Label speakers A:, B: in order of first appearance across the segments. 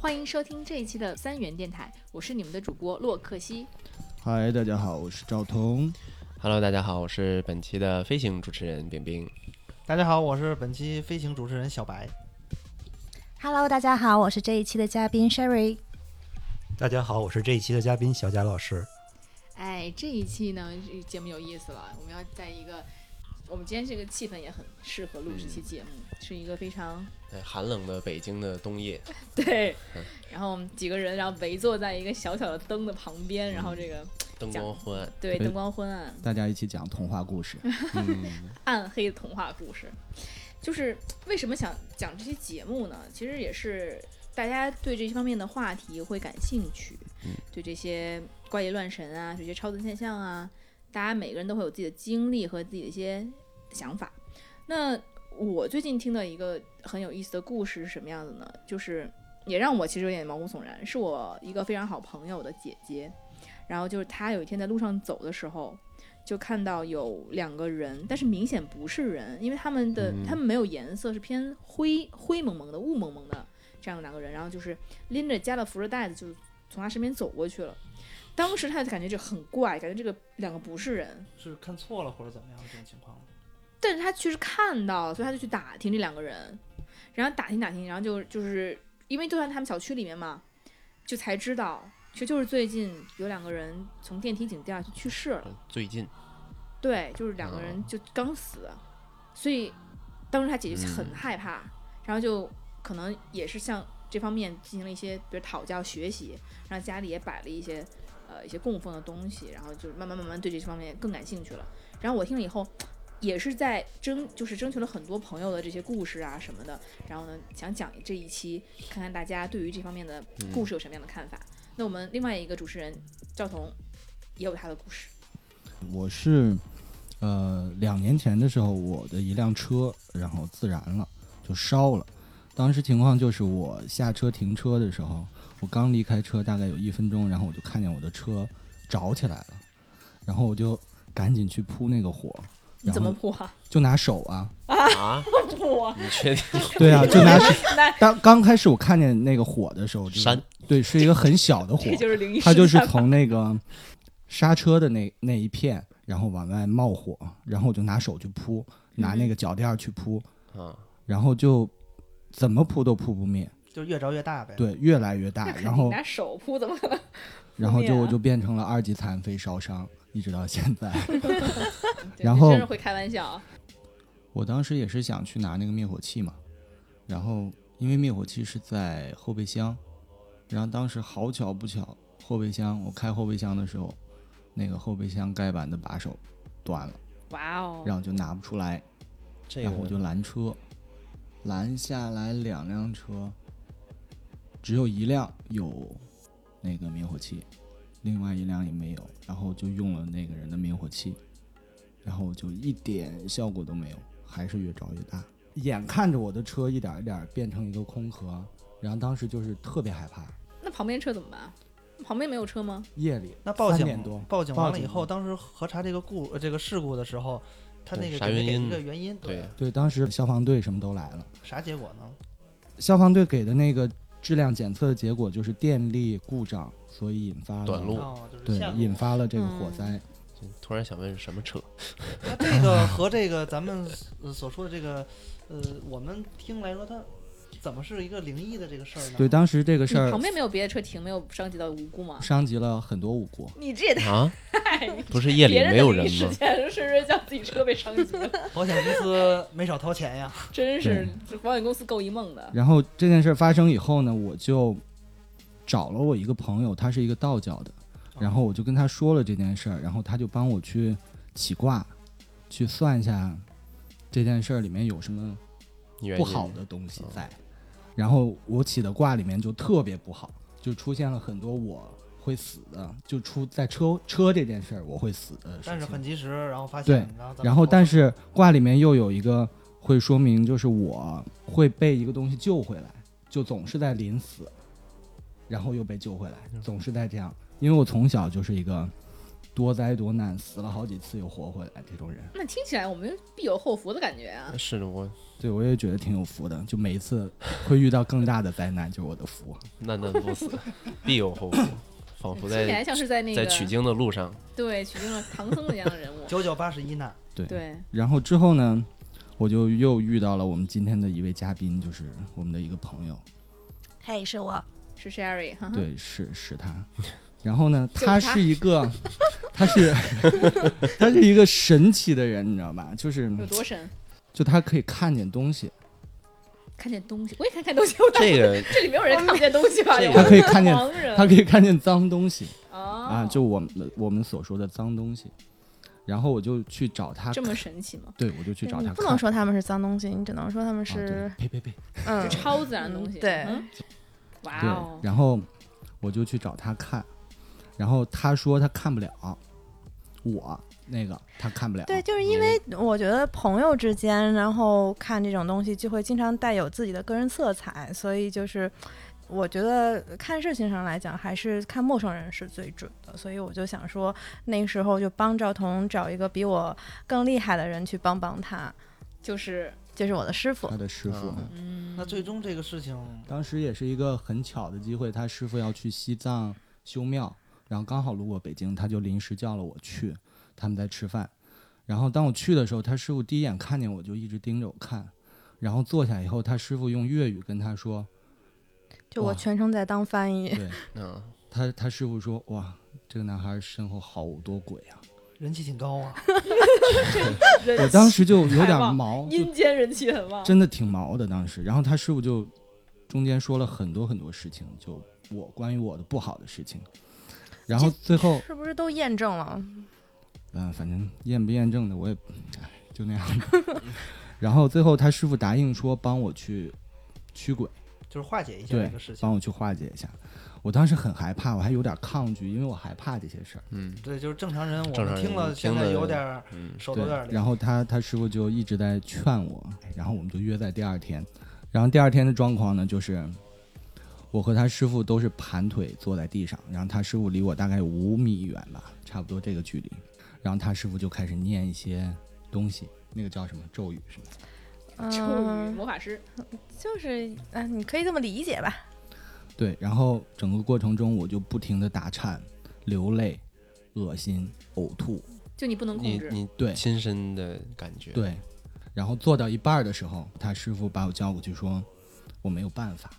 A: 欢迎收听这一期的三元电台，我是你们的主播洛克西。
B: 嗨，大家好，我是赵彤。
C: Hello，大家好，我是本期的飞行主持人饼饼。
D: 大家好，我是本期飞行主持人小白。
E: Hello，大家好，我是这一期的嘉宾 Sherry。
F: 大家好，我是这一期的嘉宾小贾老师。
A: 哎，这一期呢这节目有意思了，我们要在一个，我们今天这个气氛也很适合录这期节目，是一个非常
C: 哎，寒冷的北京的冬夜，
A: 哎对，然后我们几个人然后围坐在一个小小的灯的旁边，然后这个
C: 灯光昏暗。
A: 对
B: 对
A: 灯光昏暗，
B: 大家一起讲童话故 事。
C: 嗯，
A: 暗黑的童话故事。就是为什么想讲这期节目呢？其实也是大家对这些方面的话题会感兴趣，对这些怪力乱神啊，这些超自然现象啊，大家每个人都会有自己的经历和自己的一些想法。那我最近听到一个很有意思的故事是什么样子呢？就是也让我其实有点毛骨悚然，是我一个非常好朋友的姐姐，然后就是她有一天在路上走的时候，就看到有两个人，但是明显不是人，因为他们的、
C: 嗯
A: 他们没有颜色，是偏灰灰蒙蒙的、雾蒙蒙的这样两个人，然后就是拎着家的扶着袋子就从她身边走过去了。当时她就感觉这很怪，感觉这个两个不是人，
D: 是看错了或者怎么样这种情况吗？
A: 但是他确实看到，所以他就去打听这两个人，然后打听打听，然后就就是因为就在他们小区里面嘛，就才知道，其实就是最近有两个人从电梯井掉下去去世了，
C: 呃最 近
A: 对，就是两个
B: 哦
A: 人就刚死，所以当时他姐姐很
C: 嗯
A: 害怕，然后就可能也是向这方面进行了一些，比如讨教学习，然后家里也摆了一些呃一些供奉的东西，然后就是慢慢慢慢对这方面更感兴趣了。然后我听了以后，也是在征就是征求了很多朋友的这些故事啊什么的，然后呢想讲这一期，看看大家对于这方面的
C: 嗯
A: 故
B: 嗯
A: 事有什么样的看法。那我们另外一个主持人赵彤也有他的故事，
B: 我是，呃，两年前的时候，我的一辆车然后自燃了，就烧了。当时情况就是我下车停车的时候，我刚离开车大概有一分钟，然后我就看见我的车着起来了，然后我就赶紧去扑那个火，
A: 你怎么
B: 然后
A: 破啊？
B: 就拿手啊，
C: 啊，
A: 破啊
C: 你确定？
B: 对 啊，就拿手。
A: 那
B: 当刚开始我看见那个火的时候，就是
C: 山
B: 对，是一个很小的火，
A: 这 就是 灵异事
B: 它
A: 件。
B: 就是从那个刹车的那那一片，然后往外冒火，然后我就拿手去扑，拿那个脚垫儿去扑，
C: 啊，
B: 然后就怎么扑都扑不灭，
D: 就越着越大呗。，
B: 对，越来越 大，然后
A: 拿手扑，怎么 可能？
B: 然后
A: 扑
B: 就
A: 灭啊
B: 我就变成了二级残废烧伤，一直到现在。
A: 对
B: 然
A: 这
B: 后
A: 真是会开玩笑啊。
B: 我当时也是想去拿那个灭火器嘛，然后因为灭火器是在后备箱，然后当时好巧不巧，后备箱我开后备箱的时候，那个后备箱盖板的把手断了，
A: 哇哦，
B: 然后就拿不出来，
C: 这
B: 然后我就拦车，拦下来两辆车，只有一辆有那个灭火器，另外一辆也没有，然后就用了那个人的灭火器，然后就一点效果都没有，还是越着越大，眼看着我的车一点一点变成一个空壳，然后当时就是特别害怕，
A: 那旁边车怎么办？啊旁边没有车吗？
B: 夜里
D: 那报
B: 三
D: 警
B: 点多，
D: 报警完
B: 报
D: 了以
B: 警
D: 后，
B: 了
D: 当时核查这个故呃这个事故的时候，他那
C: 对
D: 个
C: 啥
D: 给没
C: 原
D: 给
C: 因
D: 一个原因，
C: 对，
B: 对，当时消防队什么都来了。
D: 啥结果呢？
B: 消防队给的那个质量检测的结果就是电力故障，所以引发了
C: 短路
D: 哦，就是
B: 对
D: 线，路
B: 引发了这个火灾。
A: 嗯
C: 就突然想问是什么车？
D: 那这个和这个咱们 呃所说的这个呃，我们听来说，它怎么是一个灵异的这个事儿呢？
B: 对，当时这个
A: 你
B: 事儿
A: 旁边没有别的车停，没有伤及到无辜吗？
B: 伤及了很多无辜。
A: 你这也
C: 啊，
A: 太……
C: 不是夜里
A: 哎别人
C: 没
A: 的
C: 有
A: 灵
C: 人
A: 异事
C: 吗？
A: 件是不是叫自己车被伤及了？
D: 保险公司没少掏钱呀。
A: 真是保险公司够一梦的。
B: 然后这件事儿发生以后呢，我就找了我一个朋友，他是一个道教的，然后我就跟他说了这件事儿，然后他就帮我去起卦，去算一下这件事儿里面有什么
C: 原
B: 不
C: 因
B: 好的东西在。然后我起的卦里面就特别不好，就出现了很多我会死的，就出在车车这件事儿我会死的事情。
D: 但是很及时，然后发
B: 对
D: 现，然后咱们
B: 然后，但
D: 投，
B: 是卦里面又有一个会说明，就是我会被一个东西救回来，就总是在临死，然后又被救回来，总是在这样。因为我从小就是一个多灾多难，死了好几次又活回来这种人。
A: 那听起来我们必有后福的感觉啊！
C: 是的，我
B: 对我也觉得挺有福的，就每一次会遇到更大的灾难，就是我的福。
C: 难难不死，必有后福，仿佛
A: 听起来
C: 在
A: 像是在那个
C: 在取经的路上。
A: 对取经了唐僧的这样的人物
D: 九九八十一难，
B: 对，
A: 对，
B: 然后之后呢，我就又遇到了我们今天的一位嘉宾，就是我们的一个朋友，
E: 嘿，是我，
A: 是 Sherry，哈哈，
B: 对，是是他。然后呢，
A: 嗯就是
B: 他
A: 他
B: 是一个， 他是 他是一个神奇的人，你知道吧？就是
A: 有多神，
B: 就他可以看见东西，
A: 看见东西，我也看看东西，我打
C: 这个
A: 这里没有人看不见东西吧？
C: 这个
A: 有
B: 他可以看见，
A: 盲人，
B: 他可以看见脏东西啊，
A: 啊
B: 就我们的我们所说的脏东西。然后我就去找他
A: 这
B: 看，
A: 么神奇吗？
B: 对我就去找
G: 你
B: 他
G: 嗯不能
B: 看。
G: 说他们是脏东西，你只能说他们
B: 啊对
G: 是、
B: 呸呸呸！啊
G: 嗯，
A: 超自然的东西，
G: 嗯对
A: 嗯，哇
B: 对
A: 哦，，
B: 然后我就去找他看，然后他说他看不了，我那个他看不了，
G: 对，就是因为我觉得朋友之间，然后看这种东西就会经常带有自己的个人色彩，所以就是我觉得看事情上来讲，还是看陌生人是最准的。所以我就想说，那个时候就帮赵彤找一个比我更厉害的人去帮帮他，
A: 就是
G: 就是我的师傅
B: 他。的师傅。
C: 嗯
A: 嗯，
D: 那最终这个事情，
B: 当时也是一个很巧的机会，他师傅要去西藏修庙，然后刚好路过北京，他就临时叫了我去，他们在吃饭。然后当我去的时候，他师傅第一眼看见我就一直盯着我看，然后坐下以后，他师傅用粤语跟他说，
G: 就我
B: 哇
G: 全程在当 翻译，
B: 对
C: 嗯，
B: 他他师傅说，哇，这个男孩身后好多鬼啊！
D: 人气挺高啊。
A: 人
B: 我当时就有
A: 太
B: 点
A: 旺
B: 毛，就
A: 阴间人气很旺，
B: 真的挺毛的当时。然后他师傅就中间说了很多很多事情，就我关于我的不好的事情。然后最后，
G: 是不是都验证了？
B: 嗯、反正验不验证的我也，唉就那样吧。 然后最后他师傅答应说帮我去驱鬼，
D: 就是化解一下
B: 对
D: 这个事情
B: 帮。我去化解一下。我当时很害怕，我还有点抗拒，因为我害怕这些事儿。
C: 嗯
D: 对，就是正常人，我
C: 正常
D: 们
C: 人
D: 听了现在
C: 听了
D: 有点儿
C: 嗯，
D: 手
B: 对
D: 都有点儿，凉。
B: 然后他他师傅就一直在劝我，然后我们就约在第二天。然后第二天的状况呢，就是我和他师傅都是盘腿坐在地上，然后他师傅离我大概有五米远吧，差不多这个距离。然后他师傅就开始念一些东西，那个叫什么咒语什么。
A: 咒语
G: 嗯，
A: 魔法师，
G: 就是啊，你可以这么理解吧。
B: 对，然后整个过程中我就不停的打颤、流泪、恶心、呕吐，
A: 就你不能控
C: 你
A: 制，
C: 你
B: 对
C: 亲身的感觉，，
B: 对，然后做到一半儿的时候，他师傅把我叫过去说，我没有办法，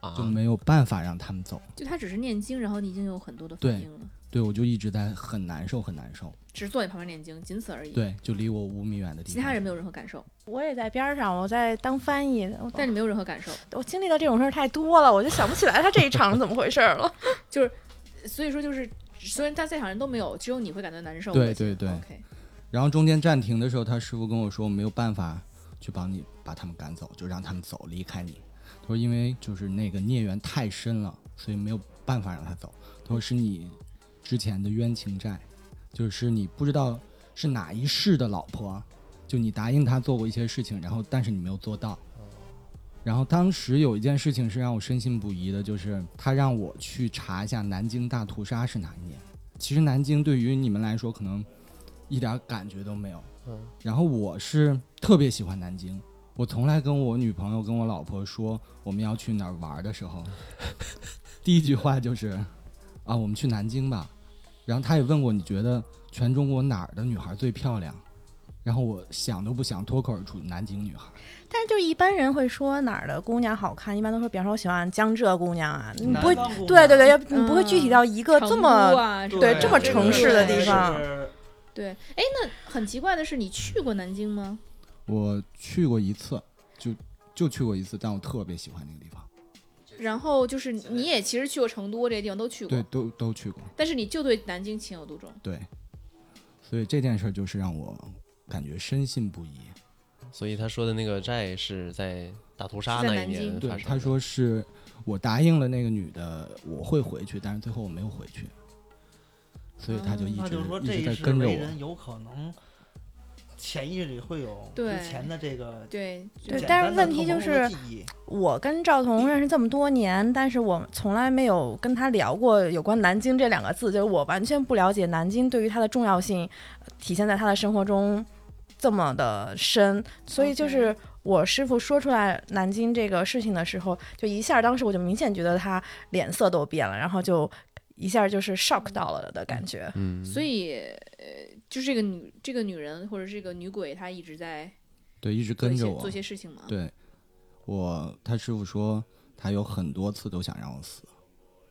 C: 啊，
B: 就没有办法让他们走。
A: 就他只是念经，然后你已经有很多的反
B: 对
A: 应了，
B: 对，我就一直在很难受，很难受。
A: 只是坐你旁边念经，仅此而已。
B: 对，就离我五米远的地方。
A: 其他人没有任何感受，
G: 我也在边儿上，我在当翻译的，我
A: 但你没有任何感受，
G: 我经历到这种事儿太多了，我就想不起来他这一场是怎么回事儿了。
A: 所以说就是，虽然大在场人都没有，只有你会感到难受。
B: 对
A: 恶心
B: 对对
A: OK，
B: 然后中间暂停的时候，他师傅跟我说，我没有办法去帮你把他们赶走，就让他们走，离开你。他说因为就是那个孽缘太深了，所以没有办法让他走。他说是你之前的冤情债，就是你不知道是哪一世的老婆，就你答应他做过一些事情，然后但是你没有做到。然后当时有一件事情是让我深信不疑的，就是他让我去查一下南京大屠杀是哪一年。其实南京对于你们来说可能一点感觉都没有。
C: 嗯
B: 然后我是特别喜欢南京，我从来跟我女朋友、跟我老婆说我们要去哪儿玩的时候，第一句话就是啊，我们去南京吧。然后她也问过你觉得全中国哪儿的女孩最漂亮？然后我想都不想，脱口而出南京女孩。
G: 但是就是一般人会说哪儿的姑娘好看，一般都说，比方说我喜欢江浙姑娘啊，你
D: 南
G: 不会，
D: 方姑娘
G: 对对对，要不
A: 嗯
G: 你不会具体到一个这么、
A: 成都啊，
G: 对
A: 种
G: 这么
A: 的
G: 城市的
A: 对
G: 地方
D: 是
A: 对，哎，那很奇怪的是，你去过南京吗？
B: 我去过一次，就就去过一次，但我特别喜欢那个地方。
A: 然后就是你也其实去过成都这些地方都去
B: 对
A: 过，，
B: 都都去过。
A: 但是你就对南京情有独钟。
B: 对，所以这件事儿就是让我感觉深信不疑。
C: 所以他说的那个债是在大屠杀
A: 是在
C: 那一
A: 南京
C: 年发
B: 对，
C: 生的，
B: 他说是我答应了那个女的我会回去，但是最后我没有回去，所以他就一
D: 嗯那
B: 直、
D: 就是说这
B: 一直在
D: 世
B: 跟着
D: 为
B: 我。
D: 人有可能。潜意识里会有
A: 对
D: 之前的这个
A: 对
D: 简
G: 对
A: 就
G: 但是
D: 单的
G: 问题
D: 透
G: 就
D: 明的
G: 是
D: 记忆
G: 我跟赵彤认识这么多年，但是我从来没有跟他聊过有关南京这两个字，就是我完全不了解南京对于他的重要性，呃体现在他的生活中这么的深。所以就是
A: OK
G: 我师傅说出来南京这个事情的时候，就一下，当时我就明显觉得他脸色都变了，然后就一下就是 shock 到了的感觉。
C: 嗯，
A: 所以呃，就是这个女这个女人或者这个女鬼，她一直在
B: 对，一直
A: 做
B: 跟
A: 一些
B: 着我
A: 做。些事情嘛。
B: 对，我他师傅说他有很多次都想让我死，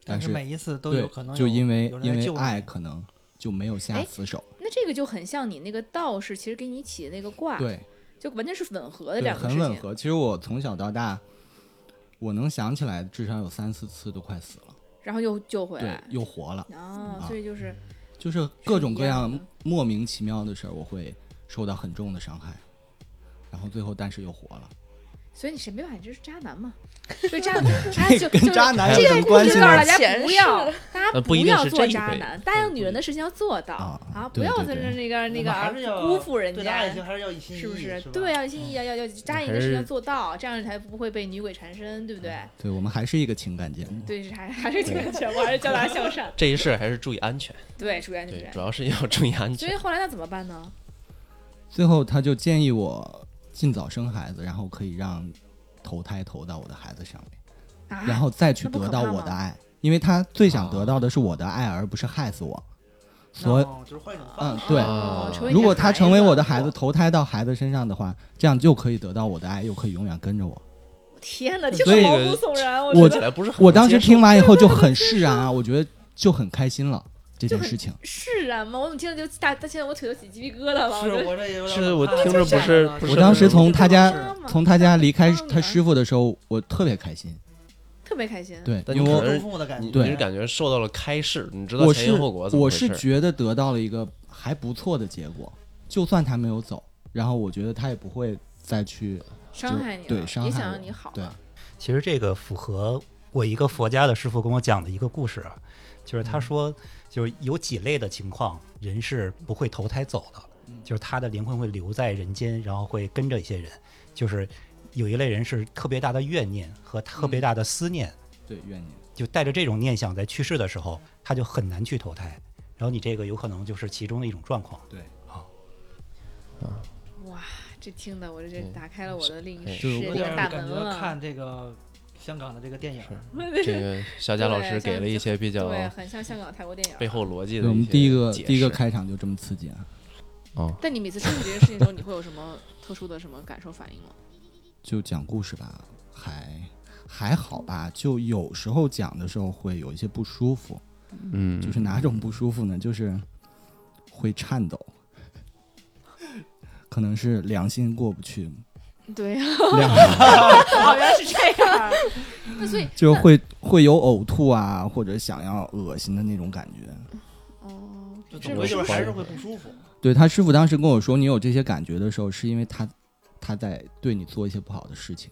B: 但
D: 但
B: 是
D: 每一次都
B: 对
D: 有可能
B: 就
D: 有
B: 因为
D: 有人
B: 因
D: 来
B: 为
D: 救
B: 爱
D: 你
B: 可能就没有下
A: 哎
B: 死手，
A: 那这个就很像你那个道士，其实给你起的那个卦，
B: 对，
A: 就完全是吻合的
B: 对，
A: 两个事
B: 很吻
A: 情。
B: 合。其实我从小到大，我能想起来至少有三四次都快死了，
A: 然后又救回
B: 对
A: 来，。
B: 又活了，
A: 哦，
B: 啊
A: 所以就是
B: 就是各种各
A: 是一样
B: 样
A: 的
B: 莫名其妙的事儿，我会受到很重的伤害，然后最后但是又活了。
A: 所以你审美吧，你这是渣 男嘛？所以渣男，渣啊就
B: 跟
A: 就是
B: 渣男有
A: 这
B: 什
A: 个
B: 么
A: 故
B: 关
A: 事
B: 系
A: 告诉
B: 呢
A: 大家
G: 前
A: 不
G: 世
A: 要，大家
C: 呃不一定
A: 要
C: 是
A: 做
C: 这一
A: 渣
C: 回
A: 男，答
C: 嗯
A: 应女人的事情要做到
B: 啊
A: 啊，不
B: 对
A: 要
B: 对
A: 在
B: 对
A: 这那个那个
D: 我们还
A: 啊
D: 是要
A: 辜负人
D: 对待爱
A: 家，
D: 情还是要一心一意，
A: 是不
D: 是
A: 嗯是？
D: 吧
A: 对，，
G: 啊
A: 要有心意，要要要答应
C: 还
A: 的事情
C: 是
A: 要做到，这样才不会被女鬼缠身，对不对？
B: 对我们还是一个情感节目，
A: 对，是还还是挺安全，我还是教大家向善。
C: 这一事儿还是注意安全，
A: 对，主要就
C: 对
A: 是，这
C: 主
A: 样。
C: 要是要注意安
A: 所以
C: 全。
A: 后来那怎么办呢？
B: 最后他就建议我尽早生孩子，然后可以让投胎投到我的孩子上面，然
A: 啊，
B: 后再去
A: 那不可
B: 得到
A: 怕
B: 我
A: 吗
B: 的爱，因为他最想
C: 哦
B: 得到的是我的爱，而不是害死我。所以，
D: 哦就是换一种方
B: 嗯
D: 式，，
B: 对，
A: 哦成为
B: 如
A: 你的
B: 果他
A: 孩
B: 成为
A: 子
B: 我的孩子，
D: 我
B: 投胎到孩子身上的话，这样就可以得到我的爱，又可以永远跟着我。
A: 天哪，听
B: 所
A: 得
B: 以
A: 毛骨悚然，我
B: 我
A: 觉
C: 起
A: 得
C: 来不是很
B: 我
C: 能
B: 当时
C: 接受
B: 听完以后就很释然啊，我觉得就很开心了这件事情。
A: 释然吗？我怎么听着就大，大现在我腿都起鸡皮疙瘩
B: 嗯
A: 了。我
D: 是
A: 觉得
D: 我这也有点
C: 是我
D: 怕了
C: 听着
D: 吓
C: 不
D: 人
C: 是
D: 了
C: 不
B: 我
C: 是
B: 当时
C: 很
B: 从
A: 这
B: 他
A: 个
B: 家
A: 是吗
B: 从他家离开
A: 当
B: 他
A: 然
B: 师傅的时候，我特别开心，
A: 嗯特别开心。
B: 对，
C: 但
B: 因
C: 你
B: 为
C: 可
B: 我
C: 能
D: 做父母的感
C: 你
D: 觉，
B: 对
C: 你是感觉受到了开示，你知道
B: 我
C: 前
B: 是
C: 因后果怎么
B: 我
C: 回
B: 是
C: 事？
B: 觉得得到了一个还不错的结果，就算他没有走，然后我觉得他也不会再去
A: 伤害你了，
B: 对伤
A: 也
B: 害
A: 想
B: 我
A: 让你好。啊
B: 对，
F: 其实这个符合我一个佛家的师傅跟我讲的一个故事啊，就是他说，就是有几类的情况，人是不会投胎走的，就是他的灵魂会留在人间，然后会跟着一些人，就是有一类人是特别大的怨念和特别大的思念，
B: 对怨念。
F: 就带着这种念想在去世的时候，他就很难去投胎，然后你这个有可能就是其中的一种状况。
A: 哇，这听的我这
C: 对
A: 打开了我的另
B: 嗯
A: 一
C: 对
A: 世界另
D: 有点
A: 一大
D: 感
A: 门
D: 觉
A: 了。
D: 看这个香港的这个电影儿，
C: 这个小贾老师给了一些比较
A: 对，很像香港、泰国电影。
C: 背后逻辑
B: 对
C: 的
B: 我
C: 一
B: 们
C: 些
B: 第一个
C: 解
B: 第一个
C: 释
B: 开场就这么刺激啊，
C: 哦，
A: 但你每次处理这些事情的时候，你会有什么特殊的什么感受反 应吗？
B: 就讲故事吧，还还好吧，就有时候讲的时候会有一些不舒服，
C: 嗯，
B: 就是哪种不舒服呢？就是会颤抖，可能是良心过不去，
A: 对，
B: 良
A: 好像哦是这 样。那所以，
B: 就会会有呕吐啊，或者想要恶心的那种感觉。
A: 哦，
D: 就
A: 这
D: 总归
A: 是
D: 就
A: 不
D: 是还是
A: 是
D: 会不舒服。
B: 对他师傅当时跟我说，你有这些感觉的时候，是因为他他在对你做一些不好的事情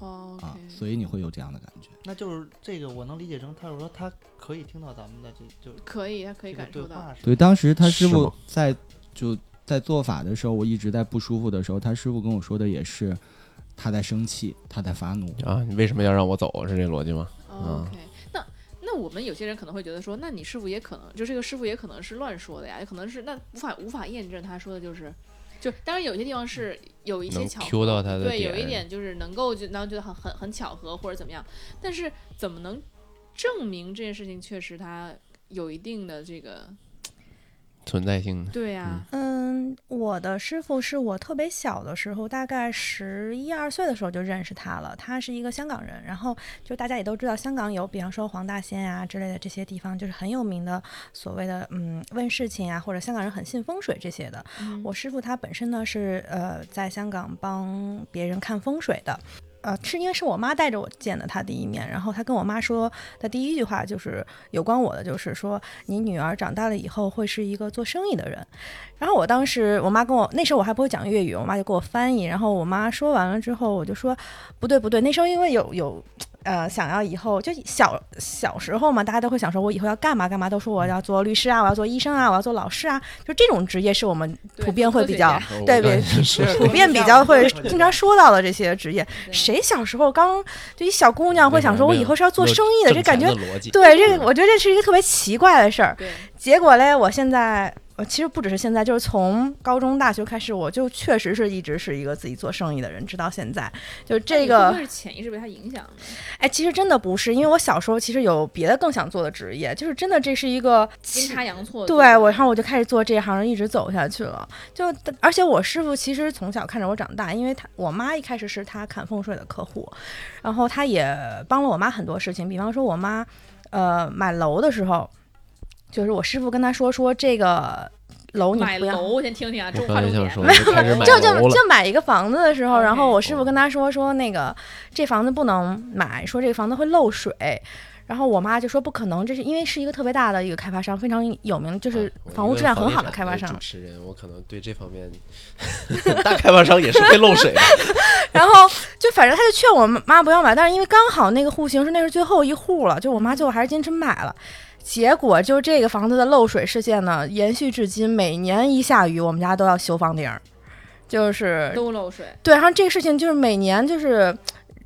A: 哦
B: 啊，
A: ，OK，
B: 所以你会有这样的感觉。
D: 那就是这个，我能理解成他说他可以听到咱们的这就
A: 可以，他啊可以
D: 这个
A: 感受
D: 对
A: 到。
D: 话是
B: 对，当时他
C: 是
B: 师傅
C: 吗
B: 在就在做法的时候，我一直在不舒服的时候，他师傅跟我说的也是他在生气，他在发怒。
C: 啊，你为什么要让我走？是这逻辑吗？
A: 哦 OK，那那我们有些人可能会觉得说，那你师傅也可能就这个师傅也可能是乱说的呀，也可能是那无法无法验证他说的就是，就当然有些地方是有一些
C: 能
A: 巧
C: Q
A: 合，
C: 到他的
A: 对，有一
C: 点
A: 点就是能够就能觉得很很很巧合或者怎么样，但是怎么能证明这件事情确实他有一定的这个
C: 存在性的，
A: 对呀、
G: 嗯，我的师傅是我特别小的时候，大概十一二岁的时候就认识他了。他是一个香港人，然后就大家也都知道，香港有比方说黄大仙呀、之类的这些地方，就是很有名的所谓的嗯问事情啊，或者香港人很信风水这些的。
A: 嗯
G: 我师傅他本身呢是呃在香港帮别人看风水的，呃是因为是我妈带着我见的他第一面，然后他跟我妈说的第一句话就是有关我的，就是说你女儿长大了以后会是一个做生意的人。然后我当时我妈跟我那时候我还不会讲粤语，我妈就给我翻译，然后我妈说完了之后我就说不对不对，那时候因为有有。呃，想要以后就小小时候嘛，大家都会想说，我以后要干嘛干嘛，都说我要做律师啊，我要做医生啊，我要做老师啊，就这种职业是我们
A: 对
G: 普遍会
A: 科
G: 比
A: 学
G: 较
A: 家
G: 对比普遍比较会经常说到的这些职业。
A: 对
G: 谁小时候刚就一小姑娘会想说，我以后是要做生意的，这感觉
C: 逻辑嗯
G: 对，这个我觉得这是一个特别奇怪的事儿。
A: 对
G: 结果嘞，我现在我其实不只是现在，就是从高中、大学开始，我就确实是一直是一个自己做生意的人，直到现在。就这
A: 哎那你会
G: 个
A: 不，会是潜意识被他影响的，
G: 哎，其实真的不是，因为我小时候其实有别的更想做的职业，就是真的这是一个
A: 阴差阳错。
G: 对我，然后我就开始做这行，一直走下去了。就而且我师傅其实从小看着我长大，因为他我妈一开始是他看风水的客户，然后他也帮了我妈很多事情，比方说我妈呃买楼的时候，就是我师傅跟他说说这个楼你
A: 买
G: 不要。
A: 楼，我先听听啊，
C: 我
A: 中
C: 刚
A: 划
C: 才
A: 重
C: 想
A: 点。
C: 说，我就开始买
G: 就就
C: 楼了嗯
G: 就，买一个房子的时候，然后
A: OK
G: 我师傅跟他说说那个这房子不能买，说这个房子会漏水。然后我妈就说不可能，这是因为是一个特别大的一个开发商，非常有名，就是
C: 啊我
G: 房屋
C: 一个
G: 质量很
C: 房地
G: 好的
C: 产
G: 开发商
C: 主。持人，我可能对这方面， 大开发商也是会漏水的。
G: 然后就反正他就劝我妈不要买，但是因为刚好那个户型是那是最后一户了，就我
C: 嗯
G: 妈最后还是坚持买了。结果就这个房子的漏水事件呢，延续至今，每年一下雨，我们家都要修房顶儿，就是
A: 都漏水，
G: 对，然后这个事情就是每年就是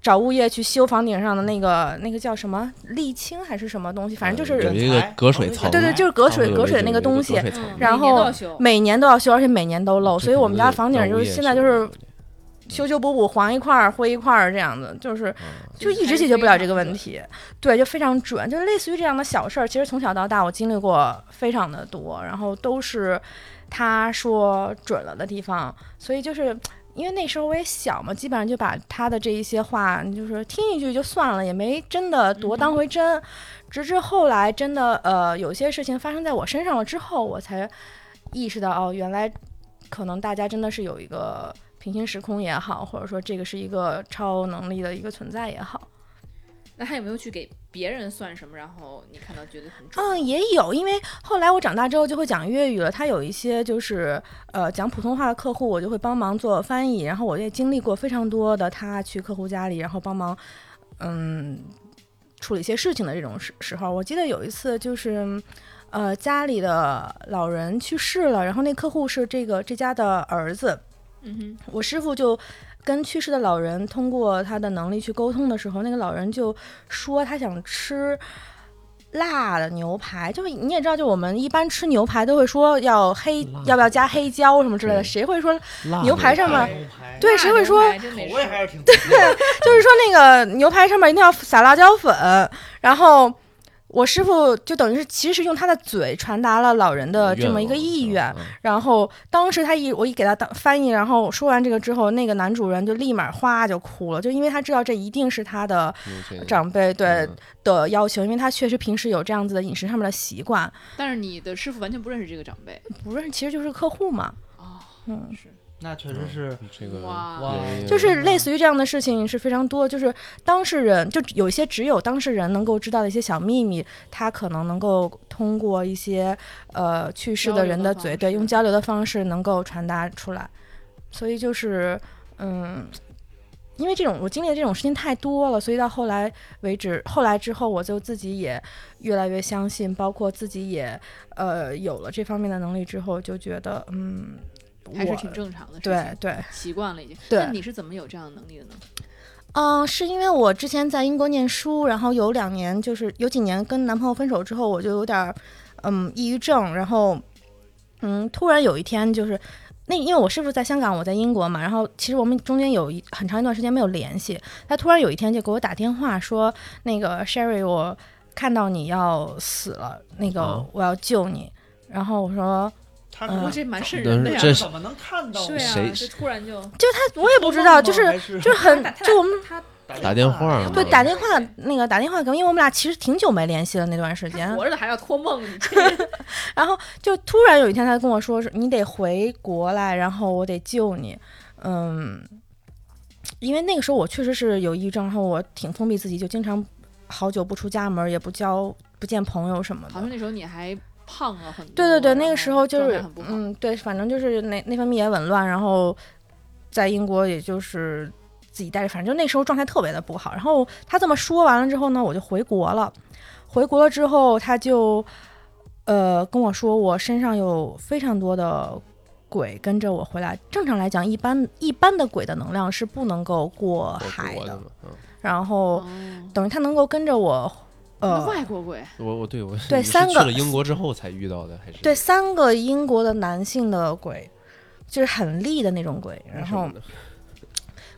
G: 找物业去修房顶上的那个那个叫什么沥青还是什么东西， 反正就
C: 嗯有
G: 是
C: 一个隔水槽
G: 对对，就是隔
C: 它
G: 水
C: 会有
G: 隔
C: 一
G: 水
C: 个
G: 那个
C: 有一
G: 东
C: 隔
G: 西，
C: 水槽
A: 嗯
G: 然
A: 每年都
G: 后
A: 要修
G: 每年都要修，而且每年都漏，所以我们家房顶儿
C: 这可
G: 就
C: 能
G: 是
C: 是
G: 现在就是修修补补，黄一块儿灰一块儿这样子，
C: 嗯
G: 就是就一直解决不了这个问题。对，就非常准，就类似于这样的小事儿，其实从小到大我经历过非常的多，然后都是他说准了的地方，所以就是。因为那时候我也小嘛，基本上就把他的这一些话，就是听一句就算了，也没真的多当回真。直至后来真的呃，有些事情发生在我身上了之后，我才意识到哦，原来可能大家真的是有一个平行时空也好，或者说这个是一个超能力的一个存在也好。
A: 那他有没有去给别人算什么？然后你看到觉得很准？
G: 嗯，也有，因为后来我长大之后就会讲粤语了。他有一些就是呃讲普通话的客户，我就会帮忙做翻译。然后我也经历过非常多的他去客户家里，然后帮忙嗯处理一些事情的这种时时候。我记得有一次就是。呃，家里的老人去世了，然后那客户是这个这家的儿子，
A: 嗯
G: 我师傅就跟去世的老人通过他的能力去沟通的时候，那个老人就说他想吃辣的牛排，就是你也知道，就我们一般吃牛排都会说要黑
D: 辣，
G: 要不要加黑椒什么之类的，
C: 对
G: 谁会说
C: 辣
G: 牛排上面
D: 牛排
G: 对谁会说
A: 那真
D: 口
A: 没事
D: 味还是挺独特的
G: 就是说那个牛排上面一定要撒辣椒粉，然后。我师傅就等于是，其实是用他的嘴传达了老人的这么一个意愿，，
C: 嗯
G: 然后当时他一我一给他当翻译，然后说完这个之后，那个男主人就立马哗就哭了，就因为他知道这一定是他的
C: 嗯这个
G: 长辈对
C: 嗯
G: 的要求，因为他确实平时有这样子的饮食上面的习惯，
A: 但是你的师傅完全不认识这个长辈
G: 不认其实就是客户嘛，
A: 哦，
G: 嗯，
A: 是
D: 那确实是
A: 嗯
C: 嗯这个
A: 哇
C: 人
G: 就
D: 嗯
G: 是类似于这样的事情是非常多，就是当事人就有一些只有当事人能够知道的一些小秘密，他可能能够通过一些呃去世的人的
A: 交流
G: 嘴，
A: 的方式
G: 对，用交流的方式能够传达出来，所以就是嗯。因为这种我经历的这种事情太多了，所以到后来为止，后来之后我就自己也越来越相信，包括自己也呃有了这方面的能力之后，就觉得嗯，
A: 还是
G: 我
A: 挺正常的事
G: 对
A: 情，
G: 对，
A: 习惯了已经。
G: 对
A: 那你是怎么有这样的能力的呢？
G: 嗯，是因为我之前在英国念书，然后有两年，就是有几年跟男朋友分手之后，我就有点儿，嗯，抑郁症。然后，嗯，突然有一天，就是那因为我师傅在香港，我在英国嘛，然后其实我们中间有一很长一段时间没有联系。他突然有一天就给我打电话说：“那个 Sherry，我看到你要死了，那个
C: 啊
G: 我要救你。”然后我说，
D: 他
G: 嗯
A: 哇，
D: 说
A: 这蛮瘆
C: 但
A: 人
C: 是
A: 的呀！
C: 这是
D: 怎么能看到呢？
A: 对啊，
C: 谁
A: 这突然就
G: 我也不知道，就是
D: 还是
G: 就是很
A: 他打
G: 就我们
A: 他
C: 打电话嘛
G: 对
C: 嗯
G: 打电话那个打电话给我，因为我们俩其实挺久没联系了那段时间
A: 他。活着的还要托梦，你这人
G: 然后就突然有一天，他跟我说是你得回国来，然后我得救你。嗯，因为那个时候我确实是有抑郁症，然后我挺封闭自己，就经常好久不出家门，也不交不见朋友什么
A: 好像
G: 的。
A: 那时候你还胖了很多。
G: 对对对，
A: 然后
G: 那个时候就
A: 状
G: 是嗯
A: 态很不好。
G: 嗯，对，反正就是内内分泌也紊乱，然后在英国也就是。自己待着，反正就那时候状态特别的不好。然后他这么说完了之后呢，我就回国了。回国了之后，他就呃跟我说，我身上有非常多的鬼跟着我回来。正常来讲，一般一般的鬼的能量是不能够过
C: 我
G: 海
C: 我
G: 的，
C: 嘛，嗯，
G: 然后
A: 哦
G: 等于他能够跟着我，
A: 那
G: 呃，
A: 外国鬼，
C: 我我对我
G: 对
C: 你是
G: 三个
C: 去了英国之后才遇到的，还是
G: 对，三个英国的男性的鬼，就是很厉的那种鬼，然
C: 什
G: 后
C: 么的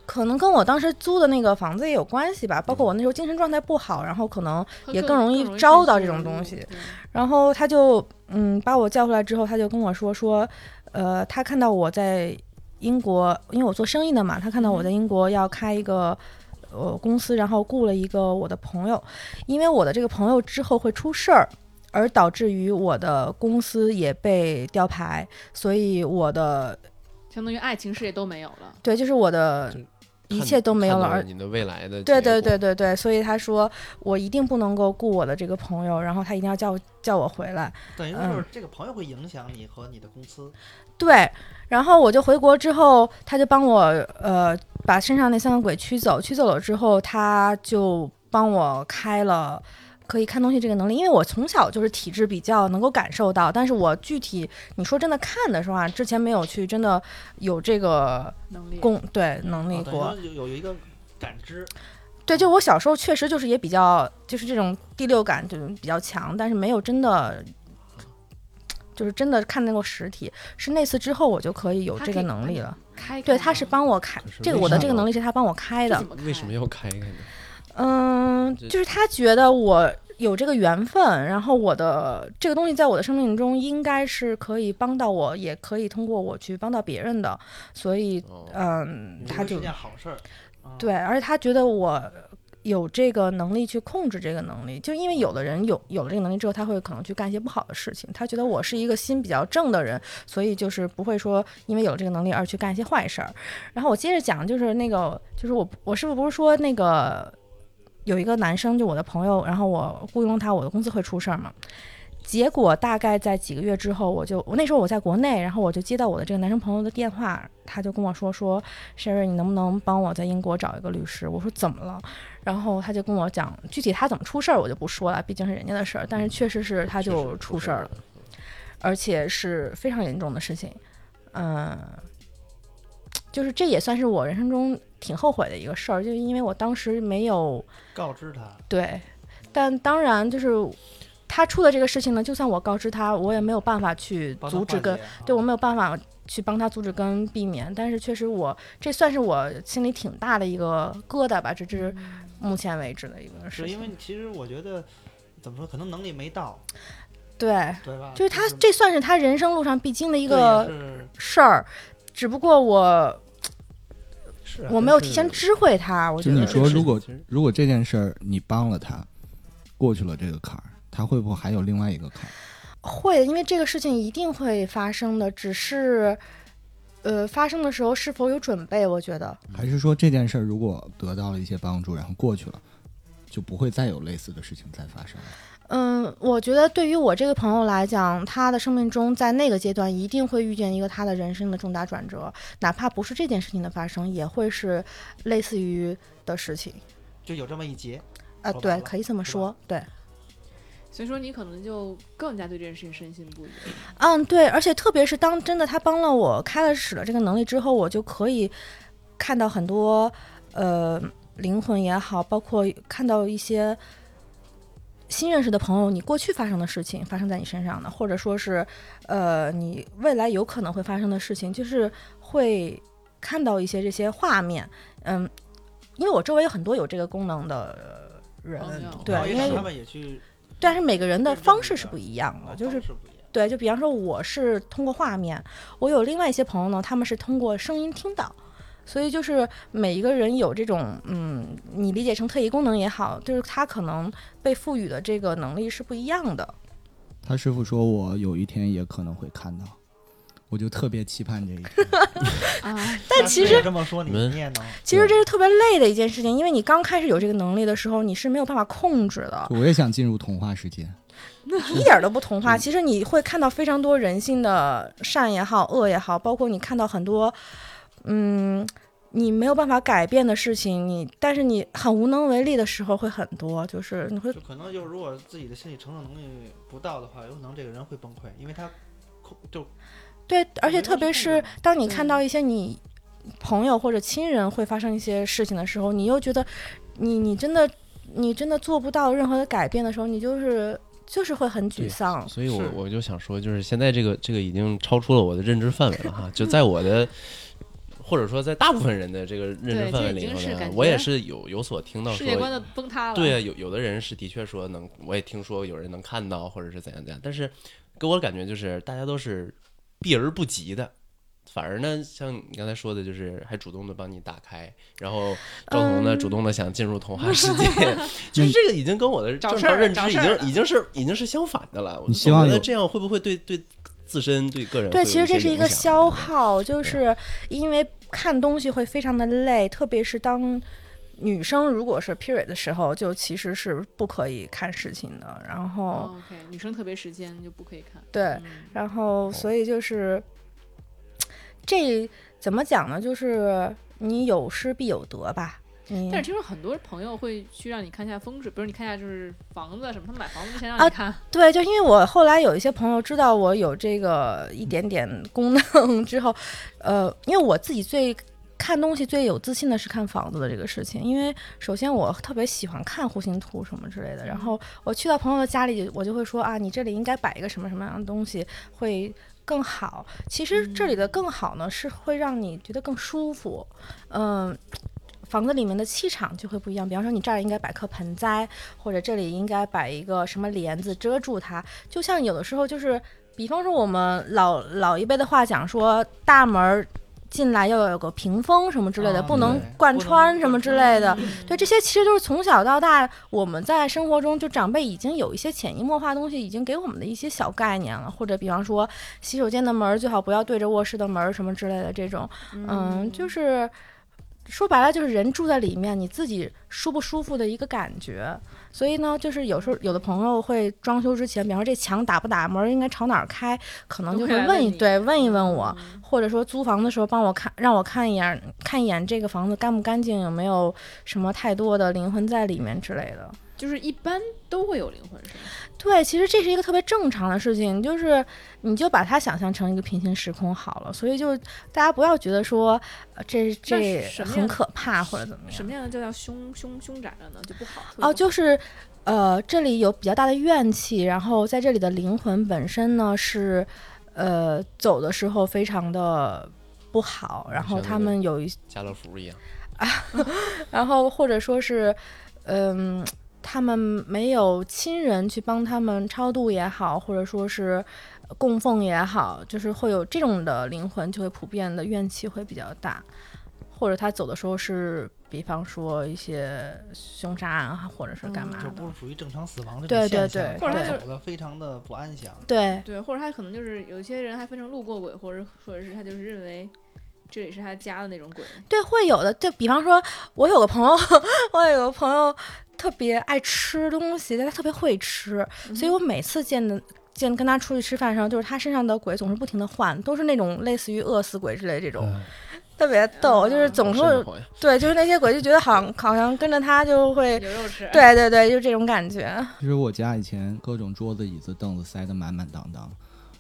G: 可能跟我当时租的那个房子也有关系吧，包
C: 嗯
G: 括我那时候精神状态不好，然后可能，也更容易招到这种东西
A: 对
G: 然后他就嗯把我叫回来之后，他就跟我说说，呃，他看到我在英国，因为我做生意的嘛，他看
C: 嗯
G: 到我在英国要开一个。呃，公司然后雇了一个我的朋友，因为我的这个朋友之后会出事儿，而导致于我的公司也被吊牌，所以我的
A: 相当于爱情事业都没有了。
G: 对，就是我的
C: 就是
G: 一
C: 看
G: 切都没有
C: 看
G: 了，
C: 到
G: 而
C: 你的未来的
G: 对
C: 结
G: 对
C: 果
G: 对，对对，所以他说我一定不能够雇我的这个朋友，然后他一定要叫我叫我回来。
D: 等于就是
G: 嗯
D: 这个朋友会影响你和你的公司，
G: 对，然后我就回国之后，他就帮我呃把身上那三个鬼驱走，驱走了之后，他就帮我开了。可以看东西这个能力，因为我从小就是体质比较能够感受到，但是我具体你说真的看的时候啊，之前没有去真的有这个
A: 能力
G: 共对能力
D: 啊等于
G: 过，
D: 说有有一个感知，
G: 对，就我小时候确实就是也比较，就是这种第六感就是比较强，但是没有真的，就是真的看那个实体。是那次之后，我就可以有
A: 他
G: 这
A: 可
G: 个
A: 以
G: 能
A: 帮
G: 力
A: 你
G: 了。
A: 开
G: 对，
A: 开
G: 他是
A: 吗
G: 帮我开
C: 可是
G: 这个，
C: 为
G: 我的
C: 啥
G: 这个能
C: 要
G: 力是他帮我开
A: 这
G: 的
A: 怎。么
C: 为什么
A: 开
C: 要开开呢？
G: 嗯，
C: 这
G: 就是他觉得我有这个缘分，然后我的这个东西在我的生命中应该是可以帮到我，也可以通过我去帮到别人的。所以，
C: 哦，
G: 嗯，
D: 这
G: 他
D: 个
G: 就是
D: 件好事儿。啊，
G: 对，而且他觉得我有这个能力去控制这个能力，就因为有的人有有了这个能力之后，他会可能去干一些不好的事情。他觉得我是一个心比较正的人，所以就是不会说因为有了这个能力而去干一些坏事儿。然后我接着讲，就是那个，就是我我是不是说那个有一个男生，就我的朋友，然后我雇佣他，我的公司会出事儿嘛？结果大概在几个月之后，我就我那时候我在国内，然后我就接到我的这个男生朋友的电话，他就跟我说说 Sherry，你能不能帮我在英国找一个律师？我说怎么了？然后他就跟我讲具体他怎么出事儿，我就不说了，毕竟是人家的事儿。但是确实是他
C: 嗯确
G: 就
C: 实
G: 出
C: 不
G: 事儿了
C: 了，，
G: 而且是非常严重的事情。嗯，就是这也算是我人生中挺后悔的一个事儿，就是因为我当时没有
D: 告知他，
G: 对，但当然就是他出的这个事情呢，就算我告知他，我也没有办法去
D: 帮他
G: 阻止
D: 化
G: 跟
D: 解啊
G: 对我没有办法去帮他阻止跟避免，但是确实我这算是我心里挺大的一个疙瘩吧，这是目前为止的一个事
D: 是嗯
G: 情。
D: 因为其实我觉得怎么说，可能能力没到，
G: 对，
D: 对吧？
G: 就是他这算是他人生路上必经的一
D: 一
G: 个事儿，只不过我
F: 是啊
G: 我没有提前知会他，我觉
B: 就你
G: 得
B: 说，如果
C: 其实
B: 如果这件事儿你帮了他，过去了这个坎儿，他会不会还有另外一个坎儿？
G: 会，因为这个事情一定会发生的，只是。呃，发生的时候是否有准备？我觉得，
B: 还是说这件事儿如果得到了一些帮助，然后过去了，就不会再有类似的事情再发生了？
G: 嗯，我觉得对于我这个朋友来讲，他的生命中在那个阶段一定会遇见一个他的人生的重大转折，哪怕不是这件事情的发生，也会是类似于的事情。
D: 就有这么一节，说
G: 啊，
D: 白
G: 对，
D: 了
G: 可以这么
D: 是吧
G: 说，对。
A: 所以说你可能就更加对这件事情深信不疑了。
G: 嗯，对，而且特别是当真的他帮了我开了使了这个能力之后，我就可以看到很多呃灵魂也好，包括看到一些新认识的朋友，你过去发生的事情发生在你身上的，或者说是呃你未来有可能会发生的事情，就是会看到一些这些画面。嗯，因为我周围有很多有这个功能的人
A: 朋友，
C: 哦
D: 然后
G: 对，
D: 也
G: 因为
D: 使
G: 有
D: 他们也去，
G: 但是每个人的
D: 哦对对
G: 方
D: 对
G: 式
D: 对
G: 是不一样的，
D: 啊
G: 就是
D: 方式不一样
G: 对，就比方说我是通过画面，我有另外一些朋友呢，他们是通过声音听到，所以就是每一个人有这种，嗯，你理解成特异功能也好，就是他可能被赋予的这个能力是不一样的。
B: 他师傅说我有一天也可能会看到，我就特别期盼这一天。
A: 啊，
G: 但
D: 那
G: 其
D: 是
G: 实
D: 也这么说你
C: 你们
D: 你也能，
G: 其实这是特别累的一件事情，因为你刚开始有这个能力的时候，你是没有办法控制的，
B: 我也想进入童话世界，
G: 一点儿都不童话。其实你会看到非常多人性的善也好，恶也好，包括你看到很多，嗯，你没有办法改变的事情，你但是你很无能为力的时候会很多，就是你会
D: 就可能就是如果自己的心理承受能力不到的话，有可能这个人会崩溃，因为他控就
G: 对，而
D: 没
G: 且
D: 有
G: 特别
D: 控制
G: 是
D: 嘛
G: 当你
A: 对
G: 看到一些你朋友或者亲人会发生一些事情的时候，你又觉得你你真的你真的做不到任何的改变的时候，你就是就是会很
C: 对
G: 沮丧。
C: 所以我
D: 是
C: 我就想说，就是现在这个这个已经超出了我的认知范围了哈，就在我的。或者说，在大部分人的这个认知
A: 对这
C: 范围
A: 已
C: 里
A: 经
C: 头
A: 是
C: 呢
A: 感，
C: 我也
A: 觉
C: 是有有所听到
A: 世
C: 说，
A: 界观都崩塌了。
C: 对啊，有有的人是的确说能，我也听说有人能看到，或者是怎样怎样，但是给我的感觉就是大家都是避而不及的，反而呢，像你刚才说的，就是还主动的帮你打开，然后赵彤呢、
G: 嗯
C: 主动的想进入童话 世界，就是这个已经跟我的
A: 找
C: 正
A: 事
C: 常
A: 儿
C: 认知
A: 找
C: 已
A: 事儿
C: 经已经是已经是相反的了。我
B: 你
C: 就
B: 希望
C: 觉得
B: 有
C: 这样会不会对对自身对个人会有
G: 对，其实
C: 些
G: 这是一
C: 影
G: 个
C: 响
G: 消
C: 对不对
G: 耗，就是因为看东西会非常的累，特别是当女生如果是 period 的时候，就其实是不可以看事情的。然后，
A: 哦 OK，女生特别时间就不可以看。
G: 对，
A: 嗯
G: 然
C: 哦
G: 后所以就是这怎么讲呢？就是你有失必有得吧。你
A: 但是听说很多朋友会去让你看一下风水，比如你看一下就是房子什么，他们买房子之前让
G: 啊
A: 你看，
G: 对，就因为我后来有一些朋友知道我有这个一点点功能 之后，呃，因为我自己最看东西最有自信的是看房子的这个事情，因为首先我特别喜欢看户型图什么之类的，然后我去到朋友的家里，我就会说啊，你这里应该摆一个什么什么样的东西会。更好，其实这里的更好呢，是会让你觉得更舒服，嗯、房子里面的气场就会不一样。比方说，你这儿应该摆颗盆栽，或者这里应该摆一个什么帘子遮住它。就像有的时候就是，比方说我们老老一辈的话讲说，大门儿进来要有个屏风什么之类的，
D: 啊
G: 不能
D: 对
G: 贯
D: 不能
G: 穿什么
D: 贯
G: 之
D: 穿
G: 类的。对，这些其实都是从小到大我们在生活中，就长辈已经有一些潜移默化的东西，已经给我们的一些小概念了。或者比方说，洗手间的门儿最好不要对着卧室的门儿什么之类的这种。嗯，就是说白了，就是人住在里面，你自己舒不舒服的一个感觉。所以呢，就是有时候有的朋友会装修之前，比方说这墙打不打，门儿应该朝哪儿开，可能
A: 都
G: 就
A: 会
G: 会
A: 来
G: 问
A: 问
G: 一
A: 你
G: 对问一问我，
A: 嗯
G: 或者说租房的时候帮我看，让我看一眼看一眼这个房子干不干净，有没有什么太多的灵魂在里面之类的。
A: 就是一般都会有灵魂是吗？
G: 对，其实这是一个特别正常的事情，就是你就把它想象成一个平行时空好了。所以就大家不要觉得说呃这这
A: 什么
G: 很
A: 样
G: 可怕或者怎么样
A: 什。么样的叫叫凶凶凶宅了呢？就不好特别
G: 哦，
A: 不好
G: 就是，呃，这里有比较大的怨气，然后在这里的灵魂本身呢是，呃，走的时候非常的不好，然
C: 像
G: 后
C: 那
G: 他
C: 个
G: 们有一，
C: 家乐福一样，
G: 然后或者说是，嗯、他们没有亲人去帮他们超度也好，或者说是供奉也好，就是会有这种的灵魂就会普遍的怨气会比较大，或者他走的时候是，比方说一些凶杀案啊，或者是干
A: 嗯
G: 嘛
D: 就
G: 的。
D: 不是属于正常死亡这
G: 对
D: 种
G: 对
D: 现象
G: 对，
A: 或者他
D: 走
A: 就
D: 的非常的不安详。
G: 对，
A: 对，或者他可能就是有些人还分成路过鬼，或者或者是他就是认为这里是他家的那种 鬼。
G: 对，会有的。就比方说，我有个朋友， 我有个朋友特别爱吃东西，但他特别会吃，所
A: 嗯
G: 以我每次见的。见跟他出去吃饭的时候，就是他身上的鬼总是不停的换，都是那种类似于饿死鬼之类这种，
F: 嗯
G: 特别逗，
D: 啊
G: 就是总是
C: 好生活呀
G: 对，就是那些鬼就觉得好像好像跟着他就会，
A: 有肉吃，，
G: 对对对，就这种感觉。
B: 其实我家以前各种桌子、椅子、凳子塞得满满当当，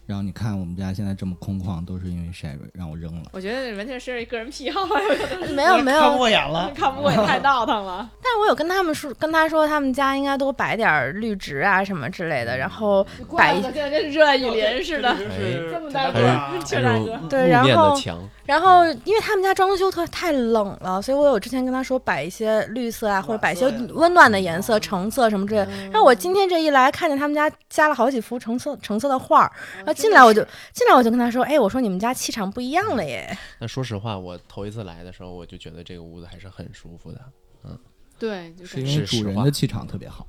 B: 然后你看我们家现在这么空旷，都是因为 Sherry 让我扔了。
A: 我觉得完全是个人癖好， 有的人
G: 没有没有
D: 看，过眼
G: 啊
D: 了，
A: 看不过也太闹腾 了。
G: 但我有跟他们说，跟他说他们家应该多摆点儿绿植啊什么之类的，然
D: 嗯
G: 后摆
A: 怪不
G: 一
A: 得现在跟热爱雨林似 的，
D: 就是
A: 这么大
C: 个儿
A: 个，
C: 还
A: 邱大
C: 有
A: 哥。
G: 对
C: 木
G: 然
C: 面
G: 后
C: 的墙，
G: 然后，因为他们家装修特太冷了，所以我有之前跟他说摆一些绿色啊，或者摆一些
D: 暖色呀嗯
G: 温暖的颜色，橙色什么之类的。然
A: 哎
G: 后我今天这一来，看见他们家加了好几幅橙色橙色哦的画儿，然后进来我就进来我就跟他说，哎，我说你们家气场不一样了耶。
C: 但说实话，我头一次来的时候，我就觉得这个屋子还是很舒服的。
A: 对，就是感
B: 因
A: 觉
B: 为
C: 是实
B: 主人
C: 话
B: 的气场特别好。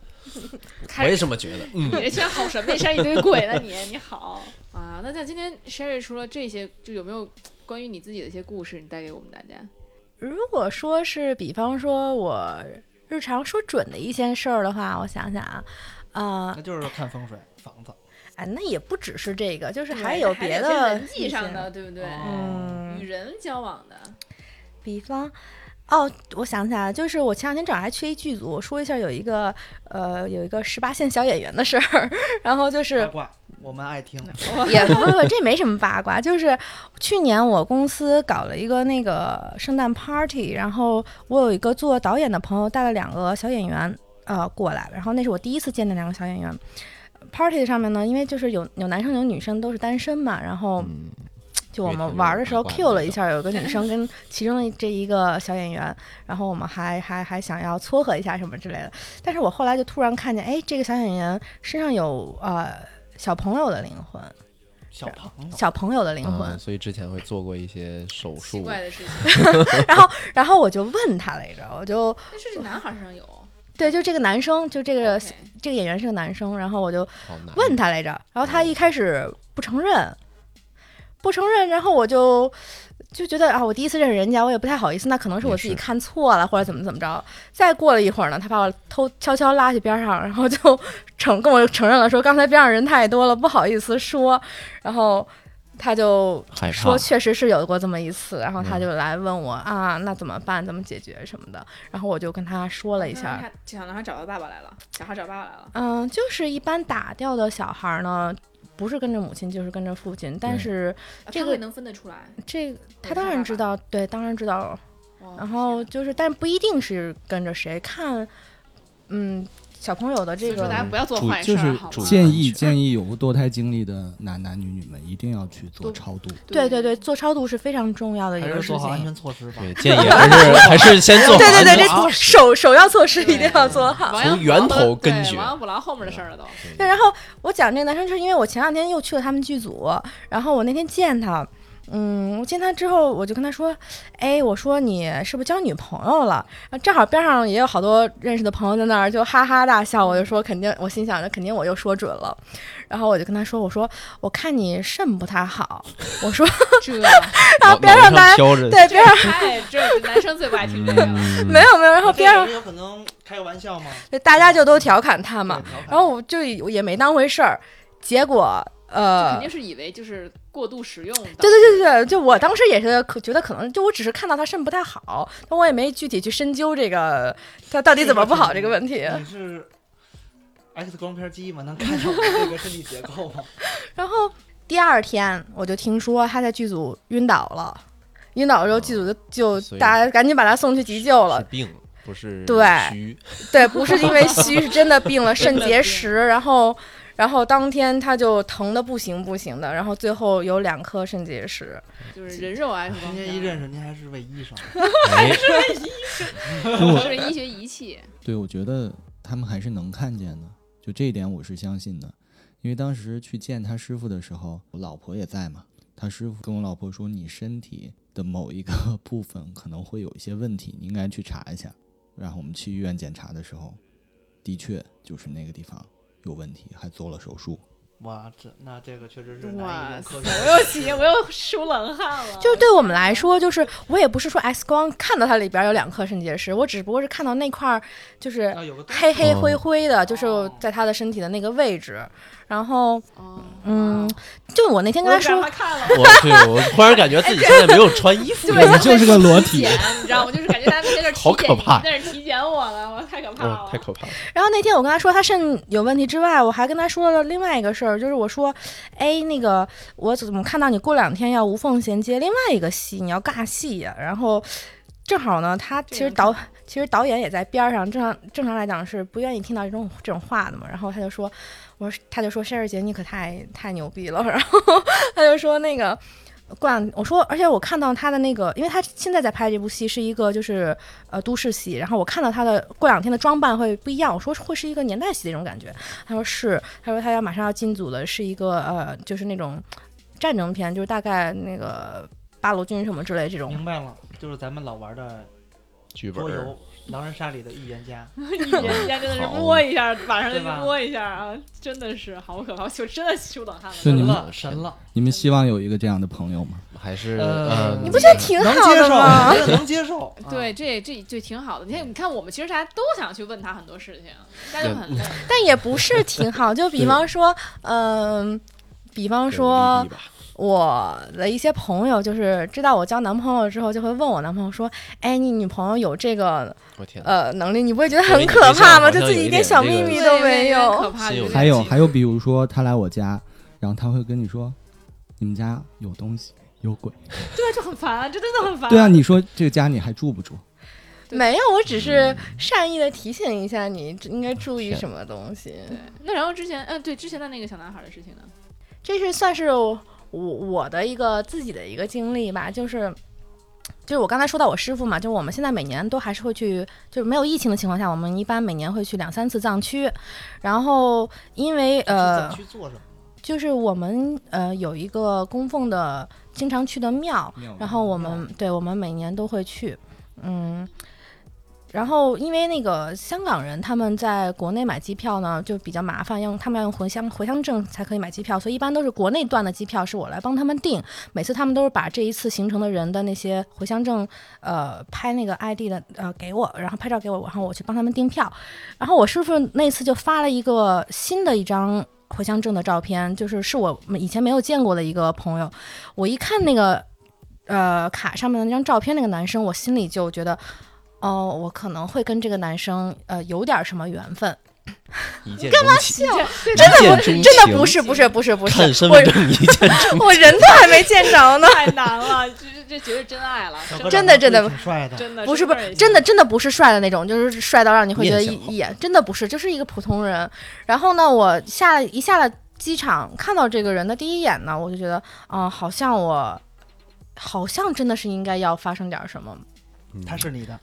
C: 我也这么觉得。嗯，
A: 你这天哎好什么？那山一堆鬼呢你？你好 啊！那像今天 Sherry 除了这些，就有没有关于你自己的一些故事，你带给我们大家？
G: 如果说是比方说我日常说准的一件事儿的话，我想想啊，呃
D: 那，就是看风水房子。
G: 哎，那也不只是这个，就是
A: 对
G: 还有
A: 还
G: 别
A: 有些
G: 的嗯
A: 人际
G: 一
A: 上
G: 些哦
A: 的，对不对？
D: 哦
G: 嗯
A: 与人交往的，
G: 比方，哦，我想起来了，就是我前两天正好还去一剧组，我说一下有一个呃有一个十八线小演员的事儿， 然后就是
D: 八卦，我们爱听。
G: 也不不不，这没什么八卦，就是去年我公司搞了一个那个圣诞 party，然后我有一个做导演的朋友带了两个小演员呃过来，然后那是我第一次见那两个小演员。party 上面呢，因为就是有有男生有女生都是单身嘛，然后
H: 嗯，
G: 就我
H: 越听
G: 们
H: 越
G: 玩的时候
H: 八卦
G: Q 了
H: 那
G: 一
H: 种
G: 下，有个女生跟其中的这一个小演员，然后我们还还还想要撮合一下什么之类的。但是我后来就突然看见，哎，这个小演员身上有呃小朋友的灵魂，
D: 小朋友，
G: 小朋友的灵魂
C: 啊，。所以之前会做过一些手
A: 奇
C: 术，
A: 怪的事情，
G: 然后然后我就问他来着，我就
A: 但是这男孩身上有。
G: 对，就这个男生，就这个
A: OK
G: 这个演员是个男生，然后我就
C: 好难。
G: 问他来着，然后
C: 嗯
G: 他一开始不承认，不承认，然后我就就觉得啊，我第一次认识人家，我也不太好意思，那可能是我自己
C: 也是
G: 看错了或者怎么怎么着。再过了一会儿呢，他把我偷悄悄拉去边上，然后就承跟我承认了，说刚才边上人太多了，不好意思说，然后。他就
C: 害怕
G: 说，确实是有过这么一次，然后他
C: 嗯
G: 就来问我、啊，那怎么办？怎么解决什么的？然后我就跟他说了一下，
A: 那他，小男孩找到爸爸来了，小孩找爸爸来了。
G: 嗯，就是一般打掉的小孩儿呢，不是跟着母亲就是跟着父亲，但
C: 对
G: 是
A: 啊
G: 这
A: 他
G: 个
A: 会能分得出来。
G: 这他
A: 有
G: 当
A: 看
G: 然
A: 爸
G: 知
A: 爸
G: 道，对，当然知道。
A: 哦
G: 然后
A: 天哪
G: 就是，但不一定是跟着谁看，嗯，小朋友的这
A: 所以说大家
G: 个
A: 不要做
B: 主
A: 坏事
B: 就
A: 儿，
B: 是
A: 好
B: 主
A: 吗？
B: 建议建议有过堕胎经历的男男女女们一定要去做
A: 都
B: 超度，
G: 对对对，，做超度是非常重要的一
D: 还
G: 个
D: 是
G: 事
D: 做好安
G: 情。
D: 全措施吧。
C: 对，建议还是 还是先做好
G: 对对
C: 安
G: 对，
C: 全
G: 这
C: 措施
G: 首首要措施一定要做好。
A: 亡羊
C: 从源
A: 补牢的
C: 头根
A: 对
C: 绝
A: 亡羊补牢后面的事儿了都。
G: 对，然后我讲这个男生，就是因为我前两天又去了他们剧组，然后我那天见他，嗯，我见他之后，我就跟他说，哎，我说你是不是交女朋友了？啊正好边上也有好多认识的朋友在那儿，就哈哈大笑。我就说肯定，我心想着肯定我又说准了。然后我就跟他说，我说我看你肾不太好，我说
A: 这
G: 然后边上大家
C: 飘着，
G: 对边上
A: 太这男生最不爱听这个
B: 嗯
A: 了。
G: 没有没有，然后边上
D: 这个人有可能开个玩笑嘛，
G: 大家就都调侃他 嘛
D: 对，调侃
G: 然后我就也没当回事儿，结果
A: 就
G: 呃
A: 肯定是以为就是过度使用。对
G: 对对对对，就我当时也是可觉得可能就我只是看到他肾不太好，但我也没具体去深究这个他到底怎么不好这个嗯问题。
D: 你是 X 光片机吗？能看到我这个身体结构 吗？
G: 然后第二天我就听说他在剧组晕倒了，晕倒了之后剧组就
C: 所
G: 就
C: 以
G: 大家赶紧把他送去急救了
C: 是。病不是
G: 对
C: 虚
G: 对，不是因为虚，是真的病 了肾结石，然后。然后当天他就疼的不行不行的，然后最后有两颗肾结石，
A: 就是人肉啊什么
D: 人家一认识您还是位医生，
C: 哎，
B: 因为我
A: 是医学仪器，
B: 对，我觉得他们还是能看见的，就这一点我是相信的。因为当时去见他师傅的时候，我老婆也在嘛，他师傅跟我老婆说，你身体的某一个 部分可能会有一些问题，你应该去查一下。然后我们去医院检查的时候，的确就是那个地方有问题，还做了手术。
D: 哇，这那这个确实是难
A: 哇
D: 以用
A: 塞！
D: 科
A: 我又
D: 学。
A: 起，我又出冷汗了。
G: 就是对我们来说，就是我也不是说 X 光看到它里边有两颗肾结石，我只不过是看到那块儿就是
D: 要有个
G: 黑黑
H: 哦
G: 灰灰的，就是
D: 哦
G: 在他的身体的那个位置。然后，
A: 哦，
G: 嗯，就我那天
A: 我
G: 跟他
A: 又让他，
G: 说
A: 看 了。
C: 我对我忽然感觉自己现在没有穿衣服，
A: 对，
B: 你就是个裸体
A: 体检， 你知道吗？就是感觉大家在那儿体检，
C: 好可怕
A: 你在那儿体检我了，我太可怕
C: 哦
A: 了，
C: 太可怕了。
G: 然后那天我跟他说他肾有问题之外，我还跟他说了另外一个事儿，就是我说，哎，那个我怎么看到你过两天要无缝衔接另外一个戏，你要尬戏呀、然后正好呢，他其实导其实导演也在边儿上，正常正常来讲是不愿意听到这种这种话的嘛。然后他就说，我说他就说珊珊姐你可太太牛逼了，然后他就说那个。过两我说，而且我看到他的那个，因为他现在在拍这部戏是一个就是呃都市戏，然后我看到他的过两天的装扮会不一样，我说会是一个年代戏的那种感觉。他说是，他说他要马上要进组的是一个呃，就是那种战争片，就是大概那个八路军什么之类这种。
D: 明白了，就是咱们老玩的
C: 剧本
D: 桌
C: 儿
D: 游《狼人杀》里的预言家，
A: 一人人家真的是
C: 好
A: 摸一下，晚上就
D: 对吧
A: 摸一下啊，真的是好可怕，就真的出冷汗了。
B: 对你
D: 神
B: 们
D: 了神了，
B: 你们希望有一个这样的朋友吗？
C: 还是
D: 呃
C: 嗯
D: 你
G: 不觉得挺
D: 能
G: 好
D: 接
G: 的
D: 受，
G: 吗
D: 我？觉得能接 受。啊
A: 对，，这这就挺好的。你看，你看，我们其实大家都想去问他很多事情，大家都 很累。
G: 呃但也不是挺好，就比方说，嗯、比方说
C: 对，
G: 我的一些朋友就是知道我交男朋友之后，就会问我男朋友说：“哎，你女朋友有这个
C: 我天，
G: 呃能力，你不会觉得
C: 所以
G: 很
C: 你
G: 可
C: 对象
G: 怕
C: 好
G: 吗？就
C: 像
G: 自
C: 有
G: 己
C: 一
G: 一点
C: 点
G: 小
C: 这
G: 秘
C: 个
G: 密
A: 对
G: 都
A: 有
G: 没
A: 点
G: 有。
A: 可怕
C: 是有
A: 点
B: 还有
C: 记
B: 还有，比如说他来我家，然后他会跟你说，你们家有东西，有鬼。
A: 对啊，就很烦啊，这真的很烦。
B: 对啊，，你说这个家你还住不住？
A: 对
G: 没有，我只是善意的提醒一下你，应该注意
C: 是
G: 什么东西。
A: 对。那然后之前，嗯、对，之前的那个小男孩的事情呢？
G: 这是算是我我的一个自己的一个经历吧，就是。就是我刚才说到我师傅嘛，就是我们现在每年都还是会去，就是没有疫情的情况下，我们一般每年会去两三次藏区。然后因为呃
D: 去，去做什么？
G: 就是我们呃有一个供奉的经常去的庙，然后我们对我们每年都会去，嗯。然后，因为那个香港人他们在国内买机票呢就比较麻烦，要他们要用回乡回乡证才可以买机票，所以一般都是国内段的机票是我来帮他们订。每次他们都是把这一次行程的人的那些回乡证，呃，拍那个 ID 的呃给我，然后拍照给我，然后我去帮他们订票。然后我师傅那次就发了一个新的一张回乡证的照片，就是是我以前没有见过的一个朋友。我一看那个呃卡上面的那张照片，那个男生，我心里就觉得，哦，我可能会跟这个男生呃有点什么缘分。
C: 一见钟 情，
A: 对
C: 真的
G: 真的不是不是不是不是
C: 看，身
G: 我
C: 份证一见 钟情，
G: 我人都还没见着呢。
A: 太难了，这这这绝对真爱了，
D: 小哥长
G: 真的
D: 得
G: 真的
D: 挺帅的，
A: 真的
G: 不是不是，真的真的不是帅的那种，就是帅到让你会觉得一
C: 面相好
G: 一眼真的不是，就是一个普通人。然后呢，我下了一下了机场，看到这个人的第一眼呢，我就觉得，啊、好像我，好像真的是应该要发生点什么。
D: 他是你的，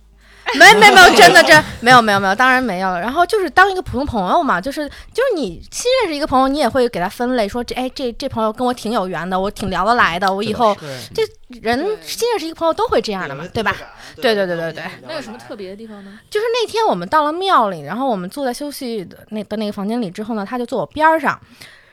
G: 没没没有，真的真没有没有没有，当然没有了。然后就是当一个普通朋友嘛，就是就是你新认识一个朋友，你也会给他分类，说这哎这这朋友跟我挺有缘的，我挺聊得来的，我以后
D: 对，
G: 人
A: 对
G: 新认识一个朋友都会这样的嘛，对吧？？对对对对对
A: 那有什么特别的地方呢？
G: 就是那天我们到了庙里，然后我们坐在休息的那的那个房间里之后呢，他就坐我边儿上，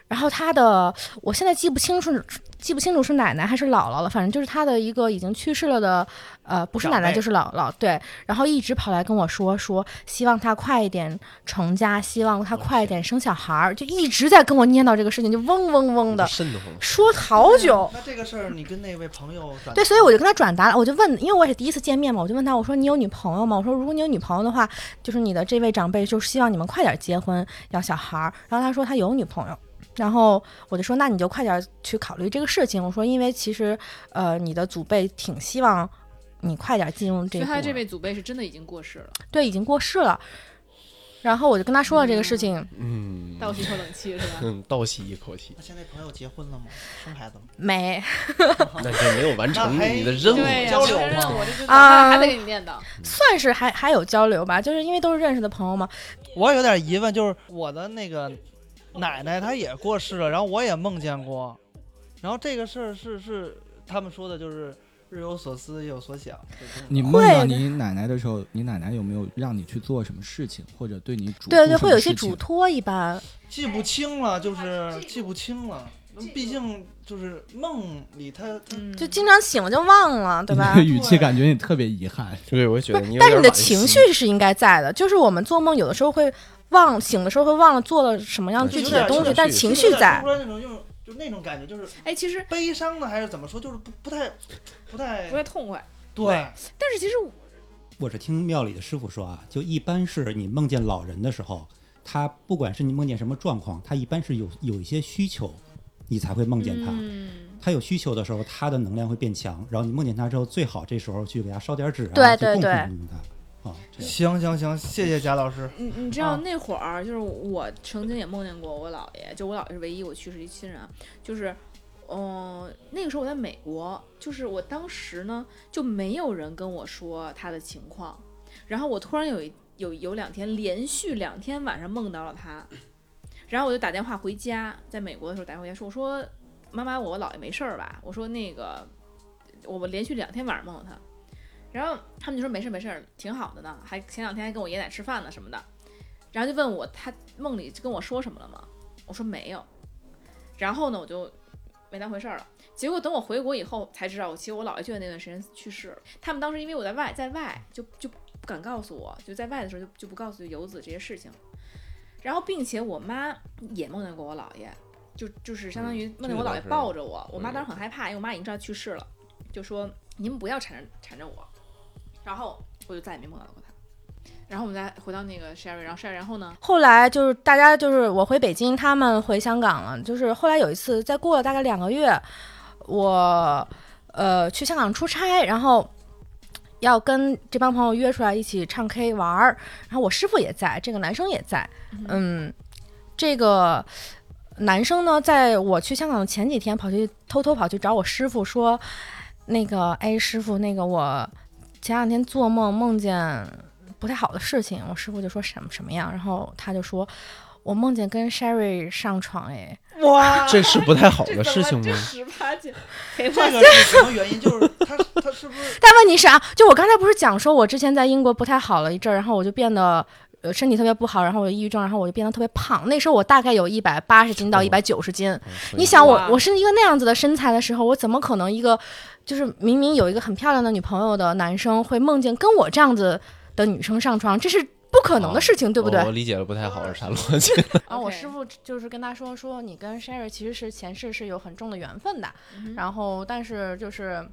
G: 然后他的我现在记不清楚，记不清楚是奶奶还是姥姥了，反正就是他的一个已经去世了的，呃，不是奶奶
D: 长辈
G: 就是姥姥，对，然后一直跑来跟我说说，希望他快一点成家，希望他快一点生小孩儿，就一直在跟我念叨这个事情，就嗡嗡嗡的
C: 瘆得慌。
G: 说
D: 嗯
G: 好久。
D: 那这个事儿，你跟那位朋友转
G: 对，所以我就跟他转达了，我就问，因为我也是第一次见面嘛，我就问他，我说你有女朋友吗？我说如果你有女朋友的话，就是你的这位长辈就是希望你们快点结婚要小孩儿。然后他说他有女朋友，然后我就说那你就快点去考虑这个事情。我说因为其实呃你的祖辈挺希望你快点进入
A: 所
G: 这啊
A: 以
G: 一步
A: 他
G: 的，
A: 的这位祖辈是真的已经过世了，
G: 对已经过世了。然后我就跟他说了这个事情，
C: 嗯，
A: 倒吸一口冷气是吧？
C: 嗯， 倒吸一 口气，
D: 那现在朋友结婚了吗？生孩子了吗？
G: 没
C: 那就没有完成你的任
A: 对
C: 务。
A: 呀，
D: 交流
A: 这任务这就
G: 啊
A: 还得给你念叨。
G: 算是还还有交流吧，就是因为都是认识的朋友嘛。
D: 我有点疑问，就是我的那个奶奶她也过世了，然后我也梦见过，然后这个事儿是是他们说的，就是日有所思，夜有所想。就这种
B: 你梦到你奶奶的时候，你奶奶有没有让你去做什么事情，或者对你嘱
G: 对
B: 咐
G: 对，
B: 什么
G: 会有一些
B: 事情
G: 嘱托一般，
A: 嗯
D: 记不清了，就是哎记不清了。毕竟就是梦里他他
A: 嗯，
G: 就经常醒了就忘了，对吧？
B: 你的语气感觉你特别遗憾。
C: 对，我也觉
G: 不
C: 得
G: 是
C: 你，有
G: 但是
C: 点
G: 你
C: 惋
G: 的情
C: 惜
G: 绪是应该在的。就是我们做梦有的时候会忘，醒的时候会忘了做了什么样
C: 对
G: 具
D: 就
G: 体
D: 有
G: 的
D: 点
G: 东
D: 有
G: 西，
D: 点
G: 但
C: 是
G: 情
D: 就有
G: 绪
D: 点
G: 在
D: 突。然那种就是就那种感觉，就是
A: 哎，其实
D: 悲伤的还是怎么说，就是不不太不太
A: 不太痛快，
D: 对。
A: 但是其实我
F: 我是听庙里的师傅说啊，就一般是你梦见老人的时候，他不管是你梦见什么状况，他一般是有有一些需求，你才会梦见他。
A: 嗯，
F: 他有需求的时候，他的能量会变强，然后你梦见他之后，最好这时候去给他烧点纸啊，
G: 对
F: 去
G: 对
F: 供
G: 对
F: 奉供奉他。啊，这样
D: 行行行，谢谢贾老师。
A: 你你知道
D: 啊
A: 那会儿就是我曾经也梦见过我姥爷，就我姥爷是唯一我去世的一亲人啊，就是。嗯，那个时候我在美国，就是我当时呢就没有人跟我说他的情况，然后我突然有一有有两天连续两天晚上梦到了他，然后我就打电话回家，在美国的时候打电话回家说，我说妈妈，我姥爷没事儿吧？我说那个我们连续两天晚上梦到他，然后他们就说没事儿没事儿，挺好的呢，还前两天还跟我爷爷奶奶吃饭呢什么的，然后就问我他梦里跟我说什么了吗？我说没有，然后呢我就没当回事儿了。结果等我回国以后才知道，我其实我姥爷就在那段时间去世了。他们当时因为我在外，在外就就不敢告诉我，就在外的时候就就不告诉游子这些事情。然后，并且我妈也梦见过我姥爷，就就是相当于梦
C: 这
A: 见
C: 个
A: 我姥
C: 倒
A: 爷
C: 是
A: 抱着我，我妈
C: 嗯
A: 当时很害怕，因为我妈已经知道去世了，就说你们不要缠着缠着我，然后我就再也没梦到过他。然后我们再回到那个 Sherry，然后 Sherry，然后呢？
G: 后来就是大家就是我回北京，他们回香港了。就是后来有一次，再过了大概两个月，我呃去香港出差，然后要跟这帮朋友约出来一起唱 K 玩儿，然后我师傅也在，这个男生也在，嗯，这个。男生呢，在我去香港的前几天，跑去偷偷跑去找我师傅说，那个，哎，师傅，那个我前两天做梦梦见不太好的事情，我师傅就说什么什么样，然后他就说，我梦见跟 Sherry 上床，哎，
D: 哇，
C: 这是不太好的事
A: 这怎
C: 情
A: 么
C: 吗
A: 这？ 十八斤，给
D: 这
A: 我
D: 个是什么原因？就是他他是不是
G: 但问题是啊，就我刚才不是讲说我之前在英国不太好了一阵儿，然后我就变得。呃，身体特别不好，然后我抑郁症，然后我就变得特别胖。那时候我大概有一百八十斤到一百九十斤，
C: 嗯
G: 你想我
A: 哇
G: 我是一个那样子的身材的时候，我怎么可能一个就是明明有一个很漂亮的女朋友的男生会梦见跟我这样子的女生上床？这是不可能的事情，对不对？
C: 哦我我理解的不 太好是啥逻辑？
G: 然后啊我
A: OK
G: 师傅就是跟他说说你跟 Sherry 其实是前世是有很重的缘分的，
A: 嗯
G: 然后但是就是。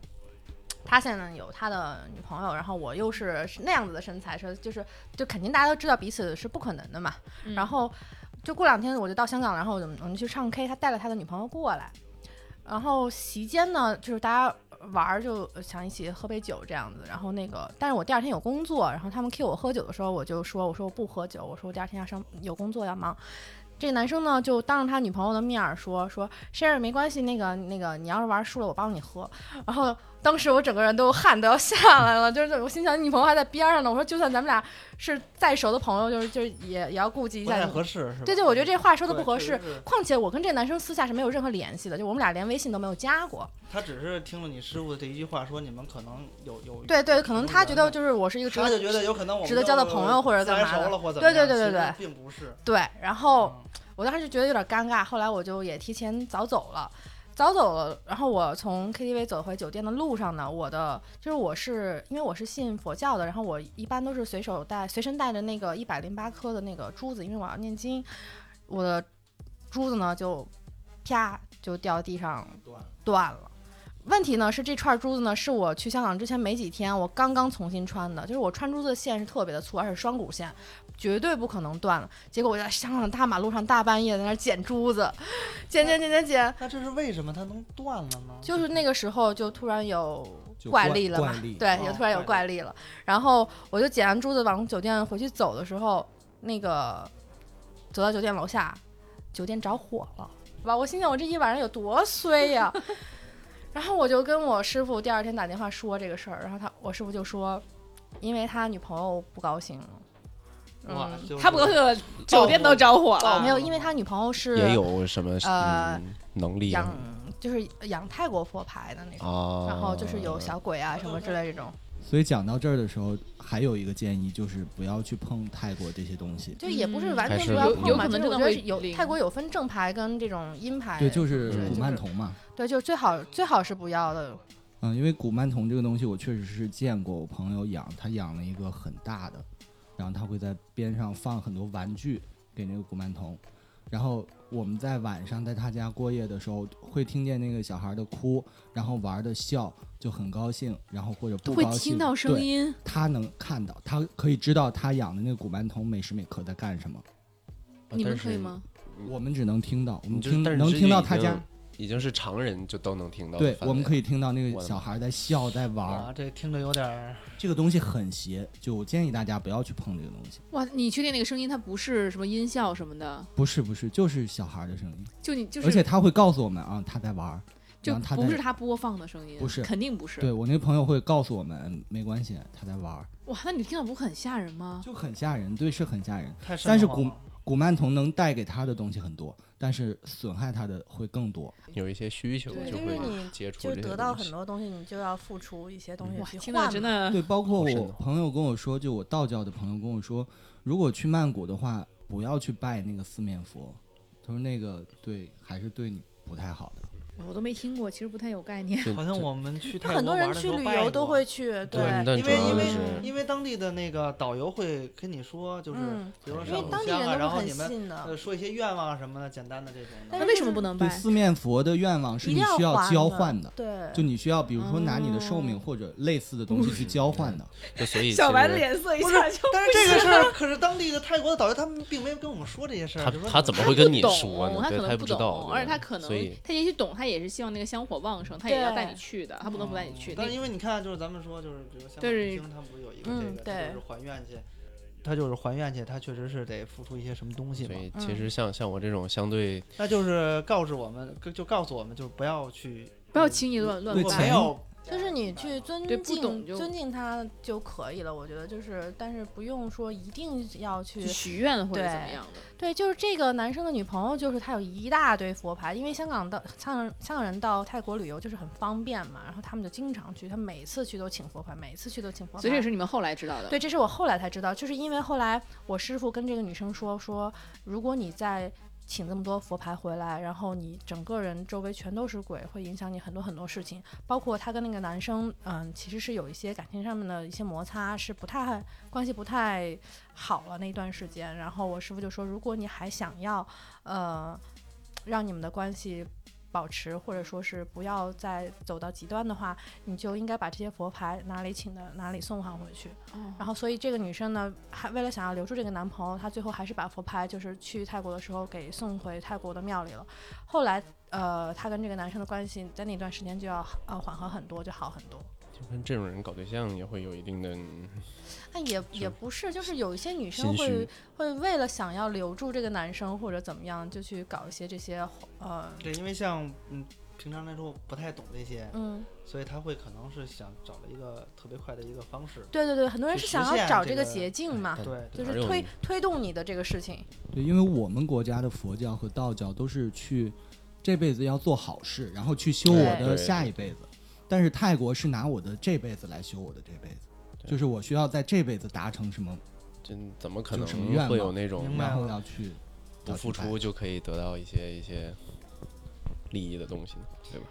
G: 他现在有他的女朋友，然后我又是那样子的身材，说就是就肯定大家都知道彼此是不可能的嘛。
A: 嗯
G: 然后就过两天我就到香港，然后我们我们去唱 K，他带了他的女朋友过来，然后席间呢，就是大家玩儿就想一起喝杯酒这样子，然后那个，但是我第二天有工作，然后他们 Q 我喝酒的时候，我就说我说我不喝酒，我说我第二天要上有工作要忙。这个男生呢，就当着他女朋友的面儿说说 Sherry 没关系，那个那个你要是玩输了，我帮你喝。然后当时我整个人都汗都要下来了，就是我心想你女朋友还在边上呢，我说就算咱们俩是再熟的朋友，就是就是也也要顾及一
D: 不
G: 下
D: 太
G: 你
D: 合适？是吧
G: 对对，我觉得这话说的不合。适
D: 对。确实是
G: 况且我跟这男生私下是没有任何联系的，就我们俩连微信都没有加过。
D: 他只是听了你师傅这一句话，说你们可能有有
G: 对对，可能他觉得
D: 就
G: 就是我是一个值
D: 嗯他
G: 得
D: 就觉得有可能我们
G: 值得交的朋友或者
D: 就
G: 干嘛
D: 自来熟
G: 的
D: 了或者怎么
G: 对
D: 样
G: 对对对哦
D: 其实并不是。
G: 对，然后
D: 嗯
G: 我当时就觉得有点尴尬，后来我就也提前早走了，早走了。然后我从 KTV 走回酒店的路上呢，我的就是我是因为我是信佛教的，然后我一般都是随手带随身带着那个一百零八颗的那个珠子，因为我要念经，我的珠子呢就啪就掉地上断了。问题呢是这串珠子呢，是我去香港之前没几天，我刚刚重新穿的，就是我穿珠子的线是特别的粗，而且是双股线，绝对不可能断了。结果我在香港大马路上大半夜在那儿捡珠子，捡捡捡捡捡，
D: 那这是为什么他能断了呢？
G: 就是那个时候就突然有
B: 就
G: 怪
B: 怪
G: 力了嘛
B: 怪力，
G: 对，
D: 哦
G: 有突然有怪
D: 怪
G: 力了。然后我就捡完珠子往酒店回去走的时候，那个走到酒店楼下，酒店着火了，哇！我心想我这一晚上有多衰 呀、然后我就跟我师傅第二天打电话说这个事儿，然后他我师傅就说，因为他女朋友不高兴了。
D: 哇
G: 嗯，
D: 就是
A: 他不高兴了，酒店都着火
D: 报复
A: 了
G: 哦没。有，因为他女朋友 是
C: 也有什么
G: 呃
C: 嗯能力
G: 养
C: 啊？
D: 嗯
G: 就是养泰国佛牌的那种，
C: 哦
G: 然后就是有小鬼啊什么之类这种，
B: 所以讲到这儿的时候，还有一个建议就是不要去碰泰国这些东西。
G: 就也不是
A: 嗯
G: 完
C: 还
G: 全
C: 是
G: 不要
C: 有
G: 碰
C: 有
G: 嘛。
A: 可
G: 就
A: 能
G: 是
A: 真的
G: 我觉得
A: 会
G: 是有
A: 灵
G: 泰国有分正牌跟这种阴牌，
B: 对，就是
C: 对
B: 古
C: 就是
B: 曼童嘛，
G: 对，就最好最好是不要的。
B: 嗯，因为古曼童这个东西，我确实是见过，我朋友养，他养了一个很大的，然后他会在边上放很多玩具给那个古曼童，然后我们在晚上在他家过夜的时候，会听见那个小孩的哭，然后玩的笑，就很高兴，然后或者不
A: 会
B: 高兴，
A: 听到声
B: 对，
A: 音，
B: 他能看到，他可以知道他养的那个古曼童每时每刻在干什么，啊
A: 你们可以？吗？
B: 我们只能听到，我们
C: 但是你就
B: 听
C: 但是
B: 能
C: 这
B: 听
C: 就
B: 到
C: 已
B: 他
C: 经
B: 家，
C: 已经是常人就都能听到的范
B: 对
C: 围了。，
B: 我们可以听到那
C: 我
B: 个
C: 的
B: 小
C: 妈
B: 孩在笑，在玩儿。
D: 啊，这听着有点儿
B: 这个东西很邪，就我建议大家不要去碰这个东西。
A: 哇，你确定那个声音它不是什么音效什么的？
B: 不是不是，就是小孩的声音，
A: 就你就
B: 而且
A: 是
B: 他会告诉我们啊，他在玩儿，
A: 就
B: 然后他在
A: 不是他播放的声音，
B: 不是
A: 肯定不是。
B: 对我那个朋友会告诉我们，嗯没关系，他在玩儿，
A: 哇，那你听到不会很吓人吗？
B: 就很吓人，对，是很吓人。
D: 太瘆
B: 但是
D: 得慌
B: 古
D: 了
B: 古曼童能带给他的东西很多，但是损害他的会更 多。
C: 有一些需求
A: 对
C: 就
G: 就是你
C: 会接触
G: 就
C: 这
G: 是
C: 些
G: 得到
C: 东
G: 很
C: 西
G: 多东西，你就要付出一些东
A: 哇，
G: 西去
A: 听
G: 换
A: 到
G: 嘛。
A: 真的
B: 对，包括
C: 好深
B: 我
C: 哦
B: 朋友跟我说，就我道教的朋友跟我说，如果去曼谷的话，不要去拜那个四面佛，他说那个对还是对你不太好的。
A: 我都没听过，其实不太有概念。
C: 对
D: 好像
C: 对
D: 我们去
G: 那
D: 泰
G: 很多
D: 国玩
G: 人
D: 的时
G: 去
D: 候
G: 旅
D: 拜
G: 游都
D: 过
G: 会去，对，
C: 但
D: 因
C: 主
D: 为
C: 要
D: 因为
C: 是
D: 因为当地的那个导游会跟你说，就是
G: 嗯
D: 比如说
G: 因为
D: 上
G: 当
D: 古
G: 地
D: 香啊，
G: 人都
D: 然后
G: 很
D: 你们
G: 信的
D: 呃。说一些愿望啊什么的，简单的这种的。
G: 但
A: 那
G: 是
A: 为什么
G: 就是
A: 不能
B: 对，
A: 拜？
B: 四面佛的愿望是
G: 一
B: 你
G: 定要
B: 需要
G: 还
B: 交
G: 的
B: 换的，
G: 对，嗯
B: 就你需要比如说拿你的寿命
A: 哦
B: 或者类似的东西去交换的。
C: 就所以 其
A: 小白的
C: 实
A: 脸色一
D: 不是
A: 下就，
D: 但是这个事儿可是当地的泰国的导游他们并没跟我们说这些事儿，
C: 他
D: 就说
C: 他怎么
A: 他
C: 会
A: 不
C: 跟你
A: 懂
C: 说呢？
A: 他
C: 对
A: 可
C: 他也
A: 能
C: 不知
A: 懂，
C: 道，
A: 而且他
C: 对
A: 可能
C: 所以
A: 他也许懂，他也是希望那个香火旺盛，他也要带你
G: 对
A: 去的，他不能不带你去。
D: 但是因为你看，就是咱们说，就是比如像
A: 对
D: 北京，他们不是有一个
G: 嗯
D: 这个，他就
G: 对
D: 是还愿去，他就是还愿去，他确实是得付出一些什么东西
C: 所
D: 嘛。
G: 嗯
C: 以其实像像我这种相对
D: 那就是告知我们，就告诉我们，就是不要去，
A: 不要轻易乱乱
B: 对
D: 我
A: 拜
B: 前
D: 没有，
G: 就是你去尊
A: 对
G: 敬
A: 不懂就
G: 尊敬他就可以了，我觉得就是，但是不用说一定要去
A: 去许愿或者
G: 对
A: 怎么样的。
G: 对，就是这个男生的女朋友，就是他有一大堆佛牌，因为香港到香港人香港人到泰国旅游就是很方便嘛，然后他们就经常去，他每次去都请佛牌，每次去都请佛牌。
A: 所以这也是你们后来知道的。
G: 对，这是我后来才知道，就是因为后来我师傅跟这个女生说，说如果你再请这么多佛牌回来，然后你整个人周围全都是鬼，会影响你很多很多事情，包括他跟那个男生，嗯，其实是有一些感情上面的一些摩擦，是不太关系不太好了那一段时间。然后我师傅就说，如果你还想要，呃，让你们的关系。保持或者说是不要再走到极端的话，你就应该把这些佛牌哪里请的哪里送还回去。
A: 哦，
G: 然后，所以这个女生呢，还为了想要留住这个男朋友，她最后还是把佛牌就是去泰国的时候给送回泰国的庙里了。后来，呃，她跟这个男生的关系在那段时间就要呃缓和很多，就好很多。
C: 就跟这种人搞对象也会有一定的嗯
G: 那也也
C: 是
G: 不是，就是有一些女生
C: 心虚
G: 会。会为了想要留住这个男生或者怎么样，就去搞一些这些呃
D: 对，因为像嗯，平常来说我不太懂这些，
G: 嗯，
D: 所以他会可能是想找了一个特别快的一个方式，
G: 对对对，很多人
D: 去
G: 是
D: 实
G: 想要
D: 现
G: 找
D: 这
G: 这个
D: 个哎
G: 捷径嘛，
C: 对
D: 对，
G: 就
C: 哪
G: 是
C: 有
G: 推推动你的这个事情。
B: 对，因为我们国家的佛教和道教都是去这辈子要做好事，然后去修我
G: 对
B: 的
C: 对
B: 下一辈子。但是泰国是拿我的这辈子来修我的这辈子，
C: 对
B: 就是我需要在这辈子达成什么，
C: 真怎么可
B: 有
C: 能
B: 什么愿
C: 会
B: 望
C: 有那种
D: 明白
B: 然后
D: 了
B: 要去
C: 不付出就可以得到一些一些利益的东西呢，对吧？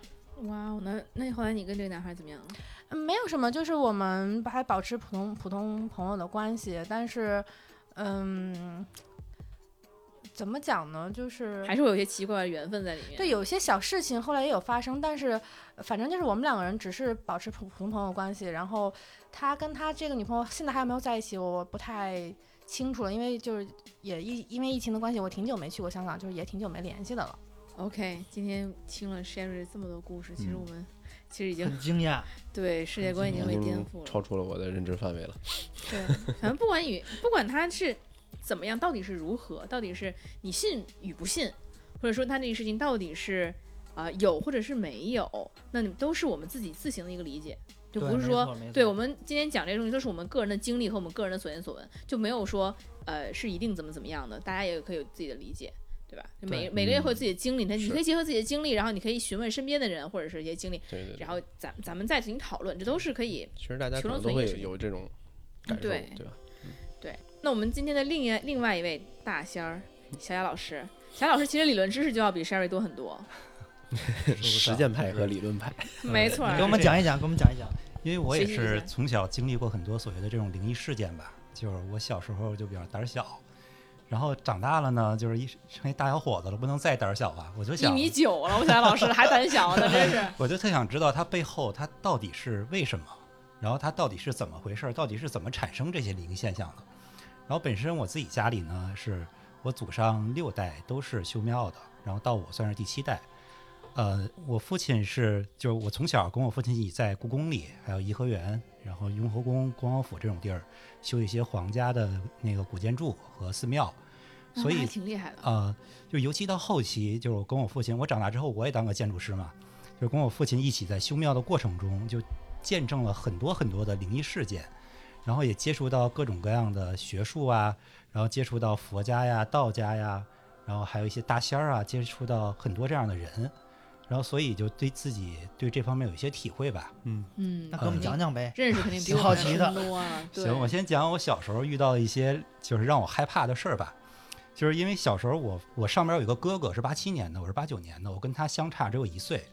A: 哇哦，那那后来你跟这个男孩怎么样了？啊
G: 嗯没有什么，就是我们还保持普通普通朋友的关系，但是，嗯，怎么讲呢？就是
A: 还是会有一些奇怪的缘分在里面。
G: 对，有些小事情后来也有发生，但是呃反正就是我们两个人只是保持普普通朋友关系。然后他跟他这个女朋友现在还有没有在一起，我不太清楚了，因为就是也疫因为疫情的关系，我挺久没去过香港，就是也挺久没联系的了。
A: OK，今天听了 Sherry 这么多故事，其实
B: 嗯
A: 我们其实已经
D: 很惊 讶。
A: 对世界观已经被颠覆
C: 嗯超
A: 了。
C: 出了我的认知范围了。
A: 对，反正不管与不管他是怎么样，到底是如何，到底是你信与不信，或者说他这个事情到底是啊、呃有或者是没有，那你都是我们自己自行的一个理解，就
D: 对
A: 不是
D: 没
A: 说
D: 错没
A: 对
D: 错
A: 我们今天讲这些东西都是我们个人的经历和我们个人的所见所闻，就没有说呃是一定怎么怎么样的，大家也可以有自己的理解。对吧？就每
D: 对嗯
A: 每个人会有自己的经历，那你
C: 是
A: 可以结合自己的经历，然后你可以询问身边的人或者是一些经历，
C: 对对对
A: 然。后咱咱们再进行讨论，这都是可以
C: 其实大家
A: 求
C: 可
A: 生
C: 能都
A: 存
C: 会
A: 意识
C: 有这种感受，
A: 对
C: 对吧？
A: 对，那我们今天的另一另外一位大仙儿小雅老师，小雅老师其实理论知识就要比 Sherry 多很多，
C: 实践派和理论派，
F: 嗯
A: 没错
F: 哎
A: 儿
D: 你给。我们讲一讲，给我们讲一讲。
F: 因为我也
A: 学习一
F: 是
A: 下
F: 从小经历过很多所谓的这种灵异事件吧，就是我小时候就比较胆小，然后长大了呢，就是一成一大小伙子了，不能再胆小了，我就
A: 一
F: 想，
A: 米九了，我小雅老师还胆小 呢，真是。
F: 我就特想知道它背后它到底是为什么，然后它到底是怎么回事儿，到底是怎么产生这些灵异现象的。然后本身我自己家里呢，是我祖上六代都是修庙的，然后到我算是第七代。呃，我父亲是，就是我从小跟我父亲一起在故宫里，还有颐和园，然后雍和宫、恭王府这种地儿修一些皇家的那个古建筑和寺庙，
A: 那
F: 所
A: 哦还
F: 以
A: 挺厉害的。
F: 呃，就尤其到后期，就是我跟我父亲，我长大之后我也当个建筑师嘛，就跟我父亲一起在修庙的过程中，就见证了很多很多的灵异事件，然后也接触到各种各样的学术啊，然后接触到佛家呀、道家呀，然后还有一些大仙儿啊，接触到很多这样的人，然后所以就对自己对这方面有一些体会吧。
A: 嗯
D: 那，给我们
F: 嗯
D: 讲讲呗。
A: 认识肯定比
D: 挺
A: 我
D: 好
A: 们
D: 奇
A: 深
D: 的
A: 多了。对，
F: 行，我先讲我小时候遇到一些就是让我害怕的事儿吧。就是因为小时候我我上边有一个哥哥是八七年的，我是八九年的，我跟他相差只有一岁，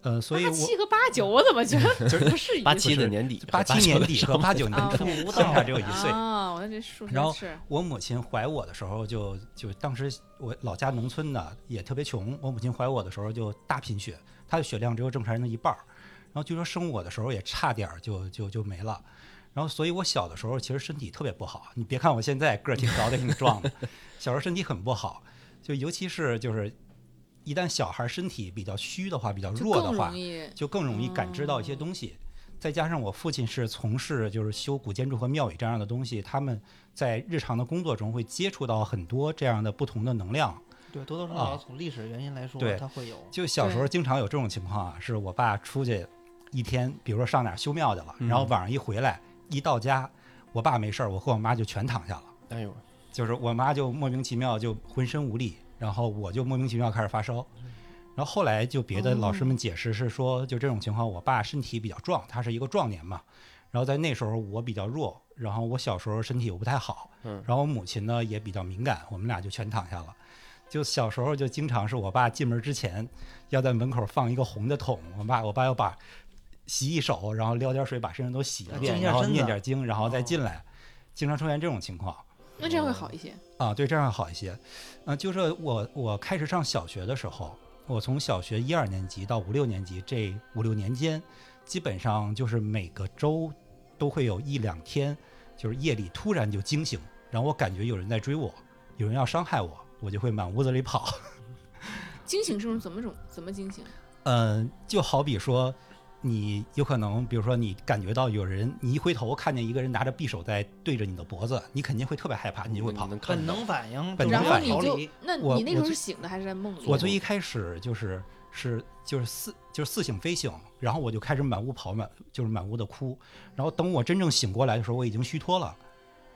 F: 呃，所以
A: 八
F: 我
A: 七和八九，我怎么觉 得不是一
C: 八
A: 个
C: 七的年底，
F: 八七年 底 和
C: 上
F: 八九年
A: 啊
F: 初相差只有一岁。
A: 啊？我这数学
F: 然后
A: 是
F: 我母亲怀我的时候就，就当时我老家农村的也特别穷，我母亲怀我的时候就大贫血，她的血量只有正常人的一半儿。然后据说生我的时候也差点儿就就就没了。然后所以我小的时候其实身体特别不好，你别看我现在个儿挺高的挺壮 的，小时候身体很不好，就尤其是就是一旦小孩身体比较虚的话，比较
A: 就
F: 弱的
A: 更
F: 话
A: 容，易
F: 就更容易感知到一些东西。再加上我父亲是从事就是修古建筑和庙宇这样的东西，他们在日常的工作中会接触到很多这样的不同的能量。
D: 对，多多少
F: 啊
D: 少从历史原因来说
F: 对，
D: 它会有。
F: 就小时候
A: 对
F: 经常有这种情况啊，是我爸出去一天，比如说上哪儿修庙去了，
C: 嗯
F: 然后晚上一回来，一到家，我爸没事儿，我和我妈就全躺下了，
C: 哎呦，
F: 就是我妈就莫名其妙就浑身无力，然后我就莫名其妙开始发烧。然后后来就别的老师们解释是说，就这种情况，我爸身体比较壮，他是一个壮年嘛，然后在那时候我比较弱，然后我小时候身体又不太好，
C: 嗯
F: 然后我母亲呢也比较敏感，我们俩就全躺下了。就小时候就经常是我爸进门之前要在门口放一个红的桶，我爸我爸要把洗一手，然后撩点水把身上都洗一
D: 啊
F: 遍，
D: 净一下
F: 然后
D: 身
F: 念
D: 子
F: 点经，然后再
D: 哦
F: 进来，经常出现这种情况。
A: 那这样会好一些。
F: 啊，对，这样好一些。嗯、就是我我开始上小学的时候，我从小学一二年级到五六年级这五六年间，基本上就是每个周都会有一两天，就是夜里突然就惊醒，然后我感觉有人在追我，有人要伤害我，我就会满屋子里跑。
A: 惊醒是种怎么种怎么惊醒？
F: 嗯、就好比说。你有可能，比如说你感觉到有人，你一回头看见一个人拿着匕首在对着你的脖子，你肯定会特别害怕，你就会跑。嗯
C: 能看
D: 本
C: 到
D: 能反应，
F: 本
D: 就
A: 然
F: 能
D: 是
A: 后
F: 反
A: 你
F: 应
D: 逃
A: 就
D: 离
A: 那
F: 我
A: 你那
F: 我
A: 时候
F: 最
A: 是醒的还是在梦里？
F: 我最一开始就是是就是似就是似醒非醒，然后我就开始满屋跑满就是满屋的哭，然后等我真正醒过来的时候，我已经虚脱了，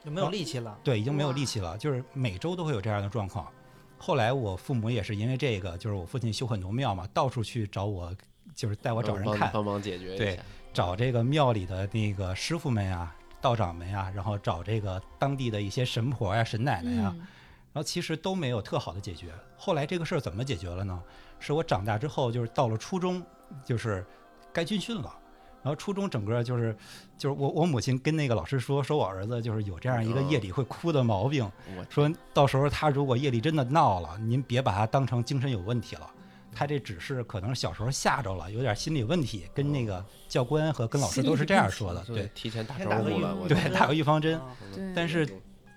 D: 就没有力气了。
F: 对，已经没有力
A: 哇
F: 气了，就是每周都会有这样的状况。后来我父母也是因为这个，就是我父亲修很多庙嘛，到处去找我，就是带我找
A: 嗯
F: 人
C: 帮
F: 看，
C: 帮忙解决一
F: 对
C: 下。
F: 找这个庙里的那个师傅们呀、道长们呀，然后找这个当地的一些神婆呀、神奶奶哎呀，
A: 嗯
F: 然后其实都没有特好的解决。后来这个事儿怎么解决了呢？是我长大之后，就是到了初中，就是该军训了。然后初中整个就是，就是我我母亲跟那个老师说，说我儿子就是有这样一个夜里会哭的毛病，
C: 我
F: 说到时候他如果夜里真的闹了，您别把他当成精神有问题了，他这只是可能小时候吓着了，有点心理问题，跟那个教官和跟老师都是这样说的，
C: 所以
F: 对
C: 提前打
D: 先
C: 招
D: 打个
C: 呼
D: 预
C: 了，
D: 防
C: 我
A: 针
C: 觉
F: 对，
C: 得嗯
F: 打个预防针。
D: 啊
A: 对，
F: 但是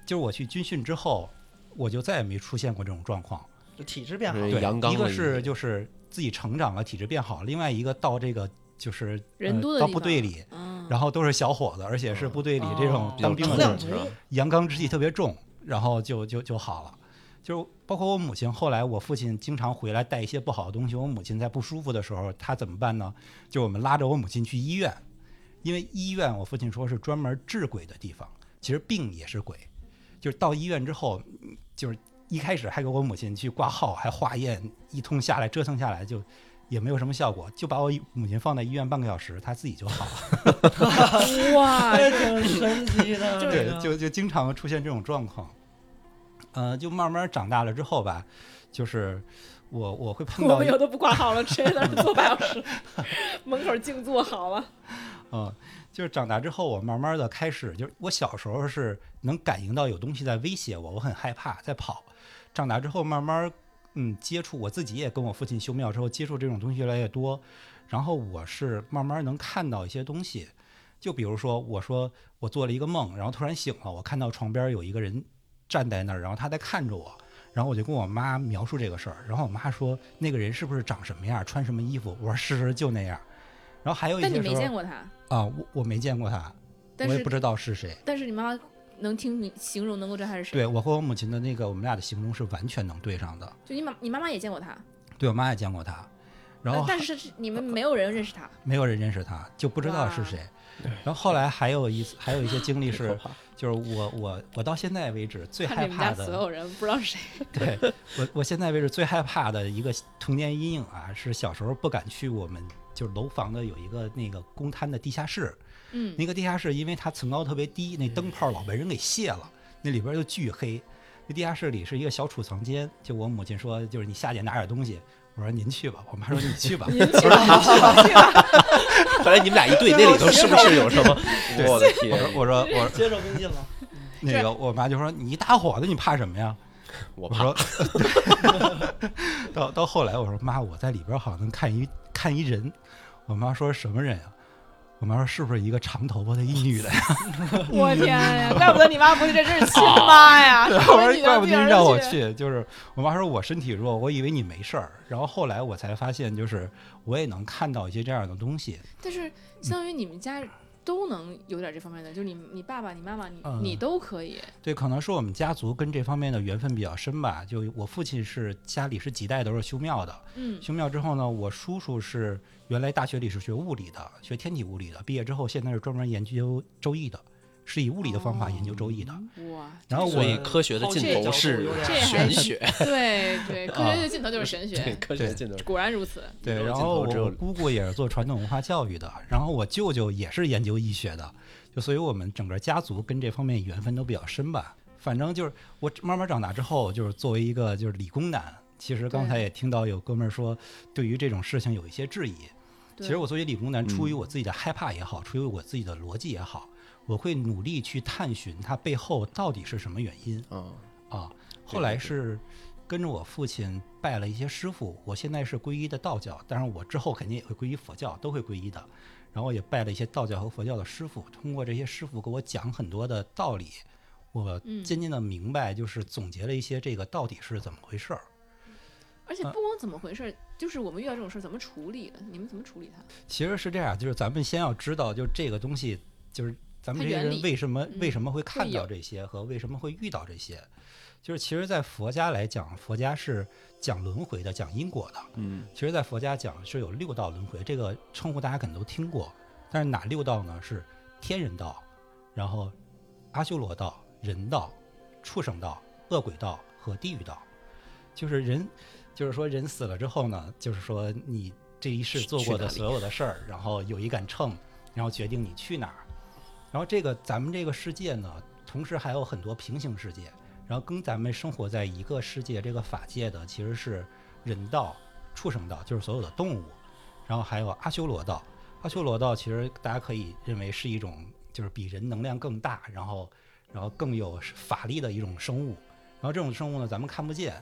F: 就是我去军训之后，我就再也没出现过这种状况。
D: 就体质变好
C: 对
D: 了，
F: 对，
C: 阳刚
F: 一
C: 了
F: 个
C: 已
F: 是
C: 经
F: 就是自己成长了，体质变好；，另外一个到这个就是
A: 人
F: 呃
A: 多的
F: 到
A: 地
F: 部队
A: 方
F: 里，
A: 嗯，
F: 然后都是小伙子，而且是
C: 嗯
F: 部队里这种
D: 哦
F: 当兵
C: 比较
F: 的
D: 能
C: 冲
F: 这种
D: 量
C: 是
D: 足
C: 吧
F: 阳刚之气特别重，然后就就就好了。就是包括我母亲，后来我父亲经常回来带一些不好的东西，我母亲在不舒服的时候，她怎么办呢？就我们拉着我母亲去医院，因为医院我父亲说是专门治鬼的地方，其实病也是鬼。就是到医院之后，嗯就是一开始还给我母亲去挂号，还化验，一通下来折腾下来就也没有什么效果，就把我母亲放在医院半个小时，她自己就好了。
A: 哇，
D: 哎挺神奇的。这
F: 对，
D: 个
F: 就就经常出现这种状况。呃，就慢慢长大了之后吧，就是我我会 碰
A: 我
F: 到
A: 们
F: 一，
A: 有的不挂号了，直接在那儿坐半小 时，门口静坐好了。
F: 呃，就是长大之后，我慢慢的开始，就是我小时候是能感应到有东西在威胁我，我很害怕，在跑。长大之后，慢慢嗯接触，我自己也跟我父亲修庙之后接触这种东西越来越多，然后我是慢慢能看到一些东西，就比如说我说我做了一个梦，然后突然醒了，我看到床边有一个人站在那儿，然后他在看着我。然后我就跟我妈描述这个事儿，然后我妈说那个人是不是长什么样，穿什么衣服？我说是是就那样。然后还有一些
A: 但
F: 时
A: 你
F: 候
A: 没见过他，
F: 啊，我我没见过他，
A: 但
F: 我也
A: 是
F: 不知道是谁。
A: 但是你妈妈能听你形容，能够知道他是谁。
F: 对我和我母亲的那个，我们俩的形容是完全能对上的。
A: 就你妈，你妈妈也见过他，
F: 对我妈也见过他，然后
A: 呃
F: 呃
A: 但但是你们没有人认识他。
F: 没有人认识他，就不知道是
A: 哇
F: 谁。然后后来还有一次，还有一些 经历
C: 可
F: 是，
C: 怕
F: 就是我我我到现在为止最
A: 看着
F: 害
A: 你们家
F: 怕
A: 所
F: 的，
A: 有人不知道是 谁，
F: 对我我现在为止最害怕的一个童年阴影啊，是小时候不敢去我们就是楼房的有一个那个公摊的地下室，
A: 嗯，
F: 那个地下室因为它层高特别低，那灯泡老被人给卸了，那里边就巨黑。那地下室里是一个小储藏间，就我母亲说，就是你下去拿点东西。我说您去吧，我妈说你去吧。
A: 您去吧，去吧，去吧。
C: 后来你们俩一对，那里头是不是有什么？我的
F: 我说
C: 天，
F: 我说我说
D: 接受跟进了，
F: 那个我妈就说你一大伙的你怕什么呀？
C: 我
F: 我
C: 怕
F: 说 到到后来我说妈，我在里边好像能看一看一人。我妈说什么人呀、啊我妈说是不是一个长头发的一女的呀？
A: 我天 呀，怪不得你妈不是这真是亲妈 呀！
F: 我说啊怪不
A: 得
F: 得让我去，就是我妈说我身体弱，我以为你没事儿。然后后来我才发现，就是我也能看到一些这样的东西。
A: 但是相当于你们家都能有点这方面的，就是你你爸爸、你妈妈、你、
F: 嗯
A: 你都可 以。
F: 对，可能是我们家族跟这方面的缘分比较深吧。就我父亲是家里是几代都是修庙的，
A: 嗯，
F: 修庙之后呢，我叔叔是原来大学里是学物理的，学天体物理的，毕业之后现在是专门研究周易的，是以物理的方法研究周易的。
A: 哇，
F: 然后
C: 所
F: 我
C: 以科学的尽头是玄学，
A: 对对，科学的尽头就是神
C: 对，
A: 学，
C: 科学的尽头。
A: 果然如此。
F: 哦对，嗯
C: 有
F: 然
C: 尽
F: 后
C: 头只
F: 我
C: 有
F: 我姑姑也是做传统文化教育的，然后我舅舅也是研究医学的，就所以我们整个家族跟这方面缘分都比较深吧。反正就是我慢慢长大之后，就是作为一个就是理工男，其实刚才也听到有哥们儿说，对于这种事情有一些质疑。其
A: 对
F: 实我作为理工男，
B: 嗯
F: 出于我自己的害怕也好，出于我自己的逻辑也好，我会努力去探寻它背后到底是什么原因。
C: 嗯，
F: 啊，
C: 对
F: 后
C: 对
F: 来
C: 对
F: 是跟着我父亲拜了一些师傅，我现在是皈依的道教，当然我之后肯定也会皈依佛教，都会皈依的。然后也拜了一些道教和佛教的师傅，通过这些师傅给我讲很多的道理，我
A: 嗯
F: 渐渐的明白，就是总结了一些这个到底是怎么回事儿。
A: 而且不光怎么回事儿，就是我们遇到这种事儿怎么处理的？你们怎么处理它？
F: 其实是这样，就是咱们先要知道，就是这个东西，就是咱们这些
A: 它原
F: 人
A: 理
F: 为什么、
A: 嗯
F: 为什么会看
A: 会有
F: 到这些和为什么会遇到这些。就是其实，在佛家来讲，佛家是讲轮回的，讲因果的。
B: 嗯，
F: 其实，在佛家讲是有六道轮回，这个称呼大家可能都听过。但是哪六道呢？是天人道，然后阿修罗道、人道、畜生道、恶鬼道和地狱道。就是人，就是说人死了之后呢，就是说你这一世
C: 去
F: 做过的
C: 去哪里
F: 所有的事儿，然后有一杆秤，然后决定你去哪儿。然后这个咱们这个世界呢，同时还有很多平行世界，然后跟咱们生活在一个世界这个法界的其实是人道、畜生道，就是所有的动物，然后还有阿修罗道。阿修罗道其实大家可以认为是一种就是比人能量更大，然后然后更有法力的一种生物。然后这种生物呢，咱们看不见，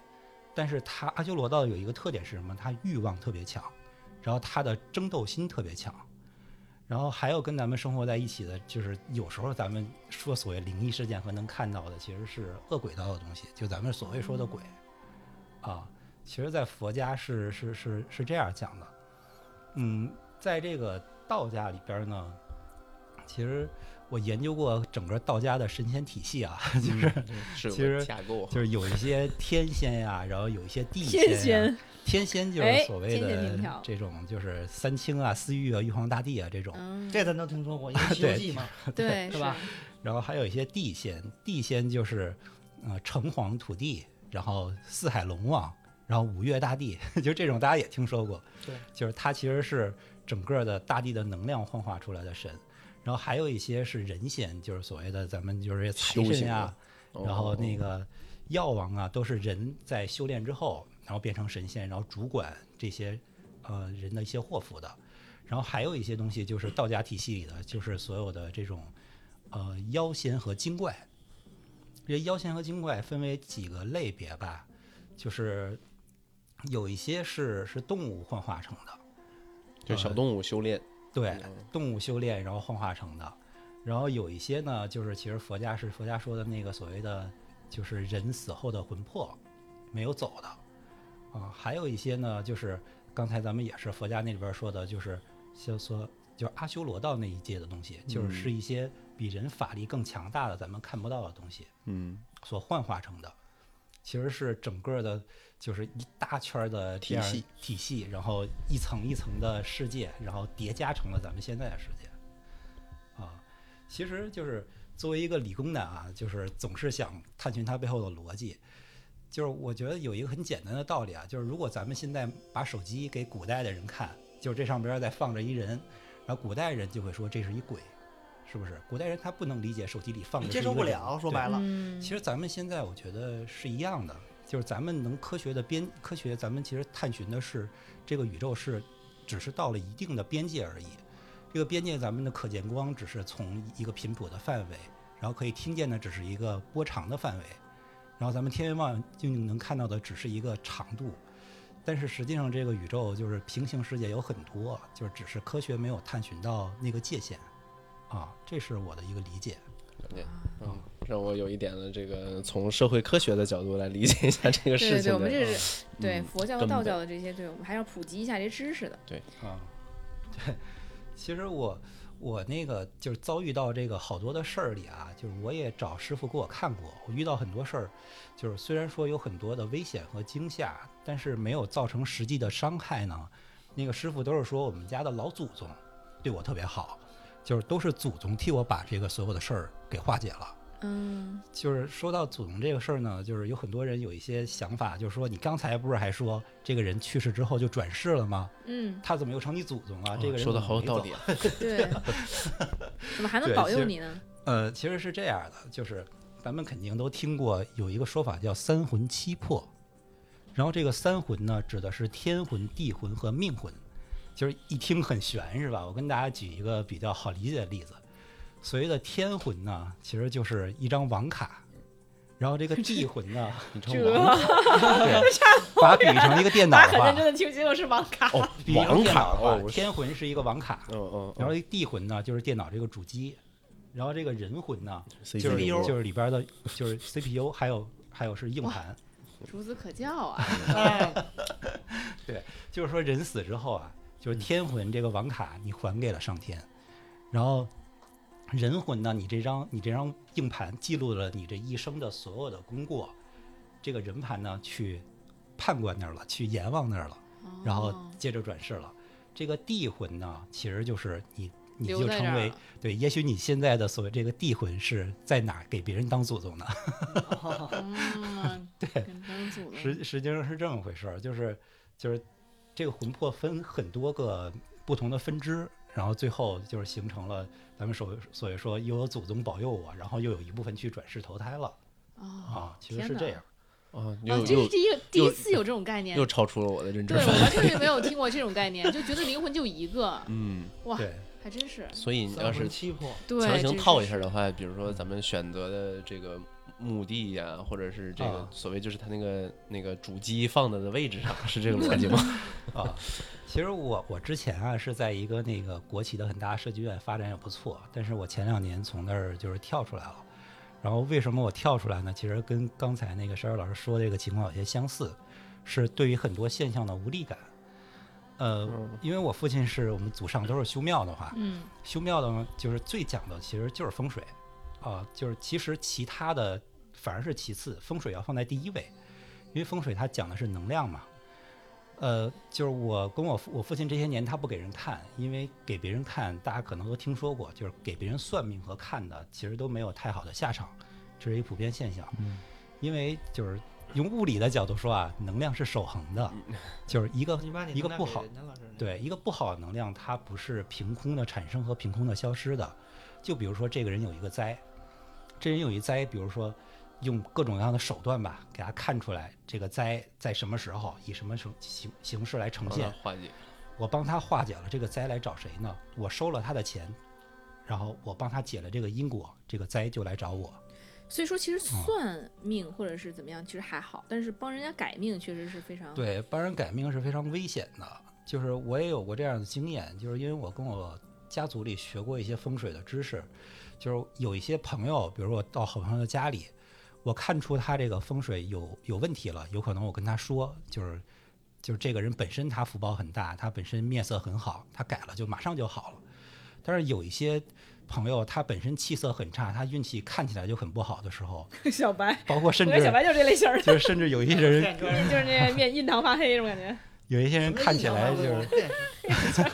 F: 但是它阿修罗道有一个特点是什么？它欲望特别强，然后它的争斗心特别强。然后还有跟咱们生活在一起的，就是有时候咱们说所谓灵异事件和能看到的，其实是恶鬼道的东西，就咱们所谓说的鬼，啊，其实，在佛家是是是是这样讲的，嗯，在这个道家里边呢，其实我研究过整个道家的神仙体系啊， 就是
C: 嗯是
F: 其实
C: 架构
F: 就是有一些天仙呀、然后有一些地
A: 天
F: 仙呀、
A: 仙，
F: 天仙就
A: 哎
F: 是所谓
A: 天仙明条
F: 的这种，就是三清啊、司玉啊、玉皇大帝啊这种。
A: 嗯，
D: 这咱都听说过，因为《西游
F: 对
D: 记》嘛，
A: 对
D: 是吧？
F: 然后还有一些地仙，地仙就是，呃，城隍土地，然后四海龙王，然后五岳大帝， 就这种大家也听说过。
D: 对，
F: 就是它其实是整个的大地的能量幻化出来的神。然后还有一些是人仙，就是所谓的咱们就是财
C: 修
F: 神
C: 行
F: 呀、
C: 的
F: 然后那个药王啊，都是人在修炼之后，然后变成神仙，然后主管这些呃人的一些祸福的。然后还有一些东西就是道家体系里的，就是所有的这种呃妖仙和精怪。这妖仙和精怪分为几个类别吧，就是有一些是是动物幻化成的，
C: 就
F: 呃
C: 小动物修炼，
F: 对
C: 嗯，
F: 动物修炼然后幻化成的。然后有一些呢，就是其实佛家是佛家说的那个所谓的，就是人死后的魂魄没有走的，啊、还有一些呢，就是刚才咱们也是佛家那里边说的，就是就说就是阿修罗道那一界的东西，就是是一些比人法力更强大的咱们看不到的东西。
B: 嗯，
F: 所幻化成的，其实是整个的，就是一大圈儿的这样
C: 体系
F: 体系，然后一层一层的世界，然后叠加成了咱们现在的世界。啊，其实就是作为一个理工男啊，就是总是想探寻它背后的逻辑。就是我觉得有一个很简单的道理啊，就是如果咱们现在把手机给古代的人看，就是这上边儿在放着一人，然后古代人就会说这是一鬼，是不是？古代人他不能理解手机里放的是
D: 接
F: 一
D: 受
F: 个
D: 不
F: 人
D: 了，说
F: 对
D: 白了，
A: 嗯，
F: 其实咱们现在我觉得是一样的，就是咱们能科学的边科学，咱们其实探寻的是这个宇宙是只是到了一定的边界而已。这个边界，咱们的可见光只是从一个频谱的范围，然后可以听见的只是一个波长的范围，然后咱们天文望远镜能看到的只是一个长度。但是实际上，这个宇宙就是平行世界有很多，就是只是科学没有探寻到那个界限，啊，这是我的一个理解。
C: 嗯，让我有一点的这个从社会科学的角度来理解一下这
A: 对
C: 个事
A: 对
C: 情
A: 对，
C: 的。
A: 我们这
C: 嗯
A: 是对
C: 嗯
A: 佛教和
C: 根
A: 道
C: 本
A: 教的这些，对我们还要普及一下这些知识的。
F: 啊，对，其实我我那个就是遭遇到这个好多的事儿里啊，就是我也找师傅给我看过，我遇到很多事儿，就是虽然说有很多的危险和惊吓，但是没有造成实际的伤害呢。那个师傅都是说我们家的老祖宗对我特别好，就是都是祖宗替我把这个所有的事儿给化解了。
A: 嗯，
F: 就是说到祖宗这个事儿呢，就是有很多人有一些想法，就是说你刚才不是还说这个人去世之后就转世了吗？
A: 嗯，
F: 他怎么又成你祖宗啊？
C: 哦
F: 这个人
C: 说的
F: 怎么
C: 好有
F: 没
C: 道
F: 走
C: 理啊。
A: 对，怎么还能
F: 对
A: 保
F: 其
A: 佑
F: 实
A: 你呢？
F: 呃，其实是这样的，就是咱们肯定都听过有一个说法叫三魂七魄，然后这个三魂呢，指的是天魂、地魂和命魂，就是一听很玄是吧？我跟大家举一个比较好理解的例子，所谓的天魂呢，其实就是一张网卡。然后这个地魂呢，
C: 你知
A: 这
C: 道吗？
F: 把它比喻成一个电脑
A: 他
F: 的
A: 很认
F: 话，
A: 真的听，结果是网卡。
C: 哦，
F: 比喻成
C: 网
F: 电脑
C: 卡
F: 的话
C: 哦，，我是
F: 天魂是一个网卡，
C: 嗯嗯，
F: 然
C: 后
F: 后这个地魂呢就是电脑这个主机，然后这个人魂呢
C: 就
F: 就是
D: ，CPU
F: 就是里边的，就是 CPU，还有还有是硬盘。
A: 孺子可教 啊！
F: 就是说人死之后啊，就是天魂这个网卡你还给了上天，然后人魂呢，你这张你这张硬盘记录了你这一生的所有的功过，这个人盘呢去判官那儿了，去阎王那儿了，然后
A: 哦
F: 接着转世了。这个地魂呢，其实就是你。你
A: 留
F: 就
A: 在这
F: 成
A: 儿
F: 为
A: 了
F: 对，也许你现在的所谓这个地魂是在哪儿给别人当祖宗的，
A: 嗯，对，跟当组了。
F: 实实际上是这么回事儿，就是就是这个魂魄分很多个不同的分支，然后最后就是形成了咱们所所谓说又有祖宗保佑我，然后又有一部分去转世投胎了
A: 哦，
F: 啊，其实是这样。
C: 哦，
A: 哦，
C: 又
A: 这是
C: 又
A: 第一个第一
C: 又
A: 次有这种概念
C: 又。超出了我的认知
A: 对，我
C: 范围。
A: 完全没有听过这种概念，就觉得灵魂就一个，
C: 嗯，
A: 哇，
F: 对，
A: 还真是。
C: 所以你要
D: 三
C: 是
D: 魂七魄，
A: 对，
C: 强行
A: 这
C: 套一
A: 是
C: 下的话，比如
F: 嗯
C: 说咱们选择的这个墓地呀、或者是这个
F: 啊
C: 所谓就是它那个那个主机放的的位置上，是这个逻辑吗？
F: 啊，其实我我之前啊是在一个那个国企的很大设计院发展也不错，但是我前两年从那儿就是跳出来了。然后为什么我跳出来呢？其实跟刚才那个山儿老师说这个情况有些相似，是对于很多现象的无力感。呃，因为我父亲是我们祖上都是修庙的话，
A: 嗯
F: 修庙呢，就是最讲的其实就是风水，啊、就是其实其他的反而是其次，风水要放在第一位，因为风水它讲的是能量嘛。呃，就是我跟我父我父亲这些年他不给人看，因为给别人看，大家可能都听说过，就是给别人算命和看的，其实都没有太好的下场，这是一普遍现象。
B: 嗯
F: 因为就是用物理的角度说啊，能量是守恒的，就是一个
D: 你把你
F: 一个
D: 能量
F: 不
D: 给
F: 好
D: 人家了，这是
F: 对，一个不好的能量，它不是凭空的产生和凭空的消失的。就比如说，这个人有一个灾，这人有一灾，比如说用各种各样的手段吧，给他看出来这个灾在什么时候，以什么形形形式来呈现。
C: 化解。
F: 我帮他化解了这个灾，来找谁呢？我收了他的钱，然后我帮他解了这个因果，这个灾就来找我。
A: 所以说其实
F: 嗯
A: 算命或者是怎么样，其实还好，但是帮人家改命确实是非常
F: 对，帮人改命是非常危险的。就是我也有过这样的经验，就是因为我跟我家族里学过一些风水的知识，就是有一些朋友，比如说我到好朋友的家里，我看出他这个风水有有问题了，有可能我跟他说，就是就是这个人本身他福报很大，他本身面色很好，他改了就马上就好了。但是有一些朋友，他本身气色很差，他运气看起来就很不好的时候，
A: 小白，
F: 包括甚
A: 我
F: 至
A: 跟小白就是这类型儿的，
F: 就是甚至有一些人，
A: 就是那个面印堂发黑这种感觉。
F: 有一些人看起来就是
D: 是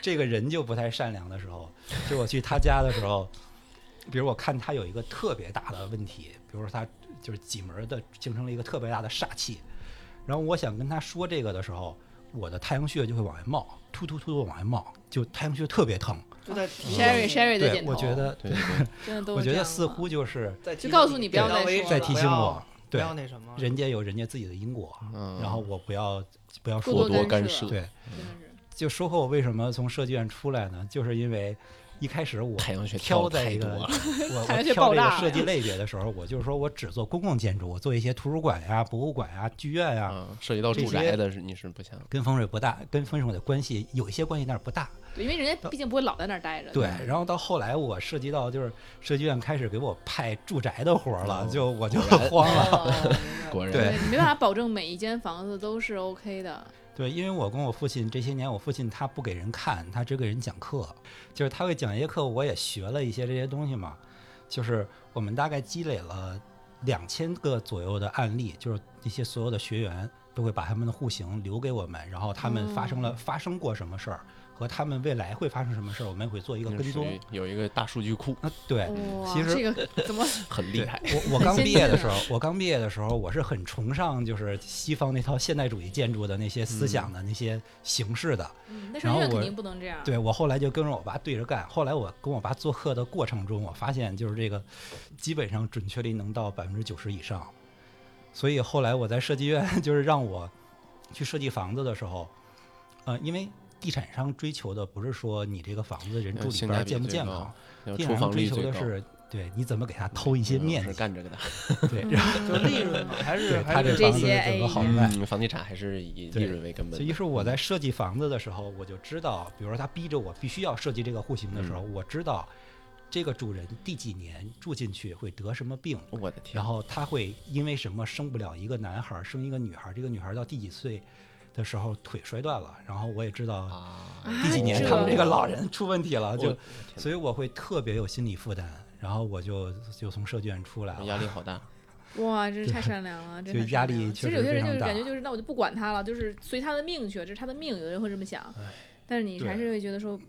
F: 这个人就不太善良的时候，就我去他家的时候，比如我看他有一个特别大的问题，比如说他就是几门的形成了一个特别大的煞气，然后我想跟他说这个的时候，我的太阳穴就会往外冒，突突突的往外冒，就太阳穴特别疼。
D: 就在提醒
A: Sherry
D: 你
A: Sherry 的
F: 对，
A: 点头，
F: 我觉得，
B: 对对，
A: 真的都
F: 我
A: 是
F: 觉
A: 这
F: 得
A: 样
F: 似
A: 的
F: 乎就是
D: 在提
A: 就告
D: 醒
A: 诉你
D: 你
A: 不要
D: 不
A: 再
D: 为
A: 说
F: 在
A: 了
F: 提
D: 不
F: 醒
D: 要
F: 我，
D: 不
F: 对，
D: 要那什么，
F: 人家有人家自己的因果，
C: 嗯，
F: 然后我不要不要
A: 过多
F: 说
C: 多
A: 干
C: 干
A: 涉
C: 涉，
F: 对，
A: 真的是
F: 就说后为什么从设计院出来呢？就是因为一开始我
C: 太阳穴
F: 挑
C: 跳
F: 在
C: 太
F: 一
C: 多
F: 个
C: 了，
F: 我
A: 太阳
F: 我
A: 穴
F: 挑
A: 爆
F: 这个
A: 炸
F: 设 计类别的时候，我就是说我只做公共建筑，我做一些图书馆呀、博物馆呀、剧院呀，
C: 嗯，涉及到
F: 这
C: 住
F: 些
C: 宅的是你是不想，
F: 跟风水不大，跟风水的关系有一些关系，但是不大。
A: 对，因为人家毕竟不会老在那儿待着，
F: 对，然后到后来我涉及到就是设计院开始给我派住宅的活儿了，
C: 哦
F: 就我就
C: 果然
F: 慌了。
A: 哦
C: 果
A: 明白
C: 然
A: 对，你没办法保证每一间房子都是 OK 的，
F: 对，因为我跟我父亲这些年，我父亲他不给人看，他只给人讲课，就是他会讲一些课，我也学了一些这些东西嘛。就是我们大概积累了两千个左右的案例，就是那些所有的学员都会把他们的户型留给我们，然后他们发生
C: 哦
F: 了、发生过什么事儿和他们未来会发生什么事儿，我们也会做一个
C: 就是
F: 跟
C: 属
F: 踪
C: 于。有一个大数据库，
F: 啊，对，
A: 哇，
F: 其实
A: 这个怎么
C: 很厉
F: 对
C: 害，。
F: 我我刚
A: 先
F: 毕业的
A: 进
F: 时
A: 了
F: 候， 我刚毕业的时候，我是很崇尚就是西方那套现代主义建筑的那些
C: 嗯
F: 思想的、那些形式的。
A: 嗯那
F: 然
A: 设
F: 后
A: 院肯
F: 我
A: 定不能这样，
F: 对我后来就跟着我爸对着干。后来我跟我爸做客的过程中，我发现就是这个基本上准确率能到百分之九十以上。所以后来我在设计院 就是让我去设计房子的时候，呃，因为地产商追求的不是说你这个房子人
C: 嗯
F: 住里
C: 性
F: 边
C: 价
F: 儿
C: 比
F: 健不
C: 最
F: 健
C: 高
F: 康，
C: 然后
F: 地
C: 厨
F: 产商
C: 房
F: 追
C: 率
F: 求
C: 最
F: 的
C: 高，
F: 是对你怎么给他偷一些
C: 嗯
F: 面
C: 是
F: 积，
C: 干这个的，
F: 对，
A: 嗯，
F: 然后
D: 就利润嘛，还是
F: 对
D: 还
F: 他
D: 是
F: 这
A: 这
F: 房子
A: 些
F: 怎么
A: 哎
F: 好
A: 呀
F: 卖？
C: 嗯，房地产还是以利
F: 对
C: 润为根本
F: 所
C: 的。
F: 以是我在设计房子的时候，我就知道，比如说他逼着我必须要设计这个户型的时
C: 嗯
F: 候，我知道这个主人第几年住进去会得什么病，
C: 我的天，
F: 然后他会因为什么生不了一个男孩儿，生一个女孩儿，这个女孩儿到第几岁的时候腿摔断了，然后我也知道
C: 啊，
F: 第几年
A: 这
F: 他们这个老人出问题了，就
C: 我
F: 所以我会特别有心理负担，然后我就就从设计院出来了，
C: 压力好大，
A: 哇，真是太善良了，真
F: 就是是
A: 太
F: 压
A: 善良
F: 力
A: 了其
F: 确
A: 实
F: 实
A: 有些
F: 非
A: 人
F: 常
A: 就是感觉
F: 大
A: 就是，那我就不管他了，就是随他的命去，这是他的命，有的人会这么想。但是你还
F: 对嗯
A: 是会觉得说，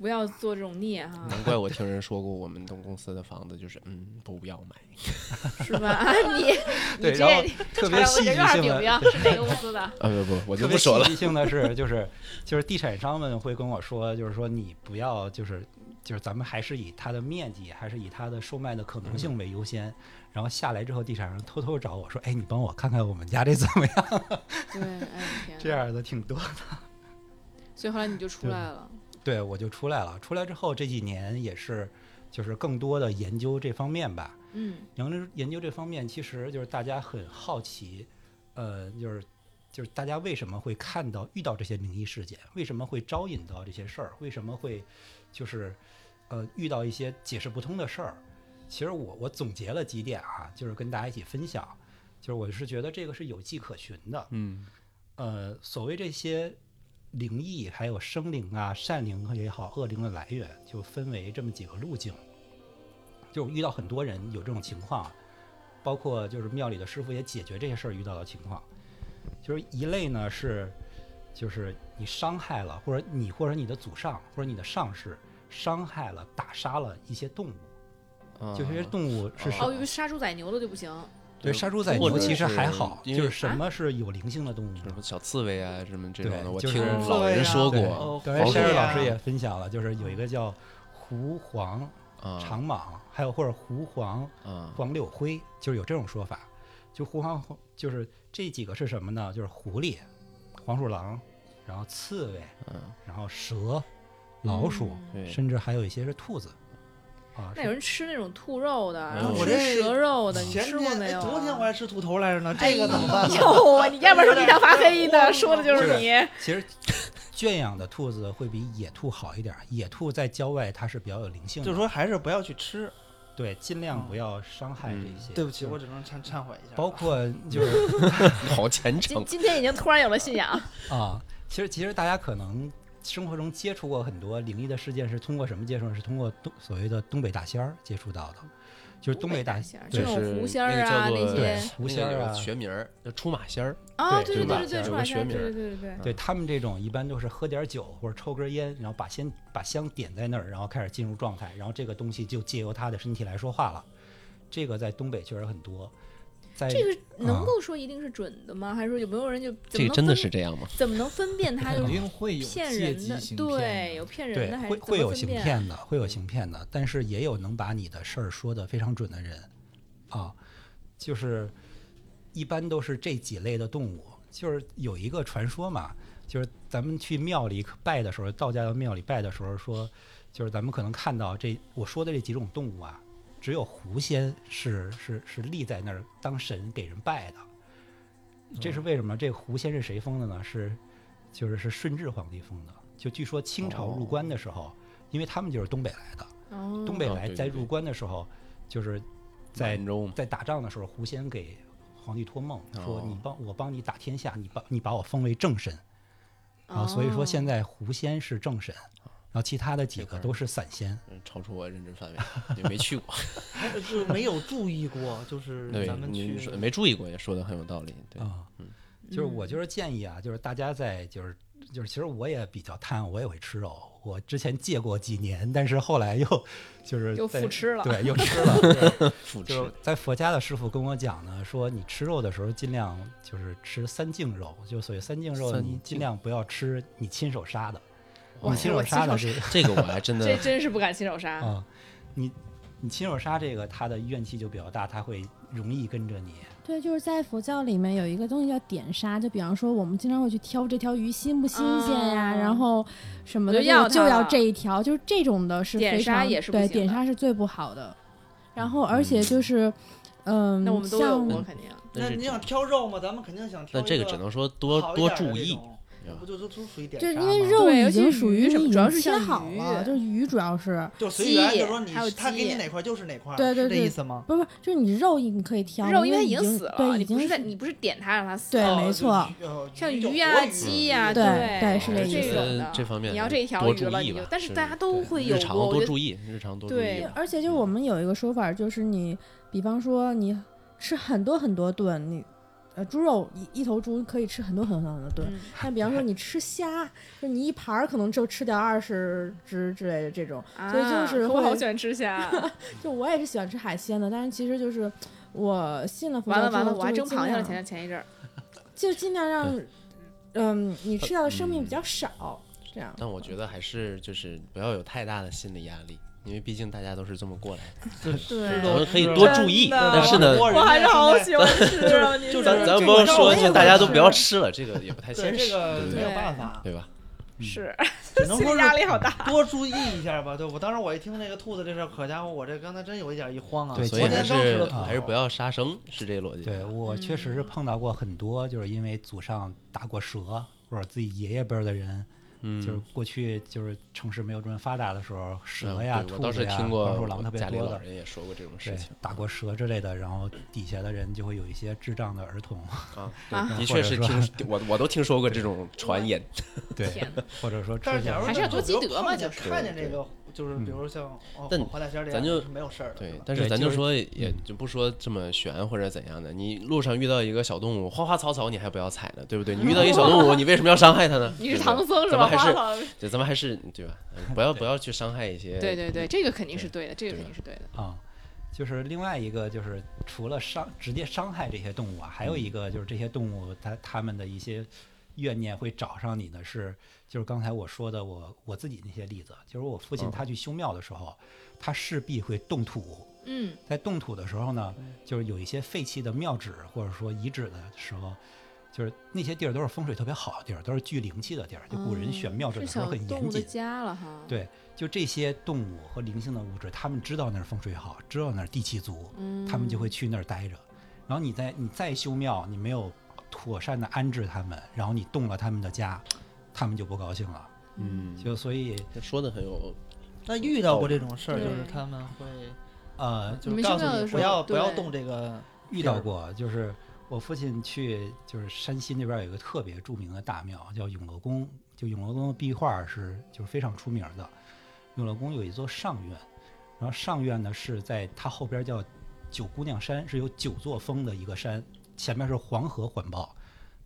A: 不要做这种孽哈，
C: 难怪我听人说过，我们东公司的房子就是，嗯，不要买，
A: 是吧？ 啊你你
F: 对，
A: 这
F: 然后特别
A: 哎
F: 戏
A: 我
F: 剧
A: 这
F: 性
A: 院儿饼饼
F: 的
A: 是哪个公司 的？
C: 啊，不不，我
F: 特
C: 就
F: 别
C: 不说了
F: 戏。剧性的是，就是就是地产商们会跟我说，就是说你不要，就是就是咱们还是以它的面积，还是以它的售卖的可能性
C: 嗯
F: 为优先。然后下来之后，地产商偷偷找我说：“哎，你帮我看看我们家这怎么样
A: 对，哎天？”
F: 这
A: 哪，
F: 样的挺多。
A: 所以后来你就出
F: 对
A: 来了，
F: 对，我就出来了。出来之后这几年也是，就是更多的研究这方面吧。
A: 嗯，
F: 研究研究这方面，其实就是大家很好奇，呃，就是就是大家为什么会看到遇到这些灵异事件，为什么会招引到这些事儿，为什么会就是呃遇到一些解释不通的事儿。其实我我总结了几点啊，就是跟大家一起分享，就是我是觉得这个是有迹可循的。
C: 嗯，
F: 呃，所谓这些灵异，还有生灵啊、善灵也好、恶灵的来源，就分为这么几个路径。就是遇到很多人有这种情况，包括就是庙里的师傅也解决这些事儿遇到的情况。就是一类呢是，就是你伤害了，或者你或者你的祖上或者你的上士伤害了、打杀了一些动物，
C: 啊
F: 就这些动物是什
A: 哦，因为杀猪宰牛的就不行，
F: 对，杀猪宰
C: 或
F: 牛
C: 者
F: 其实还
C: 是
F: 好，
C: 因
F: 就
C: 为
F: 是什么是有灵性的动物呢？
C: 什么小刺猬啊，什么这种的，
F: 对
C: 我
F: 就
C: 听
F: 是啊
C: 老人说
F: 对
C: 过
D: 哦
F: 刚才
C: 黄
F: 山
C: 鹤
F: 儿
A: 啊
C: 呀
F: 老师也分享了，就是有一个叫狐黄
C: 啊
F: 长蟒，还有或者狐黄
C: 啊，
F: 黄柳灰，就是有这种说法。就狐黄就是这几个是什么呢？就是狐狸、黄鼠狼，然后刺猬，
C: 嗯，
F: 然后蛇、老鼠，
A: 嗯
C: 对，
F: 甚至还有一些是兔子。啊，
A: 那有人吃那种兔肉的，然后
C: 嗯
A: 吃
C: 我
D: 这
A: 蛇肉的，你
D: 前
A: 吃过
D: 天
A: 没
D: 哎
A: 有啊？
D: 昨天 我还吃土头来着呢，
A: 哎
D: 这个怎么办呢？
A: 呦啊，你要不然说你想发黑呢，说的就是你。
F: 其实圈养的兔子会比野兔好一点儿，野兔在郊外它是比较有灵性的，
D: 就是说还是不要去吃。
F: 对，尽量不要伤害这
C: 嗯
F: 些。
D: 对不起，
F: 就是
D: 我只能忏忏悔一下。
F: 包括就是
C: 好虔
A: 今
C: 诚，
A: 今天已经突然有了信仰，
F: 啊，其实其实大家可能生活中接触过很多灵异的事件，是通过什么接触呢？是通过东所谓的东北大仙儿接触到的，就是东北大
A: 仙儿，
F: 对
A: 这种
C: 是
A: 狐仙儿
C: 那个叫
A: 啊
C: 做
A: 那
F: 对
A: 些
F: 狐仙儿啊，
C: 学名儿叫出马仙儿，
A: 啊，
F: 对
A: 对对
C: 对
A: 对对，
C: 吧
A: 出
C: 有
A: 马
C: 个
A: 仙儿，对
C: 学名
A: 对
C: 儿
A: 对对对。
F: 对他们这种一般都是喝点儿酒或者抽根儿烟，然后把先把香点在那儿，然后开始进入状态，然后这个东西就借由他的身体来说话了。这个在东北确实很多，在
A: 这个
F: 啊
A: 能够说一定是准的吗？还是说有没有人就怎
C: 这
A: 么
C: 个
A: 能
C: 真的
A: 分
C: 是这样吗？
A: 怎么能分辨他
B: 肯
A: 有
B: 定会有
A: 骗
B: 借
A: 人
B: 机
A: 的？
B: 行
A: 对，
B: 骗
A: 有
B: 的
A: 骗人
F: 对
A: 的还是
F: 会
A: 怎
F: 会
A: 么
F: 有
A: 分
F: 行
A: 辨啊
F: 骗的，会有行骗的，但是也有能把你的事儿说得非常准的人啊，就是一般都是这几类的动物，就是有一个传说嘛，就是咱们去庙里拜的时候，道家的庙里拜的时候说，就是咱们可能看到这我说的这几种动物啊，只有狐仙是是是立在那儿当神给人拜的，
C: 嗯
F: 这是为什么？这狐仙是谁封的呢？是就是是顺治皇帝封的。就据说清朝入关的时候，因为他们就是东北来的，
A: 哦，
F: 东北
C: 哦
F: 来
C: 对
F: 在
C: 对对
F: 入关的时候，就是在
C: 满洲嘛
F: 在打仗的时候，狐仙给皇帝托梦说
C: 哦：“
F: 你帮我帮你打天下，你把你把我封为正神啊。”所以说
A: 哦
F: 现在狐仙是正神，然后其他的几
C: 这
F: 个
C: 块儿
F: 都是散仙。
C: 嗯超出我认知范围，也没去 过。
D: 就是没有注意过，就 是
C: 对
D: 咱，们去
C: 你说没注意过，也说的很有道理。对，
F: 啊，就是我
A: 嗯
F: 就是建议啊，就是大家在就是就是，其实我也比较贪，我也会吃肉。我之前戒过几年，但是后来又就是
A: 又
F: 在
A: 复吃了
F: 对，又吃了。对
C: 复制
F: 就是在佛家的师傅跟我讲呢，说你吃肉的时候尽量就是吃三净肉，就所谓三净肉，
C: 三
F: 你尽
C: 净
F: 量不要吃你亲手杀的。
C: 哇
F: 你亲手
A: 我
F: 杀的
A: 亲
F: 这
C: 哦这个我还真
A: 这
C: 的
A: 真是不敢亲手杀。
F: 啊，你你亲手杀这个，他的怨气就比较大，他会容易跟着你。
H: 对，就是在佛教里面有一个东西叫点杀，就比方说我们经常会去挑这条鱼新不新鲜呀、
A: 啊
H: 然后什么的
A: 我就要
H: 就
A: 它
H: 要
A: 了
H: 这一条，就是这种的是
A: 点
H: 非
A: 杀
H: 常
A: 也是不
H: 对
A: 行
H: 点
A: 的
H: 杀是最不好的。然后而且就是，嗯，
A: 那我们都有
H: 像
A: 过，肯定。
D: 那
C: 但是
D: 你
C: 这
D: 想挑肉嘛，咱们肯定想挑
C: 那
D: 一。
C: 这个只能说多
D: 好一
C: 多
D: 点的
C: 注
D: 这
C: 意，嗯
D: 种
C: 对吧
D: 不就都都属于点
H: 就
D: 杀
H: 因为
D: 吗
H: 肉
A: 对尤
H: 已
A: 其
H: 经
A: 是
H: 属
A: 鱼
H: 于
A: 什
H: 你
A: 么
H: 已
A: 主要
H: 经
A: 是
H: 切
A: 像
H: 好
A: 鱼
H: 了，就是鱼主要是
D: 就随
A: 鸡
D: 缘，就说你
A: 还有
D: 他给
A: 鸡
D: 你哪块就是哪块，
H: 对对
D: 是这
H: 对
D: 意思吗？
H: 不是就是你肉你可以挑
A: 肉因
H: 因
A: 为它
H: 为
A: 已经死了，啊
H: 对，
A: 你
H: 已
A: 不
H: 经
A: 是在
H: 是
A: 你不是点它让它死，
H: 对
D: 哦
H: 没
D: 就
H: 错
D: 鱼哦
A: 像
D: 鱼就
A: 鱼
D: 活
A: 啊、
D: 鱼
A: 鸡呀，
H: 对
A: 对
H: 对是这意
A: 这
H: 思
A: 种的。
C: 这方面
A: 你要这一条
C: 多
A: 鱼
C: 注
A: 了，
C: 意
A: 你就
C: 吧
A: 但是
C: 是
A: 大家都
C: 对
A: 会有
C: 日常
A: 过，我
C: 多
A: 觉
C: 注意，日常多注
A: 对嗯
C: 意。
H: 而且就是我们有一个说法，就是你，比方说你吃很多很多顿，你呃猪肉一一头猪可以吃很多很多很多
A: 得
H: 顿，
A: 嗯
H: 但比方说你吃虾，就你一盘儿可能就吃掉二十只之类的这种。
A: 啊，
H: 所以就是
A: 我好
H: 会
A: 喜欢吃虾。啊
H: 就我也是喜欢吃海鲜的，但是其实就是我信了佛 教
A: 完了
H: 之
A: 完了，
H: 后
A: 我还
H: 就
A: 蒸
H: 会尽
A: 螃蟹了，
H: 量
A: 前前一阵儿。
H: 就尽量让，嗯，你吃到的生命
C: 嗯
H: 比较少，这样。
C: 但我觉得还是就是不要有太大的心理压力，因为毕竟大家都是这么过来的。
A: 对
C: 我们可以
D: 是
C: 多
D: 的
C: 注意，
A: 真的
C: 但是呢，
D: 啊我
A: 我还是好喜欢吃啊！你
D: 就
A: 这
C: 咱咱
D: 是这
C: 不
D: 个
C: 要说
H: 我也
C: 就
H: 会
C: 大家都
H: 吃
C: 不要吃了，这个也不太
D: 对
C: 现
D: 这
C: 实，
D: 个
C: 对
D: 没有
A: 对
D: 办法，
C: 对吧？
A: 是
D: 只 能
A: 心
D: 说
A: 理
D: 是
A: 压力好大。
D: 多注意一下吧。对我当时我一听那个兔子这事儿，可家伙，我这刚才真有一点一慌啊。
F: 对
C: 所
D: 昨
C: 以
D: 天
C: 还
D: 刚
C: 是
D: 吃的兔
C: 还是不
D: 要。
C: 要杀生，是这个逻辑。
F: 对我确实
D: 嗯
F: 是碰到过很多，就是因为祖上打过蛇，或者自己爷爷辈儿的人，
C: 嗯，
F: 就是过去就是城市没有这么发达的时候，蛇
C: 嗯
F: 呀、
C: 对我
F: 兔
C: 倒
F: 子
C: 是
F: 呀、
C: 听过
F: 黄鼠狼特别
C: 家里
F: 多
C: 老
F: 的，
C: 人也说过这种事
F: 对
C: 情，，
F: 打过蛇之类的，然后底下的人就会有一些智障的儿童，
C: 啊，
A: 啊
C: 对的确是
F: 或者
C: 听我我都听说过这种 传言，
F: 对，
A: 天
F: 或者说吃
D: 但是
F: 些
D: 假如
A: 还是要
D: 就
A: 多
D: 比如
A: 积德嘛
D: 碰见
A: 就是
D: 看见这
C: 对
D: 个，就是比如像哦
C: 嗯但
D: 黄大仙这样，
C: 咱就是
D: 没有事儿的。
C: 对
D: 吧，
C: 但是
F: 对
C: 咱
F: 就嗯
C: 就是说也就不说这么悬或者怎样的，你路上遇到一个小动物，花花草草你还不要踩呢，对不对？你遇到一个小 动物，你为什么要伤害它呢？
A: 你是
C: 对不对
A: 唐僧是
C: 咱
A: 吧？
C: 们还
A: 花
C: 是
A: 草。
C: 对，咱们还是 对吧？嗯不要不要去伤害一些。
A: 对对对，这个肯定是
C: 对
A: 对的，这个
C: 对
A: 肯
C: 吧
A: 定是对的。
F: 啊、就是另外一个就是除了伤直接伤害这些动物啊，还有一个就是这些动物它它们的一些怨念会找上你的是，就是刚才我说的我我自己那些例子，就是我父
A: 哦
F: 亲
C: 嗯
F: 他去修庙的时候，他势必会动土，
A: 嗯，
F: 在动土的时候呢，就是有一些废弃的庙址或者说遗址的时候。就是那些地儿都是风水特别好的地儿，都是聚灵气的地儿。就古人选庙址
A: 哦是
F: 的时候
A: 小
F: 很
A: 动
F: 严
A: 物的
F: 谨，
A: 家了哈。
F: 对就这些动物和灵性的物质，他们知道那儿风水好，知道那儿地气足，
A: 嗯，
F: 他们就会去那儿待着。然后你再你再修庙，你没有妥善的安置他们，然后你动了他们的家，他们就不高兴了。
C: 嗯，
F: 就所以
C: 说的很有
D: 那遇到过这种事儿，就
A: 对
D: 是他们会
F: 呃
D: 就
A: 你们
D: 是
A: 修庙
D: 告诉
A: 的
D: 你
A: 时
D: 不
A: 候
D: 要不要
A: 对
D: 动 这个
F: 遇到过，就是我父亲去就是山西那边有一个特别著名的大庙叫永乐宫，就永乐宫的壁画是就是非常出名的。永乐宫有一座上苑，然后上苑呢是在它后边叫九姑娘山，是有九座峰的一个山，前面是黄河环抱。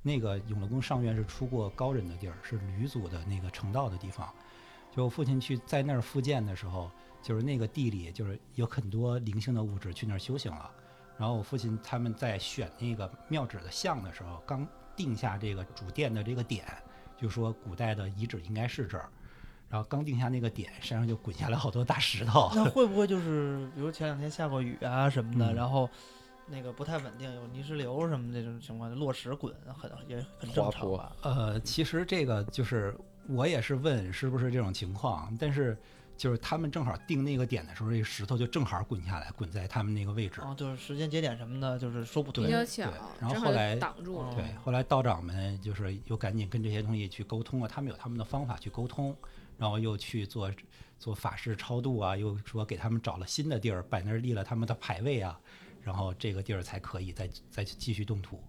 F: 那个永乐宫上苑是出过高人的地儿，是吕祖的那个成道的地方。就我父亲去在那儿复建的时候，就是那个地里就是有很多灵性的物质去那儿修行了，然然后我父亲他们在选那个庙址的像的时候，刚定下这个主殿的这个点，就说古代的遗址应该是这儿。然后刚定下那个点，山上就滚下来好多大石头。
D: 那会不会就是，比如前两天下过雨啊什么的，
F: 嗯
D: 然后那个不太稳定，有泥石流什么这种情况，落石滚很也很正
C: 滑
D: 常
C: 坡
D: 吧？
F: 呃，其实这个就是我也是问是不是这种情况，但是就是他们正好定那个点的时候，这石头就正好滚下来，滚在他们那个位置。
D: 然后哦就是时间节点什么的，就是说不
F: 对
D: 通啊
A: 比。较巧
F: 对，然后
A: 正
F: 后
A: 好
F: 来哦
A: 就挡住
D: 哦
A: 了。
F: 对，后来道长们就是又赶紧跟这些东西去沟通了，他们有他们的方法去沟通，然后又去做做法事超度啊，又说给他们找了新的地儿，摆那儿立了他们的牌位啊，然后这个地儿才可以再再去继续动土。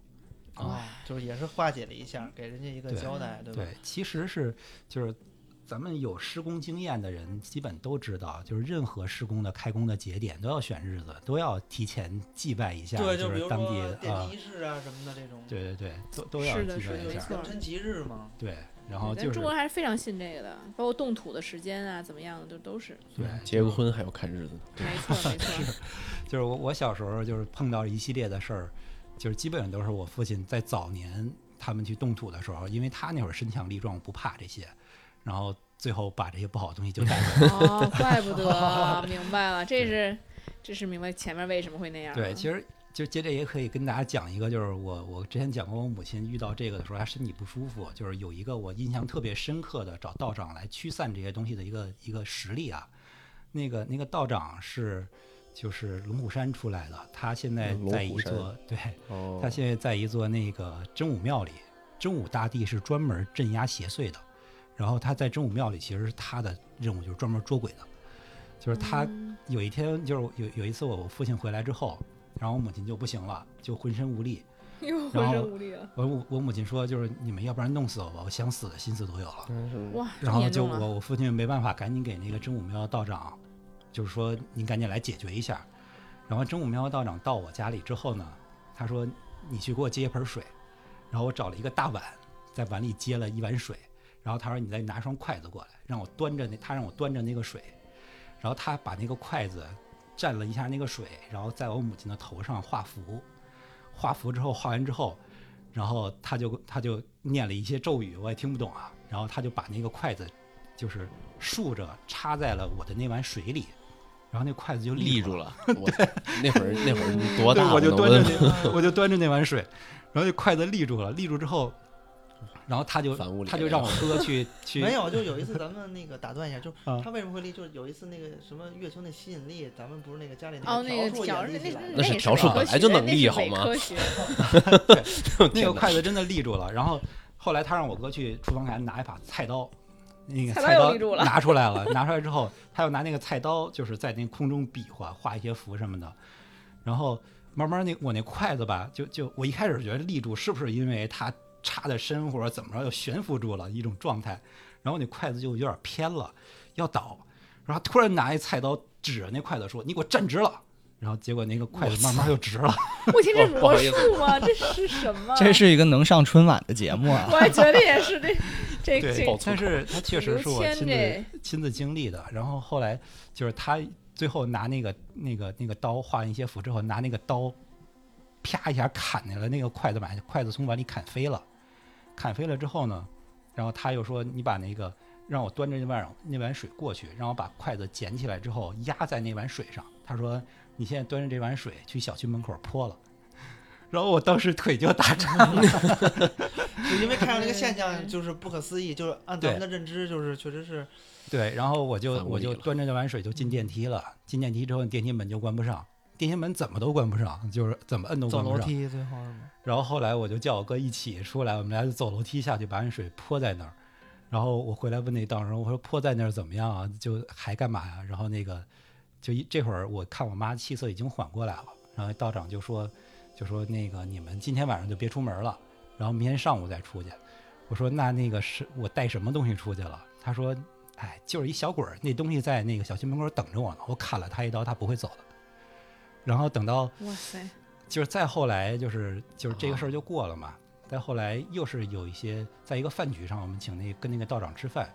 D: 啊，就是也是化解了一下，给人家一个
F: 对
D: 交代，对吧？
F: 对，其实是就是咱们有施工经验的人，基本都知道，就是任何施工的开工的节点都要选日子，都要提前祭拜一下，
D: 对，
F: 就
D: 比
F: 是
D: 如
F: 当
D: 说
F: 地
D: 奠
F: 啊
D: 基，仪式啊什么的这种，
F: 对对对，都都要
A: 是的
F: 祭拜
A: 是的
F: 一
A: 没
F: 下。
A: 错
D: 良辰吉日嘛。
F: 对，然后
A: 对
F: 就
A: 但
F: 是
A: 中国人还是非常信这个的，包括动土的时间啊，怎么样，就都是
F: 对，
C: 结个婚还要看日子呢，
A: 没错没 错。
F: 就是我我小时候就是碰到一系列的事儿，就是基本上都是我父亲在早年他们去动土的时候，因为他那会儿身强力壮，不怕这些，然后最后把这些不好的东西就带 走。
A: 哦，怪不得，明白了，这是这是明白前面为什么会那样了。
F: 对，其实就接着也可以跟大家讲一个，就是我我之前讲过，我母亲遇到这个的时候，她身体不舒服，就是有一个我印象特别深刻的找道长来驱散这些东西的一个一个实例啊。那个那个道长是就是龙虎山出来的，他现在
C: 嗯龙
F: 在
C: 虎
F: 一
C: 山
F: 座对，
C: 哦，
F: 他现在在一座那个真武庙里，真武大帝是专门镇压邪祟的，然后他在真武庙里其实他的任务就是专门捉鬼的，就是他有一天就是有有一次我父亲回来之后，然后我母亲就不行了，就浑身无力，
A: 又
F: 浑
A: 浑
F: 然身
A: 身
F: 后
A: 无力了。
F: 我我我母亲说就是你们要不然弄死我吧，我想死的心思都有了。
C: 嗯是不是
A: 哇，这么
F: 然后
A: 严
F: 就
A: 重了！
F: 我我父亲没办法，赶紧给那个真武庙道长，就是说您赶紧来解决一下。然后真武庙道长到我家里之后呢，他说你去给我接一盆水，然后我找了一个大碗，在碗里接了一碗水，然后他说你再拿双筷子过来，让我端着那他让我端着那个水，然后他把那个筷子蘸了一下那个水，然后在我母亲的头上画符，画符之后画完之后，然后他就他就念了一些咒语，我也听不懂啊。然后他就把那个筷子就是竖着插在了我的那碗水里，然后那筷子就
C: 立
F: 住
C: 住
F: 了。
C: 了。 我那会儿那会儿你多
F: 对，
C: 大了
F: 我就
C: 呢
F: 端着那 我就端着那碗水，然后就筷子立住了，立住之后，然后他就
C: 反物理
F: 他就
C: 了
F: 让我哥去 去
D: 没有，就有一次咱们那个打断一下，就是
F: 啊
D: 他为什么会立？就是有一次那个什么月球那吸引力，咱们不是那个家里
A: 哦，
D: 那
A: 那
D: 个
A: 个
D: 笤帚
A: 条
D: 也
A: 那
D: 立起来了
A: 那
C: 那是
A: 也
C: 笤帚
A: 伪科
C: 本来就
A: 学
C: 能
A: 那
C: 立
A: 是
C: 好
A: 伪
C: 吗
A: 科 学
F: 那
C: 天
F: 个
C: 哪
F: 筷子真的立住了，然后后来他让我哥去厨房给他拿一把菜刀，那个
A: 菜刀
F: 菜
A: 又
F: 刀
A: 立住了
F: 拿出来了，拿出来之后，他又拿那个菜刀就是在那空中比划画一些符什么的，然后慢慢那我那筷子吧，就就我一开始觉得立住是不是因为它插的深或者怎么着又悬浮住了一种状态，然后那筷子就有点偏了，要倒，然后突然拿一菜刀指着那筷子说：“你给我站直了。”然后结果那个筷子慢慢就直了。
A: 我天，这
C: 哦不好
A: 魔
C: 意思
A: 术吗？这是什么？
B: 这是一个能上春晚的节目 啊！
A: 我也觉得也是 这这
F: 对
A: 这，
F: 但是他确实
A: 刘
F: 是我
A: 谦
F: 亲
A: 这
F: 自亲自经历的。然后后来就是他最后拿那个那个那个刀画完一些符之后，拿那个刀啪一下砍下来，那个筷子把筷子从碗里砍飞了。砍飞了之后呢，然后他又说：“你把那个让我端着那碗那碗水过去，让我把筷子捡起来之后压在那碗水上。”他说：“你现在端着这碗水去小区门口泼了。”然后我当时腿就打颤了。
D: 就因为看到这个现象
A: 嗯
D: 就是不可思议，就是按咱们
F: 对
D: 的认知，就是确实是
F: 对，然后我就
C: 反
F: 我
C: 物理
F: 就
C: 了
F: 端着那碗水就进电梯了。进电梯之后，电梯门就关不上，电梯门怎么都关不上，就是怎么摁都
D: 走
F: 关不
D: 楼
F: 上。嗯
D: 梯最后是吗？
F: 然后后来我就叫我哥一起出来，我们俩就走楼梯下去，把那水泼在那儿。然后我回来问那道士，我说泼在那儿怎么样啊？就还干嘛呀？然后那个就一这会儿我看我妈气色已经缓过来了，然后道长就说就说那个你们今天晚上就别出门了，然后明天上午再出去。我说那那个是我带什么东西出去了？他说哎，就是一小鬼儿，那东西在那个小区门口等着我呢，我砍了他一刀，他不会走的。然后等到
A: 哇 塞，
F: 就是再后来就是就是这个事儿就过了嘛。再后来又是有一些在一个饭局上，我们请那跟那个道长吃饭，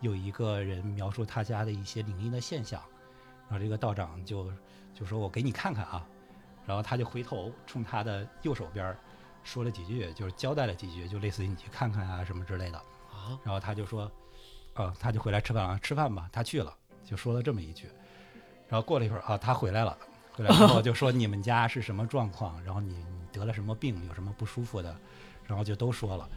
F: 有一个人描述他家的一些灵异的现象，然后这个道长就就说我给你看看啊，然后他就回头冲他的右手边儿说了几句，就是交代了几句，就类似于你去看看啊什么之类的。
C: 啊，
F: 然后他就说，啊，他就回来吃饭啊，吃饭吧，他去了，就说了这么一句。然后过了一会儿啊，他回来了，回来之后就说你们家是什么状况， 然后你你得了什么病，有什么不舒服的，然后就都说了。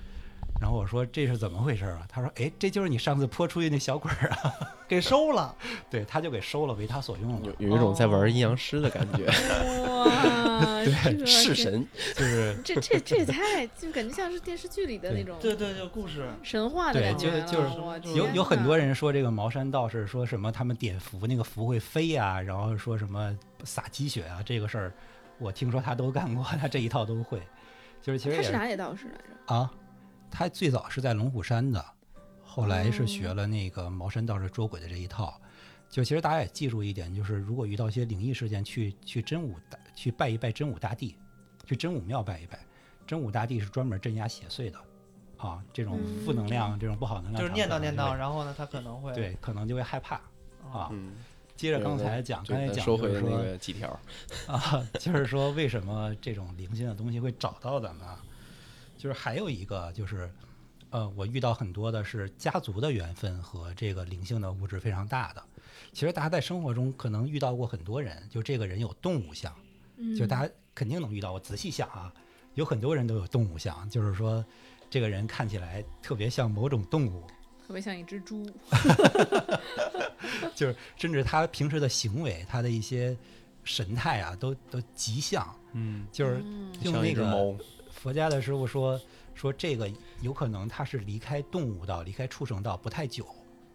F: 然后我说这是怎么回事啊？他说，哎，这就是你上次泼出去那小鬼儿啊，
D: 给收了，
F: 对，他就给收了，为他所用了，
C: 有有一种在玩阴阳师的感觉，
F: 哦
A: 哇，这
C: 弑神，
F: 就是
A: 这这这也太就感觉像是电视剧里的那种
D: 对对，就故事，
A: 神话的
F: 对
A: 感觉
F: 就
A: 了
F: 就是
A: 我
D: 有
F: 有
A: 天
F: 有很
A: 呐
F: 多人说这个茅山道士说什么他们点符那个符会飞啊，然后说什么撒鸡血啊这个事儿，我听说他都干过，他这一套都会。就是其实
A: 他
F: 也
A: 是
F: 是
A: 哪里道士来着？
F: 啊，他最早是在龙虎山的，后来
A: 哦
F: 是学了那个茅山道士捉鬼的这一套。就其实大家也记住一点，就是如果遇到一些灵异事件，去去真武大去拜一拜真武大帝，去真武庙拜一拜。真武大帝是专门镇压邪祟的，啊，这种负
A: 嗯
F: 能量、这种不好能量
D: 就
F: 场
D: 是
F: 可能会，
D: 念叨念叨，然后呢，他可能会
F: 对，可能就会害怕啊。
C: 嗯，
F: 接着
C: 对
F: 刚
C: 咱
F: 才讲，
C: 就
F: 刚才
C: 咱
F: 哎讲
C: 收
F: 就
C: 回
F: 是
C: 那
F: 说
C: 个几条，
F: 啊，就是说为什么这种灵性的东西会找到咱们啊？就是还有一个就是，呃，我遇到很多的是家族的缘分和这个灵性的物质非常大的。其实大家在生活中可能遇到过很多人，就这个人有动物相，
A: 嗯
F: 就大家肯定能遇到。我仔细想啊，有很多人都有动物相，就是说这个人看起来特别像某种动物，
A: 特别像一只猪，
F: 就是甚至他平时的行为，他的一些神态啊，都都极像，
C: 嗯，
F: 就是
A: 嗯
F: 用
C: 像
F: 那
C: 一只
F: 个
C: 猫，
F: 佛家的师傅说，说这个有可能他是离开动物道、离开畜生道不太久，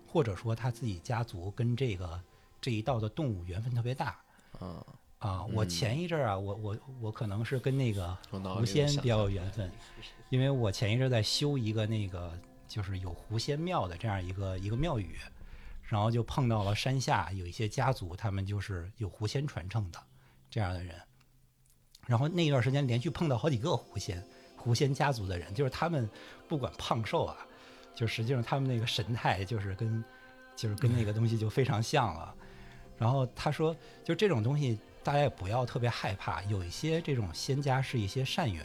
F: 或者说他自己家族跟这个这一道的动物缘分特别大
C: 啊，
F: 啊。我
C: 嗯
F: 前一阵儿啊，我我我可能是跟那个
C: 我脑
F: 狐仙比较有缘分，因为我前一阵儿在修一个那个就是有狐仙庙的这样一个一个庙宇，然后就碰到了山下有一些家族，他们就是有狐仙传承的这样的人，然后那一段时间连续碰到好几个狐仙，狐仙家族的人，就是他们不管胖瘦啊，就实际上他们那个神态就是跟就是跟那个东西就非常像了。然后他说，就这种东西大家也不要特别害怕，有一些这种仙家是一些善缘，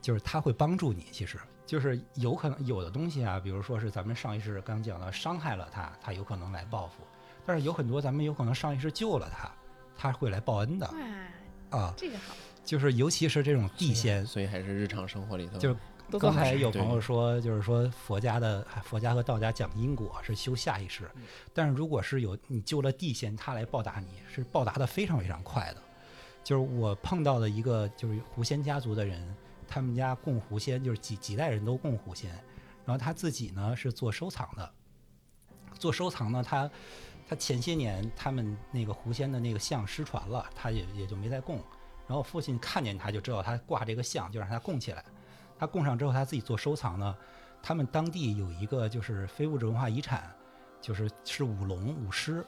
F: 就是他会帮助你。其实就是有可能有的东西啊，比如说是咱们上一世刚讲的伤害了他，他有可能来报复；但是有很多咱们有可能上一世救了他，他会来报恩的
A: 哇，
F: 啊。
A: 这个好，
F: 就是尤其是这种地仙，
C: 所以还是日常生活里头，
F: 就是
A: 都做
F: 刚
A: 好
F: 才
A: 事
F: 有
C: 对
F: 朋友说，就是说佛家的佛家和道家讲因果是修下一
A: 嗯
F: 世，但是如果是有你救了地仙，他来报答你，是报答的非常非常快的。就是我碰到的一个就是狐仙家族的人，他们家供狐仙，就是几几代人都供狐仙，然后他自己呢是做收藏的，做收藏呢他。他前些年他们那个狐仙的那个像失传了，他也也就没再供。然后父亲看见他就知道他挂这个像，就让他供起来。他供上之后，他自己做收藏呢。他们当地有一个就是非物质文化遗产，就是是舞龙舞狮。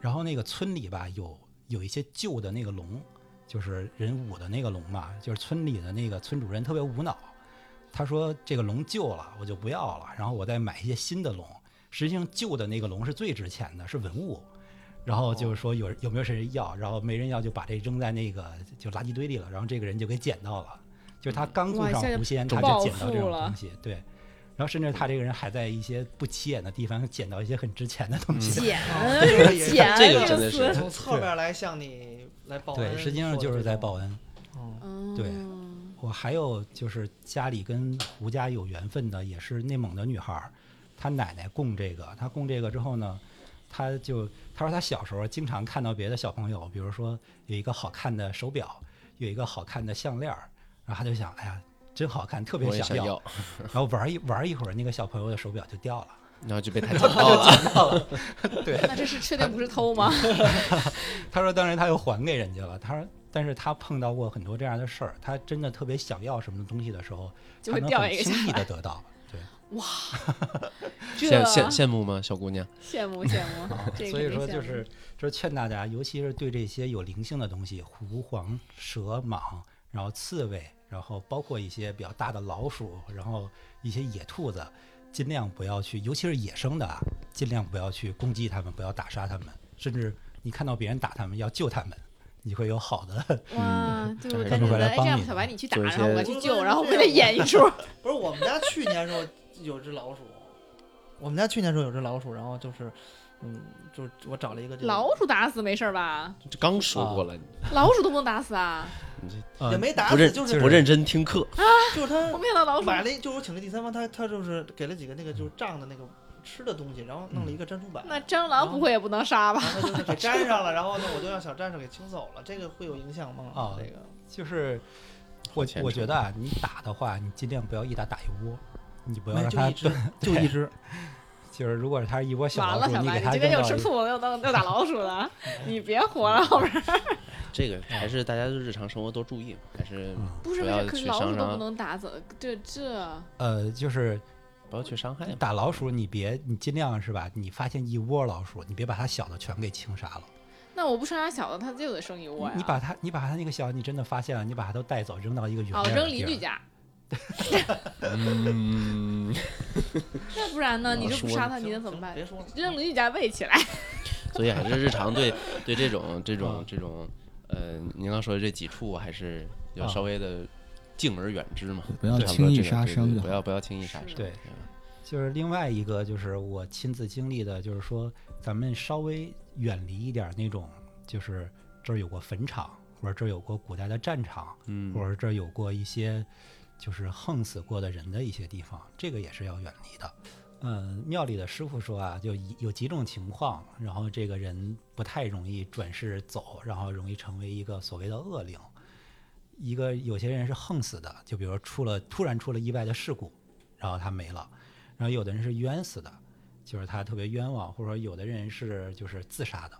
F: 然后那个村里吧，有有一些旧的那个龙，就是人舞的那个龙嘛，就是村里的那个村主任特别无脑，他说这个龙旧了，我就不要了，然后我再买一些新的龙。实际上旧的那个龙是最值钱的，是文物。然后就是说有有没有谁要，然后没人要就把这扔在那个就垃圾堆里了，然后这个人就给捡到了。就是他刚
A: 哇
F: 坐
A: 一
F: 上
A: 下就
F: 狐仙，他
A: 暴
F: 就捡到这
A: 富
F: 种
A: 了
F: 东西，对。然后甚至他这个人还在一些不起眼的地方捡到一些很值钱的东西。
A: 捡
D: 啊这个也是
A: 捡
C: 这个
A: 这
C: 真的
A: 词
C: 是
D: 从侧面来向你来报恩，
F: 对，实际上就是在报
D: 恩。
F: 恩。
D: 嗯
F: 对
A: 嗯
F: 我还有就是家里跟胡家有缘分的，也是内蒙的女孩儿，她奶奶供这个，她供这个之后呢，她就她说她小时候经常看到别的小朋友，比如说有一个好看的手表，有一个好看的项链儿，然后她就想，哎呀，真好看，特别
C: 我也
F: 想
C: 想
F: 要。
C: 要，
F: 然后玩一玩一会儿，那个小朋友的手表就掉了。
C: 然后就被他捡到了，
A: 那这是确定不是偷 吗？
F: 他说，当然他又还给人家了。他说，但是他碰到过很多这样的事儿，他真的特别想要什么东西的时候，
A: 就
F: 他
A: 会
F: 能
A: 掉
F: 很
A: 一个
F: 轻
A: 下
F: 易
A: 来
F: 的 得到。对，
A: 这
C: 羡羡羡慕吗，小姑娘？
A: 羡慕羡慕，这个
F: 啊所以
A: 肯定
F: 说就
A: 羡慕
F: 是嗯就是劝大家，尤其是对这些有灵性的东西，狐、黄、蛇、蟒，然后刺猬，然后包括一些比较大的老鼠，然后一些野兔子，尽量不要去，尤其是野生的啊，尽量不要去攻击它们，不要打杀它们，甚至你看到别人打它们，要救它们，你会有好的。
A: 哇，对我
C: 对
A: 感觉
F: 他们会来
A: 哎，这
F: 帮
A: 样
F: 你
A: 小白你去打，
C: 做一
A: 然后我
C: 些
A: 去救，然后我给他演 一出。
D: 不是我们家去年时候有只老鼠，我们家去年时候有只老鼠，然后就是，嗯，就是我找了一个这个
A: 老鼠打死没事儿吧？
C: 这刚说过了，你
A: 老鼠都不能打死啊！
C: 你这
F: 呃
D: 也没打
C: 不
D: 死，
C: 认
D: 就是
C: 不认真听课，
D: 就是
A: 我
D: 他
A: 没想到老鼠
F: 嗯
D: 买了一，就是我请了第三方，他他就是给了几个那个就是胀的那个吃的东西，然后弄了一个粘鼠板，
A: 那蟑螂不会也不能杀吧？
D: 然后就是给粘上了，然后呢我就让小战士给清走了，这个会有影响吗？
F: 啊
D: 这个
F: 就是我
C: 虔
F: 我
C: 诚
F: 觉得啊，你打的话，你尽量不要一打打一窝，你不要
D: 没
F: 让
D: 就
F: 它
D: 一只，就一只，
F: 就是如果它是一窝小
A: 完
F: 老
A: 了，
F: 鼠，
A: 小
F: 你
A: 白，
F: 给它
A: 你今
F: 扔
A: 天又
F: 到
A: 吃
F: 一嗯
A: 醋了，又当又打老鼠了，你别活了，后边
C: 这个还是大家的日常生活多注意，还是
F: 嗯
A: 不是
C: 不
A: 不
C: 要
A: 是，可
C: 去
A: 是老
C: 伤
A: 鼠都
C: 伤
A: 不能打走，这这
F: 呃，就是
C: 不要去伤
A: 哎
C: 害嘛。
F: 打老鼠，你别你尽量是吧？你发现一窝老鼠，你别把它小的全给清杀了。
A: 那我不生点小的，它就得生一窝呀。
F: 你你把它你把它那个小，你真的发现了，你把它都带走，扔到一个远
A: 哦，
F: 点儿
A: 扔
F: 的地
A: 邻居
F: 儿。
A: 家，
C: 嗯，
A: 那不然呢？你就不
C: 说
A: 杀
C: 呢
A: 它，你能怎么
D: 行
A: 办？
D: 别说了，
A: 扔邻居家喂起来。
C: 所以还是日常对对这种这
B: 嗯
C: 种这种呃，您刚说的这几处还是要
F: 啊
C: 稍微的敬而远之嘛，
B: 嗯不要
C: 差多
B: 轻易
C: 这个
B: 杀
C: 对
B: 生
C: 对
B: 就
C: 不要不要轻易杀
A: 是
C: 生，
F: 对就是另外一个，就是我亲自经历的，就是说咱们稍微远离一点儿那种，就是这儿有过坟场，或者这儿有过古代的战场，
C: 嗯
F: 或者这儿有过一些就是横死过的人的一些地方，这个也是要远离的。嗯，庙里的师傅说啊，就一有几种情况，然后这个人不太容易转世走，然后容易成为一个所谓的恶灵。一个有些人是横死的，就比如说出了突然出了意外的事故，然后他没了；然后有的人是冤死的，就是他特别冤枉，或者说有的人是就是自杀的。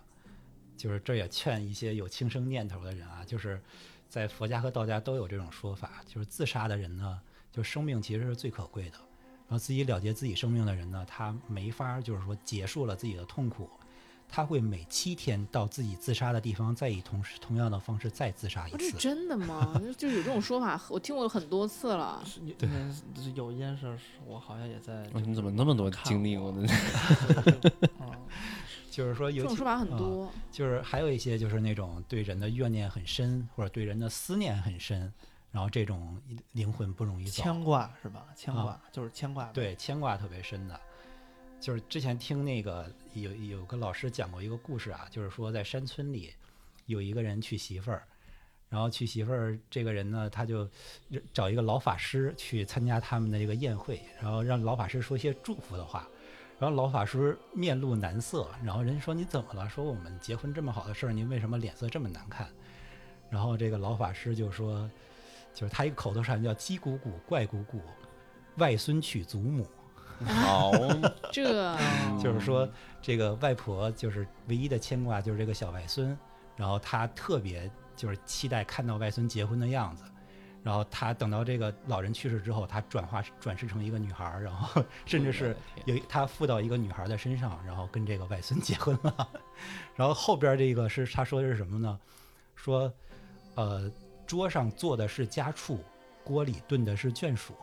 F: 就是这也劝一些有轻生念头的人啊，就是在佛家和道家都有这种说法，就是自杀的人呢，就生命其实是最可贵的。然后自己了结自己生命的人呢，他没法儿就是说结束了自己的痛苦，他会每七天到自己自杀的地方，再以同时同样的方式再自杀一
A: 不是
F: 次。
A: 真的吗？就是有这种说法，我听过很多次了。
D: 是你嗯有一件事是我好像也在这
C: 哇
D: 个，
F: 哦
C: 你怎么那么多
D: 看
C: 经历？
D: 过
C: 我的
D: 嗯
F: 就是说
A: 这
F: 有
A: 种
F: 几
A: 说法很
F: 啊
A: 多，
F: 就是还有一些就是那种对人的怨念很深，或者对人的思念很深，然后这种灵魂不容易走。
D: 牵挂是吧？牵
F: 啊
D: 挂就是牵挂呗，
F: 对，牵挂特别深的。就是之前听那个有有个老师讲过一个故事啊，就是说在山村里有一个人娶媳妇儿，然后娶媳妇儿这个人呢，他就找一个老法师去参加他们的这个宴会，然后让老法师说一些祝福的话。然后老法师面露难色，然后人说你怎么了？说我们结婚这么好的事儿，您为什么脸色这么难看？然后这个老法师就说，就是他一个口头禅叫“鸡鼓鼓，怪鼓鼓”，外孙娶祖母，
C: 好，
A: 这
F: 就是说这个外婆就是唯一的牵挂就是这个小外孙，然后她特别就是期待看到外孙结婚的样子，然后她等到这个老人去世之后，她转化转世成一个女孩儿，然后甚至是有一他附到一个女孩的身上，然后跟这个外孙结婚了。 然后后边这个是他说的是什么呢？说，呃，桌上做的是家畜，锅里炖的是眷属。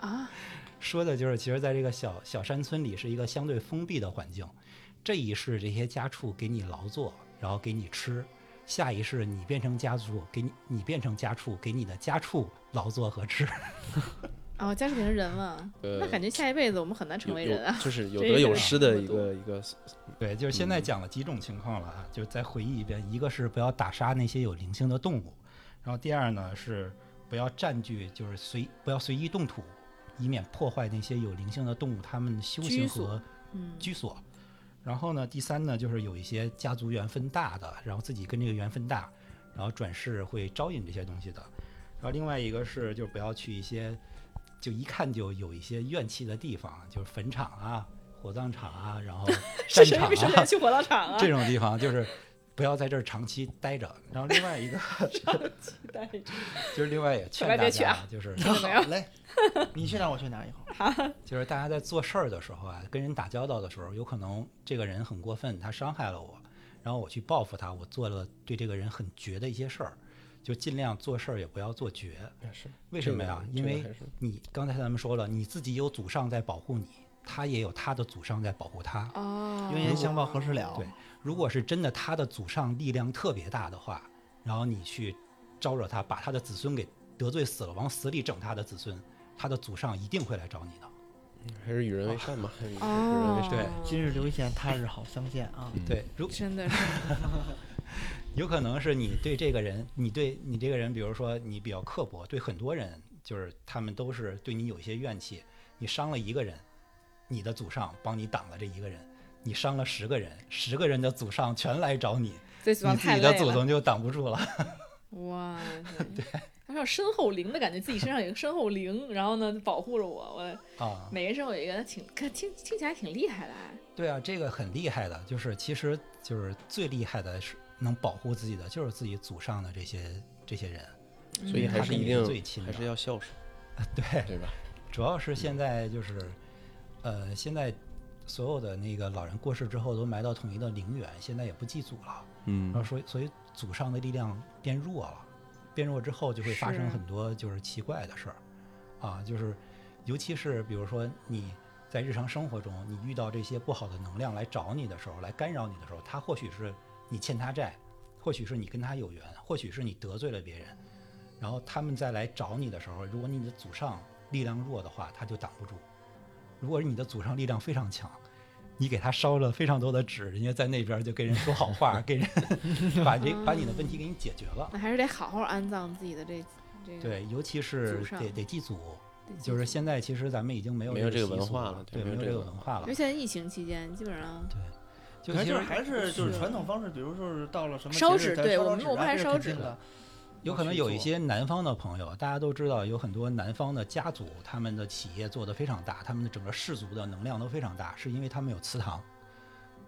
A: 啊，
F: 说的就是，其实在这个小小山村里是一个相对封闭的环境。这一世这些家畜给你劳作，然后给你吃；下一世你变成家畜，给你你变成家畜，给你的家畜劳作和吃。
A: 哦，家属变成人了，
C: 呃
A: 那感觉下一辈子我们很难成
C: 有
A: 为
C: 有
A: 人啊。
C: 就是有
A: 这
C: 得
A: 一
C: 有
A: 点
C: 失
A: 这
C: 的
A: 么
C: 一
A: 多
C: 个一个
F: 对，就是现在
C: 嗯
F: 讲了几种情况了啊，就是再回忆一遍，一个是不要打杀那些有灵性的动物，然后第二呢是不要占据，就是随不要随意动土，以免破坏那些有灵性的动物它们修
A: 居
F: 行
A: 所
F: 和
A: 嗯，
F: 居所。然后呢，第三呢，就是有一些家族缘分大的，然后自己跟这个缘分大，然后转世会招引这些东西的。然后另外一个是，就不要去一些就一看就有一些怨气的地方，就是坟场啊、火葬场啊，然 后战
A: 谁
F: 场
A: 为什么要
F: 啊
A: 去火葬场啊？
F: 这种地方，就是不要在这儿长期待着。然后另外 一个
A: 对
F: 就是另 外也劝
A: 来
F: 大
A: 别去
F: 家
A: 啊
F: 啊，就是
D: 那好嘞，你去哪儿我去哪儿以后。
F: 就是大家在做事儿的时候啊，跟人打交道的时候，有可能这个人很过分，他伤害了我，然后我去报复他，我做了对这个人很绝的一些事儿，就尽量做事儿也不要做绝。
C: 是
F: 为什么呀？因为你刚才咱们说了，你自己有祖上在保护你，他也有他的祖上在保护他。
A: 哦，
D: 冤冤相报何时了？
F: 对如果是真的他的祖上力量特别大的话，然后你去招惹他，把他的子孙给得罪死了，往死里整他的子孙，他的祖上一定会来找你的。
C: 还是与人为善吧，还是与人为
A: 哦
C: 善。，
F: 对
D: 今日留闲，他日好相见啊！
C: 嗯
F: 对，如
A: 真的是
F: 有可能是你对这个人，你对你这个人，比如说你比较刻薄，对很多人就是他们都是对你有一些怨气。你伤了一个人，你的祖上帮你挡了这一个人；你伤了十个人，十个人的祖上全来找你，
A: 这组
F: 你自
A: 太
F: 己
A: 累
F: 的祖
A: 了。
F: 宗就挡不住了。
A: 哇塞，对，有点身后灵的感觉，自己身上有个身后灵，然后呢保护着我，我
F: 啊，
A: 每个身后有一个挺，可听听起来挺厉害的啊。
F: 对啊，这个很厉害的，就是其实就是最厉害的是能保护自己的，就是自己祖上的这些这些人。
C: 所以
A: 嗯
C: 还是一
F: 因为他跟你是最
C: 定
F: 亲的
C: 还是要孝顺，
F: 对，
C: 对吧？
F: 主要是现在就是，呃，现在所有的那个老人过世之后都埋到统一的陵园，现在也不祭祖了，
C: 嗯
F: 然后所以所以祖上的力量变弱了，变弱之后就会发生
A: 是
F: 很多就是奇怪的事儿，啊，就是尤其是比如说你在日常生活中你遇到这些不好的能量来找你的时候，来干扰你的时候，他或许是你欠他债，或许是你跟他有缘，或许是你得罪了别人，然后他们再来找你的时候，如果你的祖上力量弱的话，他就挡不住；如果是你的祖上力量非常强，你给他烧了非常多的纸，人家在那边就跟人说好话，给人把这把你的问题给你解决 了。
A: 那还是得好好安葬自己的这这个。
F: 对，尤其是
A: 祖上
F: 得得祭祖，
A: 得记
F: 就是
A: 住
F: 现在其实咱们已经没有
C: 没有
F: 这
C: 这个
F: 习
C: 文
F: 俗
C: 化了对
F: 对，
C: 没
F: 没
C: 有这
F: 有这
C: 个
F: 个
C: 文
F: 文化了
A: 因为。现在疫情期间，基本上
F: 就
D: 可是
F: 其
D: 就是
F: 实
D: 还是就是传统方式，比如说是到了什么节日
A: 烧纸
D: 咱
A: 对
D: 烧
A: 我
D: 烧
A: 们
D: 纸
A: 我们
D: 啊
A: 还
D: 这
A: 烧
D: 肯
A: 纸
D: 定的，
F: 有可能有一些南方的朋友，大家都知道有很多南方的家族，他们的企业做得非常大，他们的整个氏族的能量都非常大，是因为他们有祠堂。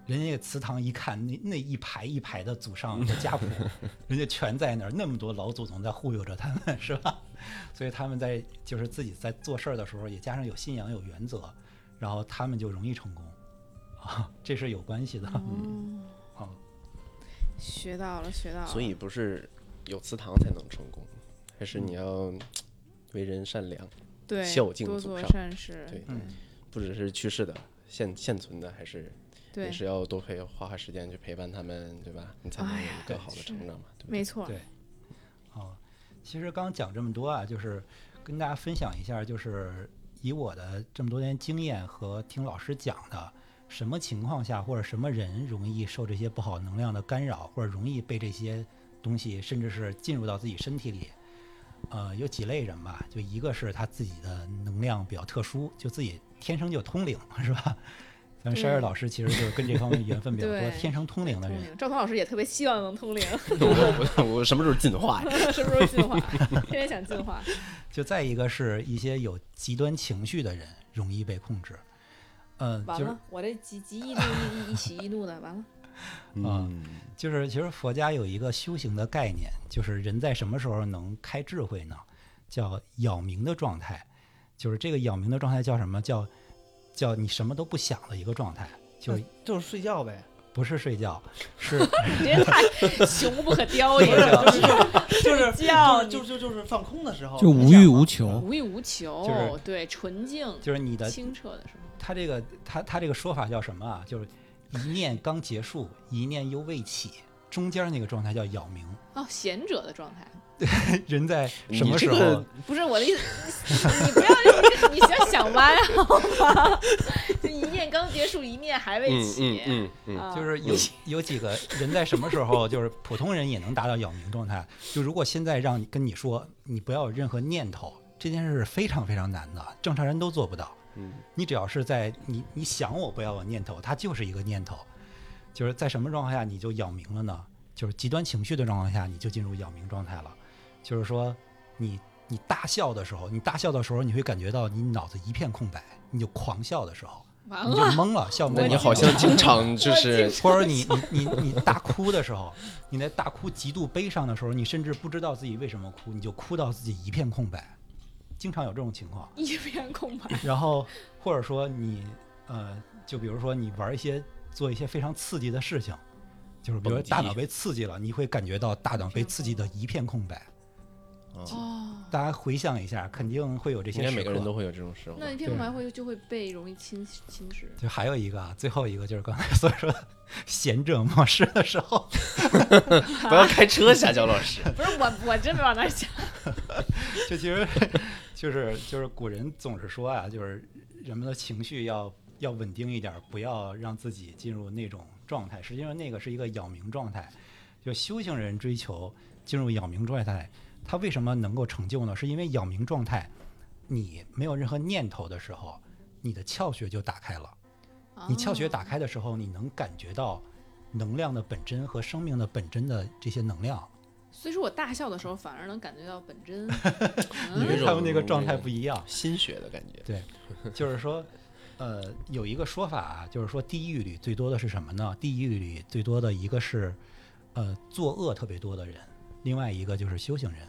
F: 人家祠堂一看，那那一排一排的祖上的家谱，人家全在那儿，那么多老祖宗在忽悠着他们，是吧？ 所以他们在就是自己在做事儿的时候，也加上有信仰、有原则，然后他们就容易成功，啊，这是有关系的。
A: 哦，学到了，学到了。
C: 所以不是有祠堂才能成功，还是你要
A: 嗯
C: 为人善良，
A: 对
C: 孝敬
A: 多
C: 祖
A: 做
C: 上
A: 善事，
C: 对不只是去世的。现现存的还是
A: 对
C: 也是要多陪花花时间去陪伴他们，对吧？你才能
A: 哎
C: 有
A: 呀
C: 一个好的
A: 是
C: 成长嘛，对不对？
A: 没错，
F: 对哦，其实刚讲这么多啊，就是跟大家分享一下，就是以我的这么多年经验和听老师讲的，什么情况下或者什么人容易受这些不好能量的干扰，或者容易被这些东西甚至是进入到自己身体里。呃，有几类人吧，就一个是他自己的能量比较特殊，就自己天生就通灵，是吧？咱们山儿
A: 对
F: 老师其实就是跟这方面缘分比较 多，
A: 对
F: 天生通灵的
A: 通
F: 人。
A: 灵。赵彤老师也特别希望能通灵，
C: 我我我什么时候进化 呀？
A: 什么时候进化？ 天天想进化。
F: 就再一个是一些有极端情绪的人容易被控制，嗯、
A: 完
F: 就是
A: 了，我这极极易怒一一一喜一怒的，完了。
C: 嗯，
F: 就是其实佛家有一个修行的概念，就是人在什么时候能开智慧呢？叫杳冥的状态，就是这个杳冥的状态叫什么？叫叫你什么都不想的一个状态，就
A: 嗯
D: 就是睡觉呗，
F: 不是睡觉，是
A: 你这人 太熊不可雕也，
D: 就是
A: 睡觉
D: 就是就就就是放空的时候，
B: 就
D: 你
B: 无
D: 想
B: 欲
D: 嘛
B: 无求，
A: 无欲无求，
F: 哦就是
A: 对，纯净、
F: 就是你的
A: 清澈的时候。
F: 他这个他他这个说法叫什么啊？就是一念刚结束，一念又未起，中间那个状态叫杳冥。
A: 哦，贤者的状态，
F: 人在什
C: 你
F: 么
C: 这
F: 时候？
C: 个
A: 不是我的意思， 你你不要，你想想歪好吗？就一念刚结束，一念还未
C: 嗯
A: 起
C: 嗯，嗯嗯，
A: 啊
F: 就是有有几个人在什么时候，就是普通人也能达到杳冥状态。就如果现在让你跟你说，你不要有任何念头，这件事是非常非常难的，正常人都做不到。
C: 嗯，
F: 你只要是在你你想我不要有念头，它就是一个念头。就是在什么状况下你就杳冥了呢？就是极端情绪的状况下，你就进入杳冥状态了。就是说你你大笑的时候，你大笑的时候，你会感觉到你脑子一片空白，你就狂笑的时候，
A: 完
F: 你就
A: 了，
F: 懵了，笑懵
C: 嗯那
F: 了。
C: 你好像经常就
A: 啊我
C: 是
F: 或者你你你你大哭的时 候，你在大哭极度悲伤的时候，你甚至不知道自己为什么哭，你就哭到自己一片空白，经常有这种情况。
A: 一片空 白。
F: 然后或者说你呃，就比如说你玩一些做一些非常刺激的事情，就是比如说
C: 蹦极
F: 大脑被刺激了，你会感觉到大脑被刺激的一片空白，
C: 啊，
A: 哦，
F: 大家回想一下，肯定会有这
C: 应
F: 些
C: 该
F: 时刻。
C: 每个人都会有这种时候。
A: 那一片空白会就会被容易侵侵 蚀。
F: 就还有一个，啊，最后一个就是刚才所说的 贤者模式的时候，
C: 不要开车下，焦老师。
A: 不是我，我真没往那儿想。
F: 这其实就是就是古人总是说啊，就是人们的情绪要要稳定一点儿，不要让自己进入那种状态。实际上，那个是一个扰民状态。就修行人追求进入扰民状态，他为什么能够成就呢？是因为扰民状态，你没有任何念头的时候，你的窍穴就打开了。
A: 哦
F: 你窍穴
A: 啊
F: 打开的时候，你能感觉到能量的本真和生命的本真的这些能量，
A: 所以说我大笑的时候，反而能感觉到本 真。
C: 有一
F: 因为
A: 嗯
C: 种
F: 他们那个状态不一样。
C: 心血的感觉，
F: 就是说，呃，有一个说法啊，就是说地狱里最多的是什么呢？地狱里最多的一个是，呃，作恶特别多的人，另外一个就是修行人，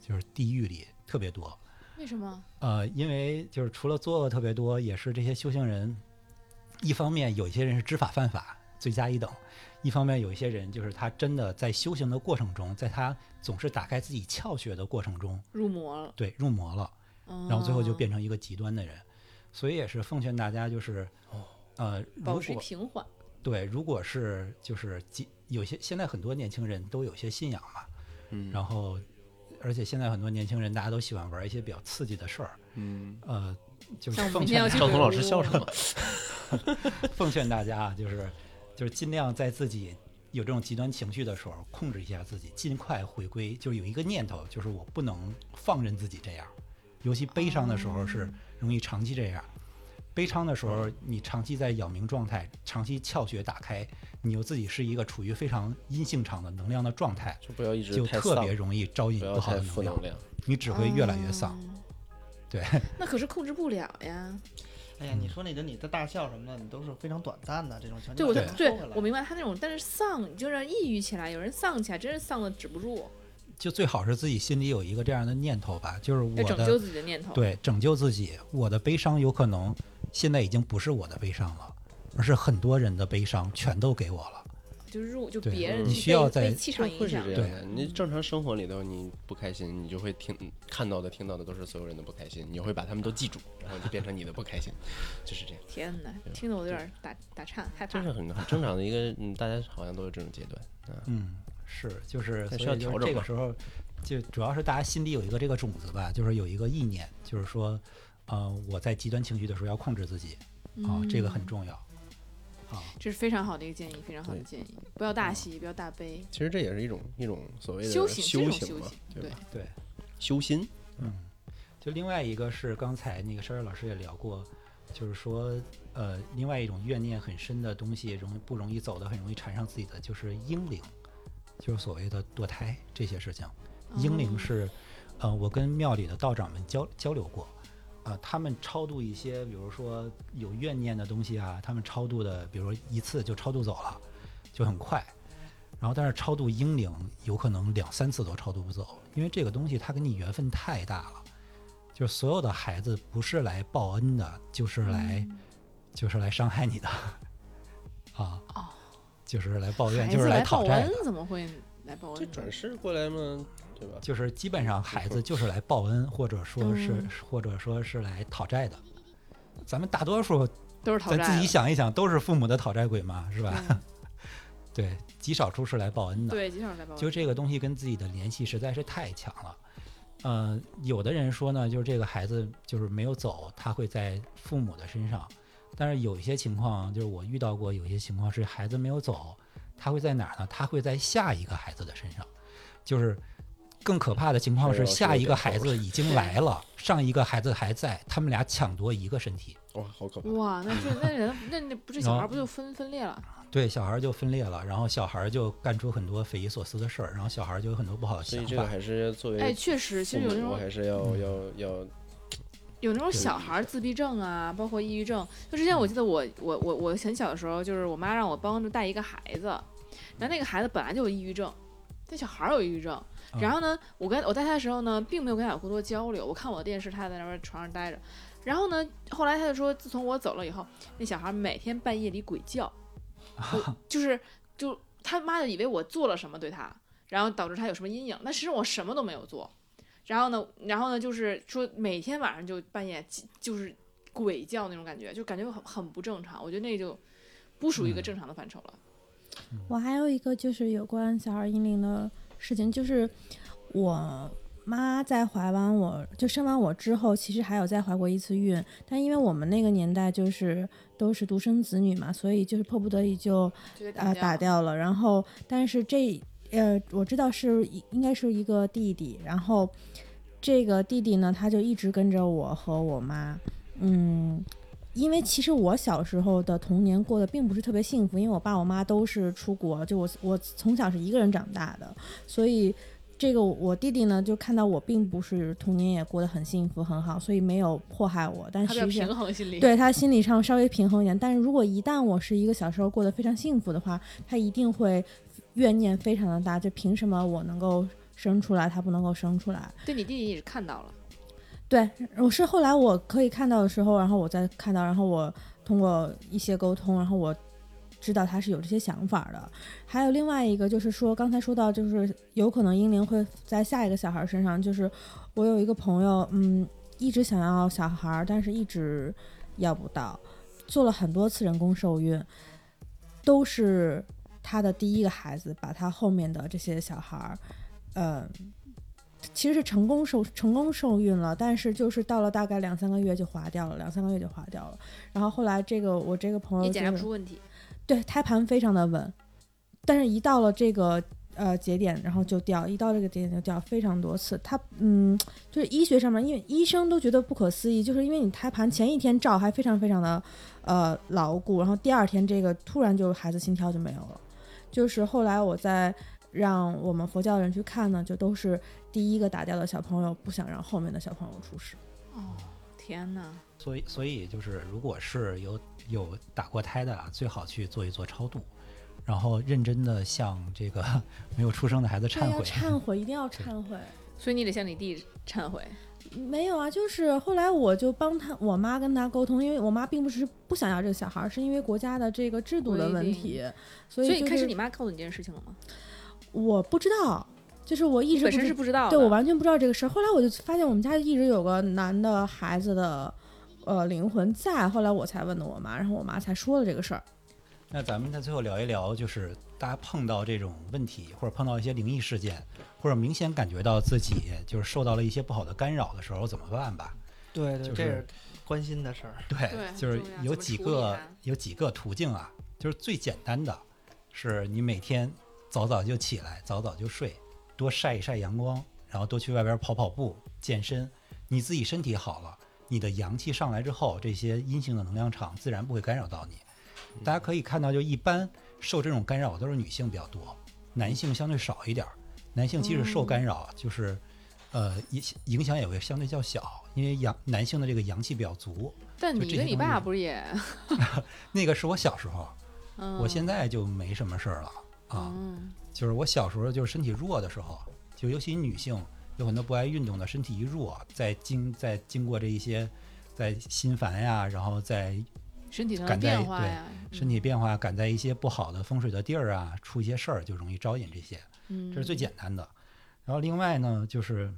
F: 就是地狱里特别多。
A: 为什么？
F: 呃，因为就是除了作恶特别多，也是这些修行人，一方面有一些人是知法犯法，罪加一等；一方面有一些人就是他真的在修行的过程中，在他总是打开自己窍穴的过程中，
A: 入魔了，嗯
F: 对入魔了。
A: 然
F: 然后最后就变成一个极端的人。所以也是奉劝大家，就是，呃，如
A: 保持
F: 果
A: 平缓。
F: 对，如果是就是极有些现在很多年轻人都有些信仰嘛，
C: 嗯
F: 然后而且现在很多年轻人大家都喜欢玩一些比较刺激的事儿，
C: 嗯，
F: 呃，就是
A: 像我们
F: 奉
A: 明天要
F: 劝
A: 去
C: 赵彤老师笑什么？
F: 奉劝大家啊，就是就是尽量在自己有这种极端情绪的时候控制一下自己，尽快回归，就是有一个念头，就是我不能放任自己这样，尤其悲伤的时候
C: 嗯
F: 是容易长期这样。悲伤的时候，你长期在扰民状态，长期窍穴打开，你又自己是一个处于非常阴性场的能量的状态，
C: 就不要一直
F: 就
C: 太
F: 特
C: 丧
F: 别，容易招引
C: 不要
F: 不好
C: 太
F: 的
C: 负
F: 能
C: 能
F: 量，
C: 量。
F: 你只会越来越丧。
A: 嗯
F: 对。
A: 那可是控制不了呀。
D: 哎呀，你说那个你的大笑什么的，你都是非常短暂的这种情绪。
A: 对，我
D: 就
A: 就
F: 对
A: 对我明白他那种，但是丧你就让人抑郁起来，有人丧起来，真是丧的止不住，
F: 就最好是自己心里有一个这样的念头吧，就是我
A: 要
F: 的
A: 拯救自己的念头。，
F: 对，拯救自己。我的悲伤有可能现在已经不是我的悲伤了，而是很多人的悲伤全都给我了。
A: 就入就
F: 对
A: 别人
C: 你
A: 去
F: 需
A: 被
F: 要在
A: 被气场
C: 会
A: 影
C: 是
A: 响
C: 这。样的，你正常生活里头你不开心，你就会听看到的、听到的都是所有人的不开心，你会把他们都记住，然后就变成你的不开心，就是这样，
A: 天哪，听得我有点打打颤，害
C: 这
A: 怕
C: 是。很很正常的一个，嗯，大家好像都有这种阶段啊。
F: 嗯，是，就是
C: 但
F: 所
C: 需
F: 以
C: 要
F: 就是
C: 调整
F: 这个
C: 嘛
F: 时候，就主要是大家心里有一个这个种子吧，就是有一个意念，就是说，呃，我在极端情绪的时候要控制自己啊，这个很
A: 嗯
F: 重要。啊，
A: 这是非常好的一个建议，非常好的
C: 对
A: 建议，不要大喜，不要大悲，
C: 其实这也是一种一种所谓的
A: 修行，这
C: 修
A: 种
C: 行
A: 修
C: 嘛
A: 行，，
C: 对
A: 对
C: 吧？，
F: 对，
C: 修心，
F: 嗯，就另外一个是刚才那个珊珊老师也聊过，就是说，呃，另外一种怨念很深的东西，容易不容易走的，很容易缠上自己的，就是婴灵，就是所谓的堕胎这些事情。婴灵
A: 哦
F: 是，呃，我跟庙里的道长们交交流过，啊、他们超度一些，比如说有怨念的东西啊，他们超度的，比如说一次就超度走了，就很快。然后，但是超度婴灵有可能两三次都超度不走，因为这个东西它跟你缘分太大了。就是所有的孩子不是来报恩的，就是来、
A: 嗯
F: 就是来伤害你的， 啊，
A: 哦
F: 就是来报怨，
A: 孩
F: 就
A: 子
F: 是
A: 来报
F: 讨债
A: 恩
F: 的。
A: 怎么会来报恩
C: 这
A: 呢？
C: 转世过来嘛，对吧？
F: 就是基本上孩子就是来报恩，或者说是、
A: 嗯
F: 或者说是来讨债的。咱们大多数，
A: 都是讨
F: 咱
A: 债
F: 自己
A: 的，
F: 想一想，都是父母的讨债鬼嘛，是吧？
A: 嗯
F: 对，极少数是来报恩的。
A: 对，极少来报恩。
F: 就这个东西跟自己的联系实在是太强了。呃，有的人说呢，就是这个孩子就是没有走，他会在父母的身上。但是有一些情况，就是我遇到过，有一些情况是孩子没有走，他会在哪儿呢？他会在下一个孩子的身上。就是更可怕的情况
C: 啊这
F: 是，
C: 个要
F: 下
C: 说
F: 一
C: 得
F: 个
C: 头
F: 孩子已经来了，上一个孩子还在，他们俩抢夺一个身体。
C: 哇，好可怕！
A: 哇，那这那人那那不是小
F: 然
A: 孩
F: 后
A: 不就分分裂了？
F: 对，小孩儿就分裂了，然后小孩儿就干出很多匪夷所思的事儿，然后小孩儿就有很多不好的
C: 所
F: 想
C: 以这个
F: 法。
C: 还是作
A: 哎，
C: 为
A: 确实，其
C: 父
A: 实有那啊
C: 母
A: 种
C: 还是要要 要
A: 有那种小孩儿自闭症啊，包括抑郁症。就之
C: 嗯
A: 前我记得我我我我很小的时候，就是我妈让我帮着带一个孩子，然后那个孩子本来就有抑郁症，那小孩儿有抑郁症。
F: 嗯
A: 然后呢，我跟我带他的时候呢，并没有跟他有过多交流。我看我的电视，他在那边床上待着。然后呢，后来他就说，自从我走了以后，那小孩每天半夜里鬼叫，我就是就他妈的以为我做了什么对他，然后导致他有什么阴影，但其实我什么都没有做。然后呢，然后呢，就是说每天晚上就半夜叽就是鬼叫那种感觉，就感觉很很不正常。我觉得那就不属于一个正常的范畴了。
G: 我还有一个就是有关小孩阴灵的事情，就是我妈在怀完我就生完我之后，其实还有再怀过一次孕，但因为我们那个年代就是都是独生子女嘛，所以就是迫不得已就
A: 就得
G: 啊、
A: 打
G: 打掉了。然后，但是这呃，我知道是一应该是一个弟弟，然后这个弟弟呢，他就一直跟着我和我妈，嗯。因为其实我小时候的童年过得并不是特别幸福，因为我爸我妈都是出国，就我我从小是一个人长大的，所以这个我弟弟呢就看到我并不是童年也过得很幸福很好，所以没有迫害我，但
A: 他比较
G: 实际上
A: 平衡心理。，
G: 对他心理上稍微平衡一点。但是如果一旦我是一个小时候过得非常幸福的话，他一定会怨念非常的大，就凭什么我能够生出来，他不能够生出来？
A: 对你弟弟也是看到了，
G: 对，我是后来我可以看到的时候，然后我再看到，然后我通过一些沟通，然后我知道他是有这些想法的。还有另外一个就是说，刚才说到就是有可能英灵会在下一个小孩身上，就是我有一个朋友，嗯，一直想要小孩，但是一直要不到，做了很多次人工受孕，都是他的第一个孩子把他后面的这些小孩儿，嗯、其实是成功受成功受孕了，但是就是到了大概两三个月就划掉了，两三个月就划掉了。然后后来这个我这个朋友、
A: 也
G: 哦就
A: 检
G: 是、
A: 查不出问题。
G: 对胎盘非常的稳，但是一到了这个呃节点，然后就掉，一到这个节点就掉非常多次。它嗯，就是医学上面，因为医生都觉得不可思议，就是因为你胎盘前一天照还非常非常的呃牢固，然后第二天这个突然就孩子心跳就没有了。就是后来我在让我们佛教人去看呢，就都是第一个打掉的小朋友不想让后面的小朋友出事。
A: 哦，天哪！
F: 所以，所以就是，如果是有有打过胎的啊，最好去做一做超度，然后认真的向这个 没有出生的孩子忏
G: 对，要
F: 悔。
G: 忏悔，一定 要忏悔。
A: 所以你得向你弟忏悔。
G: 没有啊，就是后来我就帮他，我妈跟他沟通，因为我妈并不是不想要这个小孩儿，是因为国家的这个制度的
A: 规
G: 问
A: 定
G: 题，所
A: 所
G: 以、
A: 以
G: 就是、
A: 开始你妈告诉你这件事情了吗？
G: 我不知道，就是我一直
A: 本
G: 不
A: 身
G: 知
A: 是不知道的。
G: 对我完全不知道这个事儿。后来我就发现我们家一直有个男的孩子的呃灵魂在，后来我才问的我妈，然后我妈才说了这个事儿。
F: 那咱们在最后聊一聊，就是大家碰到这种问题，或者碰到一些灵异事件，或者明显感觉到自己就是受到了一些不好的干扰的时候，怎么办吧？
D: 对对，
F: 就
D: 这
F: 是
D: 是关心的事儿。
F: 对，
A: 对
F: 就是
A: 重要
F: 有
A: 怎么
F: 几
A: 处理啊
F: 个
A: 它
F: 有几个途径啊，就是最简单的，是你每天早早就起来，早早就睡，多晒一晒阳光，然后多去外边跑跑步、健身，你自己身体好了，你的阳气上来之后，这些阴性的能量场自然不会干扰到你。大家可以看到，就一般受这种干扰都是女性比较多，男性相对少一点儿。男性即使受
A: 嗯
F: 干扰，就是呃影影响也会相对较小，因为阳男性的这个阳气比较足，
A: 但
F: 就
A: 你
F: 这
A: 跟
F: 些
A: 你
F: 东
A: 爸
F: 西
A: 不是也？
F: 那个是我小时候，
A: 嗯，
F: 我现在就没什么事儿了啊。
A: 嗯，
F: 就是我小时候就是身体弱的时候，就尤其女性有很多不爱运动的，身体一弱，在经在经过这一些，在心烦呀，然后在
A: 身体上的
F: 赶在
A: 变化
F: 对
A: 呀，
F: 身体变化，赶在一些不好的风水的地儿啊，出一些事儿，就容易招引这些。
A: 嗯，
F: 这是最简单的。然后另外呢，就是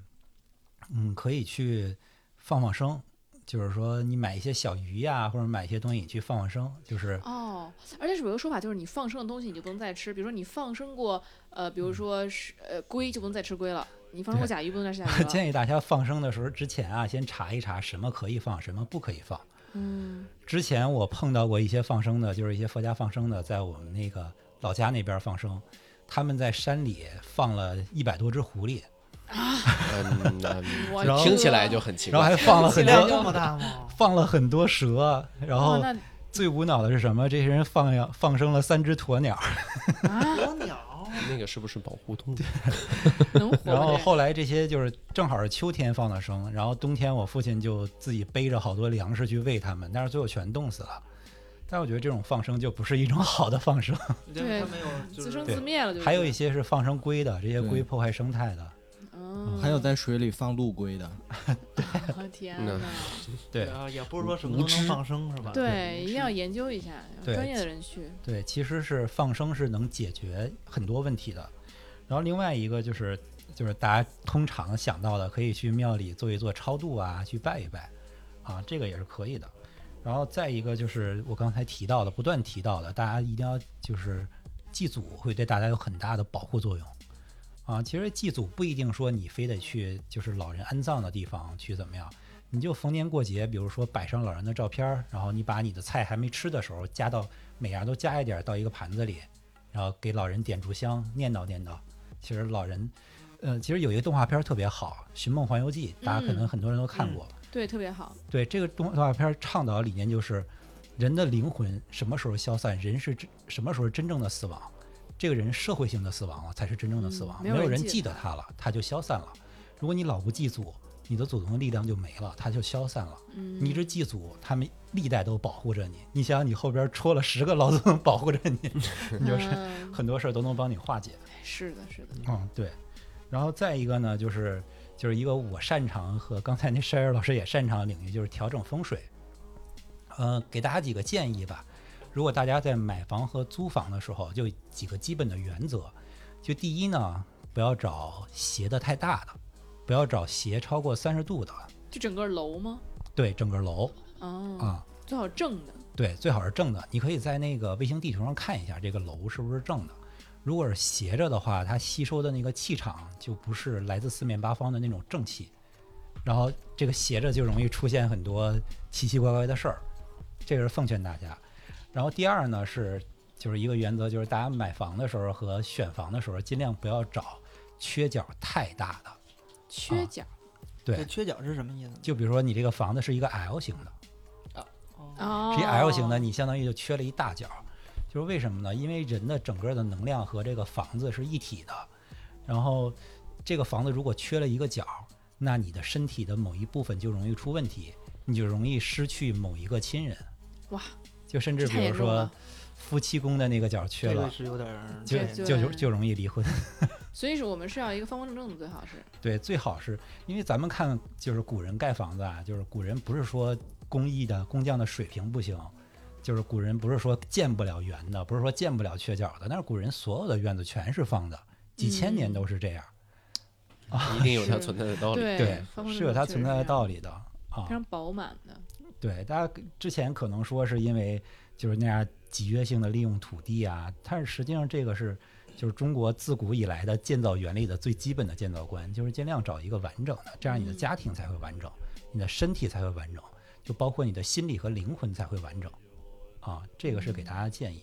F: 嗯，可以去放放生，就是说你买一些小鱼呀、或者买一些东西去放放生，就是
A: 哦，而且是有一个说法，就是你放生的东西你就不能再吃，比如说你放生过呃，
F: 嗯
A: 比如说是呃龟就不能再吃龟了，你放生过甲鱼不能再吃甲鱼
F: 我
A: 了。
F: 建议大家放生的时候之前啊，先查一查什么可以放，什么不可以放。
A: 嗯，
F: 之前我碰到过一些放生的，就是一些佛家放生的，在我们那个老家那边放生，他们在山里放了一百多只狐狸，
C: 嗯，嗯
A: 我
F: 然后
C: 听起来就很奇
F: 然后
C: 怪。
F: 还放了
D: 气
F: 很
D: 量
F: 多
D: 这么大 吗？
F: 放了很多蛇，然
A: 哇
F: 后
A: 哦那
F: 最无脑的是什么？这些人放养放生了三只鸵鸟，
A: 啊
D: 鸵鸟，
C: 那个是不是保护动物？
A: 能活
F: 然后
A: 吗？
F: 后来这些就是正好是秋天放的生，然后冬天我父亲就自己背着好多粮食去喂它们，但是最后全冻死了。但我觉得这种放生就不是一种好的放生，
A: 对
D: 他没有
A: 这
D: 就
A: 自
D: 是
A: 生
F: 对
A: 自灭了，就是
F: 还有一些是放生龟的，这些龟
B: 对
F: 破坏生态的。
A: 嗯，
B: 还有在水里放陆龟的，
A: 我天
C: 那
A: 哪，
F: 对
D: 啊，也不是说什么都能放生
F: 啊
D: 是吧？
A: 对，一定要研究一下，
F: 嗯对
A: 专业的人去。
F: 对，其实是放生是能解决很多问题的。然后另外一个就是就是大家通常想到的，可以去庙里做一做超度啊，去拜一拜，啊，这个也是可以的。然后再一个就是我刚才提到的，不断提到的，大家一定要就是祭祖会对大家有很大的保护作用啊。其实祭祖不一定说你非得去就是老人安葬的地方去怎么样，你就逢年过节，比如说摆上老人的照片儿，然后你把你的菜还没吃的时候加到每样都加一点儿到一个盘子里，然后给老人点烛香，念叨念叨。其实老人，呃，其实有一个动画片儿特别好，《寻梦环游记》，大家可能很多人都看过。
A: 对，特别好。
F: 对这个动画片倡导的理念就是，人的灵魂什么时候消散，人是真什么时候真正的死亡，这个人社会性的死亡了才是真正的死亡，
A: 嗯没
F: 没
A: 有人
F: 人
A: 记得
F: 记得他了，他就消散了。如果你老不祭祖，你的祖宗的力量就没了，他就消散了。
A: 嗯，
F: 你一直祭祖，他们历代都保护着你。你想想，你后边戳了十个老祖宗保护着 你，你就是
A: 嗯
F: 很多事儿都能帮你化解。
A: 是的，是的，
F: 嗯，对。然后再一个呢，就是就是一个我擅长和刚才那 s h e r 老师也擅长的领域，就是调整风水。呃，给大家几个建议吧。如果大家在买房和租房的时候，就几个基本的原则。就第一呢，不要找斜的太大的，不要找斜超过三十度的，
A: 就整个楼吗？
F: 对整个楼
A: 哦，
F: 啊、
A: 最好正的。
F: 对，最好是正的。你可以在那个卫星地图上看一下这个楼是不是正的。如果是斜着的话，它吸收的那个气场就不是来自四面八方的那种正气，然后这个斜着就容易出现很多奇奇怪怪的事儿。这个是奉劝大家。然后第二呢是，就是一个原则，就是大家买房的时候和选房的时候，尽量不要找缺角太大的。啊
A: 缺角
F: 对
D: 这缺角是什么意思呢？
F: 就比如说你这个房子是一个 L 型的，
D: 哦，
A: 哦，
F: 这 L 型的，你相当于就缺了一大角，就是为什么呢？因为人的整个的能量和这个房子是一体的，然后这个房子如果缺了一个角，那你的身体的某一部分就容易出问题，你就容易失去某一个亲人。
A: 哇，
F: 就甚至
A: 这太
F: 比如
A: 严重
F: 说
A: 了
F: 夫妻宫的那个角缺
D: 这个
F: 了，
D: 是有点儿
F: 就
A: 对
F: 就
A: 对
F: 就就容易离婚。
A: 所以说我们是要一个方方正正的，最好是。
F: 对，最好是因为咱们看就是古人盖房子啊，就是古人不是说工艺的工匠的水平不行，就是古人不是说建不了圆的，不是说建不了缺角的，但是古人所有的院子全是方的，几千年都是这样，
C: 一定有它
A: 是
C: 存在的道理。
A: 对
F: 对
A: 方方正正
F: 是有它
A: 确
F: 存
A: 实
F: 在
A: 是
F: 的
A: 这样
F: 道理的啊
A: 非。常饱满的。
F: 对，大家之前可能说是因为就是那样集约性的利用土地啊，但是实际上这个是就是中国自古以来的建造原理的最基本的建造观，就是尽量找一个完整的，这样你的
A: 嗯
F: 家庭才会完整，你的身体才会完整，就包括你的心理和灵魂才会完整。啊，这个是给大家建议。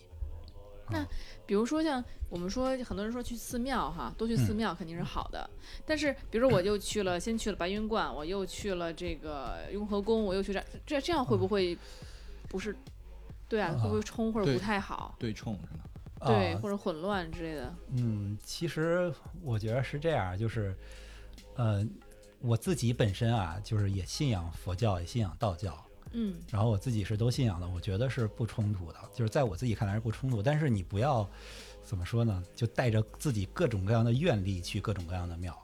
A: 比如说像我们说，很多人说去寺庙哈，多去寺
F: 嗯
A: 庙肯定是好的。但是比如说我又去了，先去了白云观，我又去了这个雍和宫，我又去这这这样会不会不是？对啊，
F: 嗯啊
A: 会不会冲或者不
B: 对
A: 太好？
B: 对冲是吧？
A: 对，
F: 啊
A: 或者混乱之类的。
F: 嗯，其实我觉得是这样，就是，呃，我自己本身啊，就是也信仰佛教，也信仰道教，
A: 嗯，
F: 然后我自己是都信仰的，我觉得是不冲突的，就是在我自己看来是不冲突。但是你不要怎么说呢，就带着自己各种各样的愿力去各种各样的庙。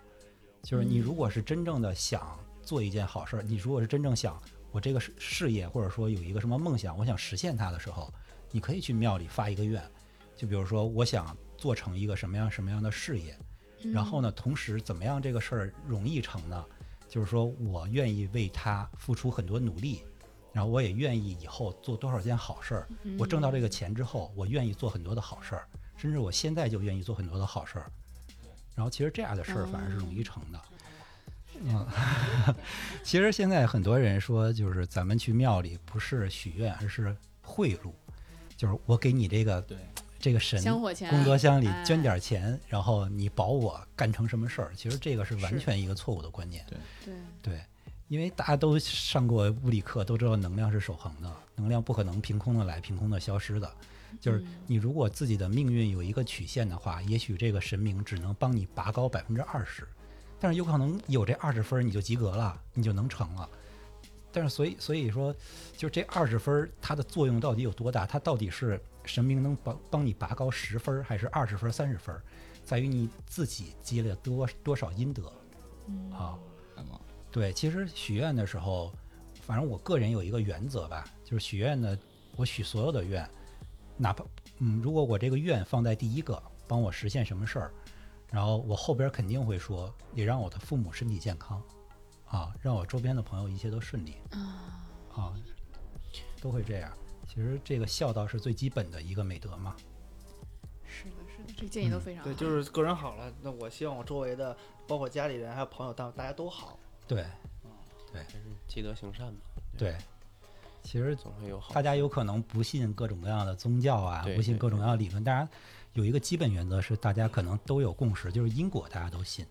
F: 就是你
A: 嗯
F: 如果是真正的想做一件好事儿，你如果是真正想我这个事事业或者说有一个什么梦想，我想实现它的时候，你可以去庙里发一个愿，就比如说我想做成一个什么样什么样的事业，然后
A: 呢？
F: 呢，同时怎么样这个事儿容易成呢？就是说我愿意为它付出很多努力，然后我也愿意以后做多少件好事儿。
A: 嗯
F: 我挣到这个钱之后，我愿意做很多的好事儿，甚至我现在就愿意做很多的好事儿。然后其实这样的事儿反而是容易成的。嗯， 其实现在很多人说，就是咱们去庙里不是许愿，而是贿赂，就是我给你这个
B: 对
F: 这个神
A: 嗯香火钱，
F: 功德箱里
A: 哎
F: 捐点钱，然后你保我干成什么事儿？其实这个是完
A: 是
F: 全一个错误的观念。
A: 对，
F: 对，因为大家都上过物理课，都知道能量是守恒的，能量不可能凭空的来，凭空的消失的。就是
A: 嗯
F: 你如果自己的命运有一个曲线的话，也许这个神明只能帮你拔高百分之二十，但是有可能有这二十分儿你就及格了，你就能成了。但是所以所以说，就这二十分儿它的作用到底有多大？它到底是神明能帮帮你拔高十分儿，还是二十分、三十分儿？在于你自己积累了多多少阴德
A: 嗯
F: 啊。
B: 感冒
F: 对，其实许愿的时候，反正我个人有一个原则吧，就是许愿的，我许所有的愿，哪怕嗯，如果我这个愿放在第一个，帮我实现什么事儿，然后我后边肯定会说，也让我的父母身体健康，啊，让我周边的朋友一切都顺利，啊，都会这样。其实这个孝道是最基本的一个美德嘛。
A: 是的，是的，这建议
F: 嗯
A: 都非常好。
D: 对，就是个人好了，那我希望我周围的，包括家里人还有朋友，大大家都好。
F: 对
C: 嗯积德行善嘛，
F: 对，其实
C: 总会有好。
F: 大家有可能不信各种各样的宗教啊，
C: 对
F: 不信
C: 对
F: 各种
C: 对
F: 各样的理论，当然有一个基本原则是大家可能都有共识，就是因果大家都信。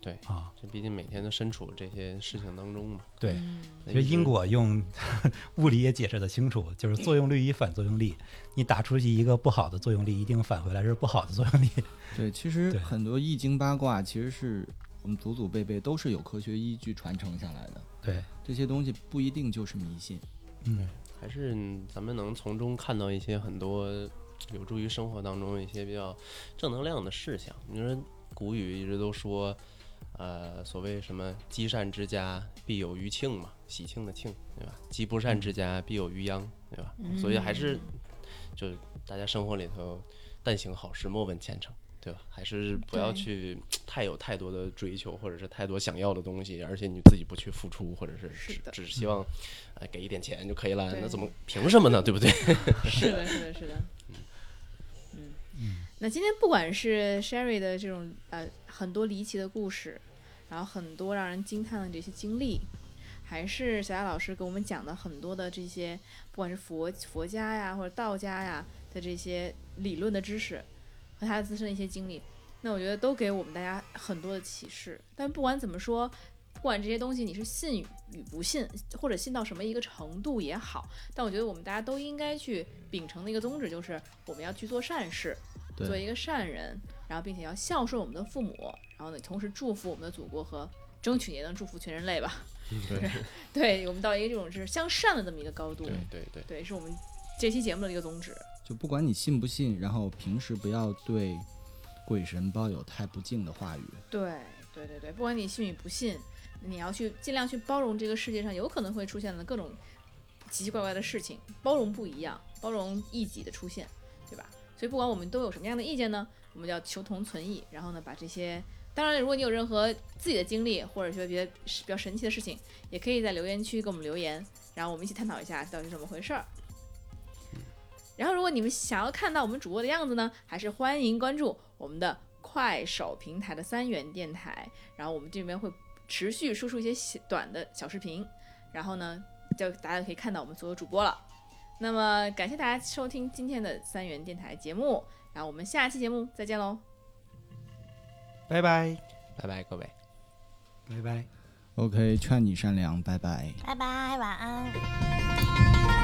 C: 对
F: 啊，
C: 这毕竟每天都身处这些事情当中嘛。
F: 对，
A: 嗯
F: 其实因果用 物理也解释得清楚，就是作用力与反作用力。你打出去一个不好的作用力，一定返回来是不好的作用力。
B: 对，其实
F: 对
B: 很多易经八卦其实是我们祖祖辈辈都是有科学依据传承下来的，
F: 对，
B: 这些东西不一定就是迷信。
F: 嗯，
C: 还是咱们能从中看到一些很多有助于生活当中一些比较正能量的事项。你说古语一直都说，呃，所谓什么积善之家必有余庆嘛，喜庆的庆，对吧？积不善之家必有余殃，对吧？所以还
A: 嗯
C: 是就大家生活里头，但行好事，莫问前程。对吧？还是不要
A: 对
C: 去太有太多的追求，或者是太多想要的东西，而且你自己不去付出，或者是
A: 是
C: 只
A: 的
C: 只希望哎，给一点钱就可以了，那
A: 对
C: 怎么凭什么呢？对不对？
A: 是的，是的，是的。嗯，那今天不管是 Sherry 的这种呃很多离奇的故事，然后很多让人惊叹的这些经历，还是小雅老师给我们讲的很多的这些，不管是佛佛家呀或者道家呀的这些理论的知识和他自身的一些经历，那我觉得都给我们大家很多的启示。但不管怎么说。不管这些东西你是信与与不信，或者信到什么一个程度也好，但我觉得我们大家都应该去秉承的一个宗旨，就是我们要去做善事，做一
B: 对，
A: 个善人，然后并且要孝顺我们的父母，然后呢，同时祝福我们的祖国和争取也能祝福全人类吧。
C: 嗯对
A: 对我们到一个这种是向善的这么一个高度
C: 对，对对，
A: 对，是我们这期节目的一个宗旨。
B: 就不管你信不信，然后平时不要对鬼神抱有太不敬的话语。
A: 对对对对，不管你信与不信，你要去尽量去包容这个世界上有可能会出现的各种奇奇怪怪的事情，包容不一样，包容异己的出现，对吧？所以不管我们都有什么样的意见呢，我们就要求同存异，然后呢，把这些。当然，如果你有任何自己的经历，或者说别比较神奇的事情，也可以在留言区给我们留言，然后我们一起探讨一下到底是怎么回事儿。然后，如果你们想要看到我们主播的样子呢，还是欢迎关注我们的快手平台的三元电台。然后我们这边会持续输出一些小短的小视频，然后呢，就大家可以看到我们所有主播了。那么，感谢大家收听今天的三元电台节目，然后我们下期节目再见喽。
D: 拜拜。
C: 拜拜各位。
F: 拜拜。
B: OK，劝你善良，拜拜。
E: 拜拜，晚安。
B: 晚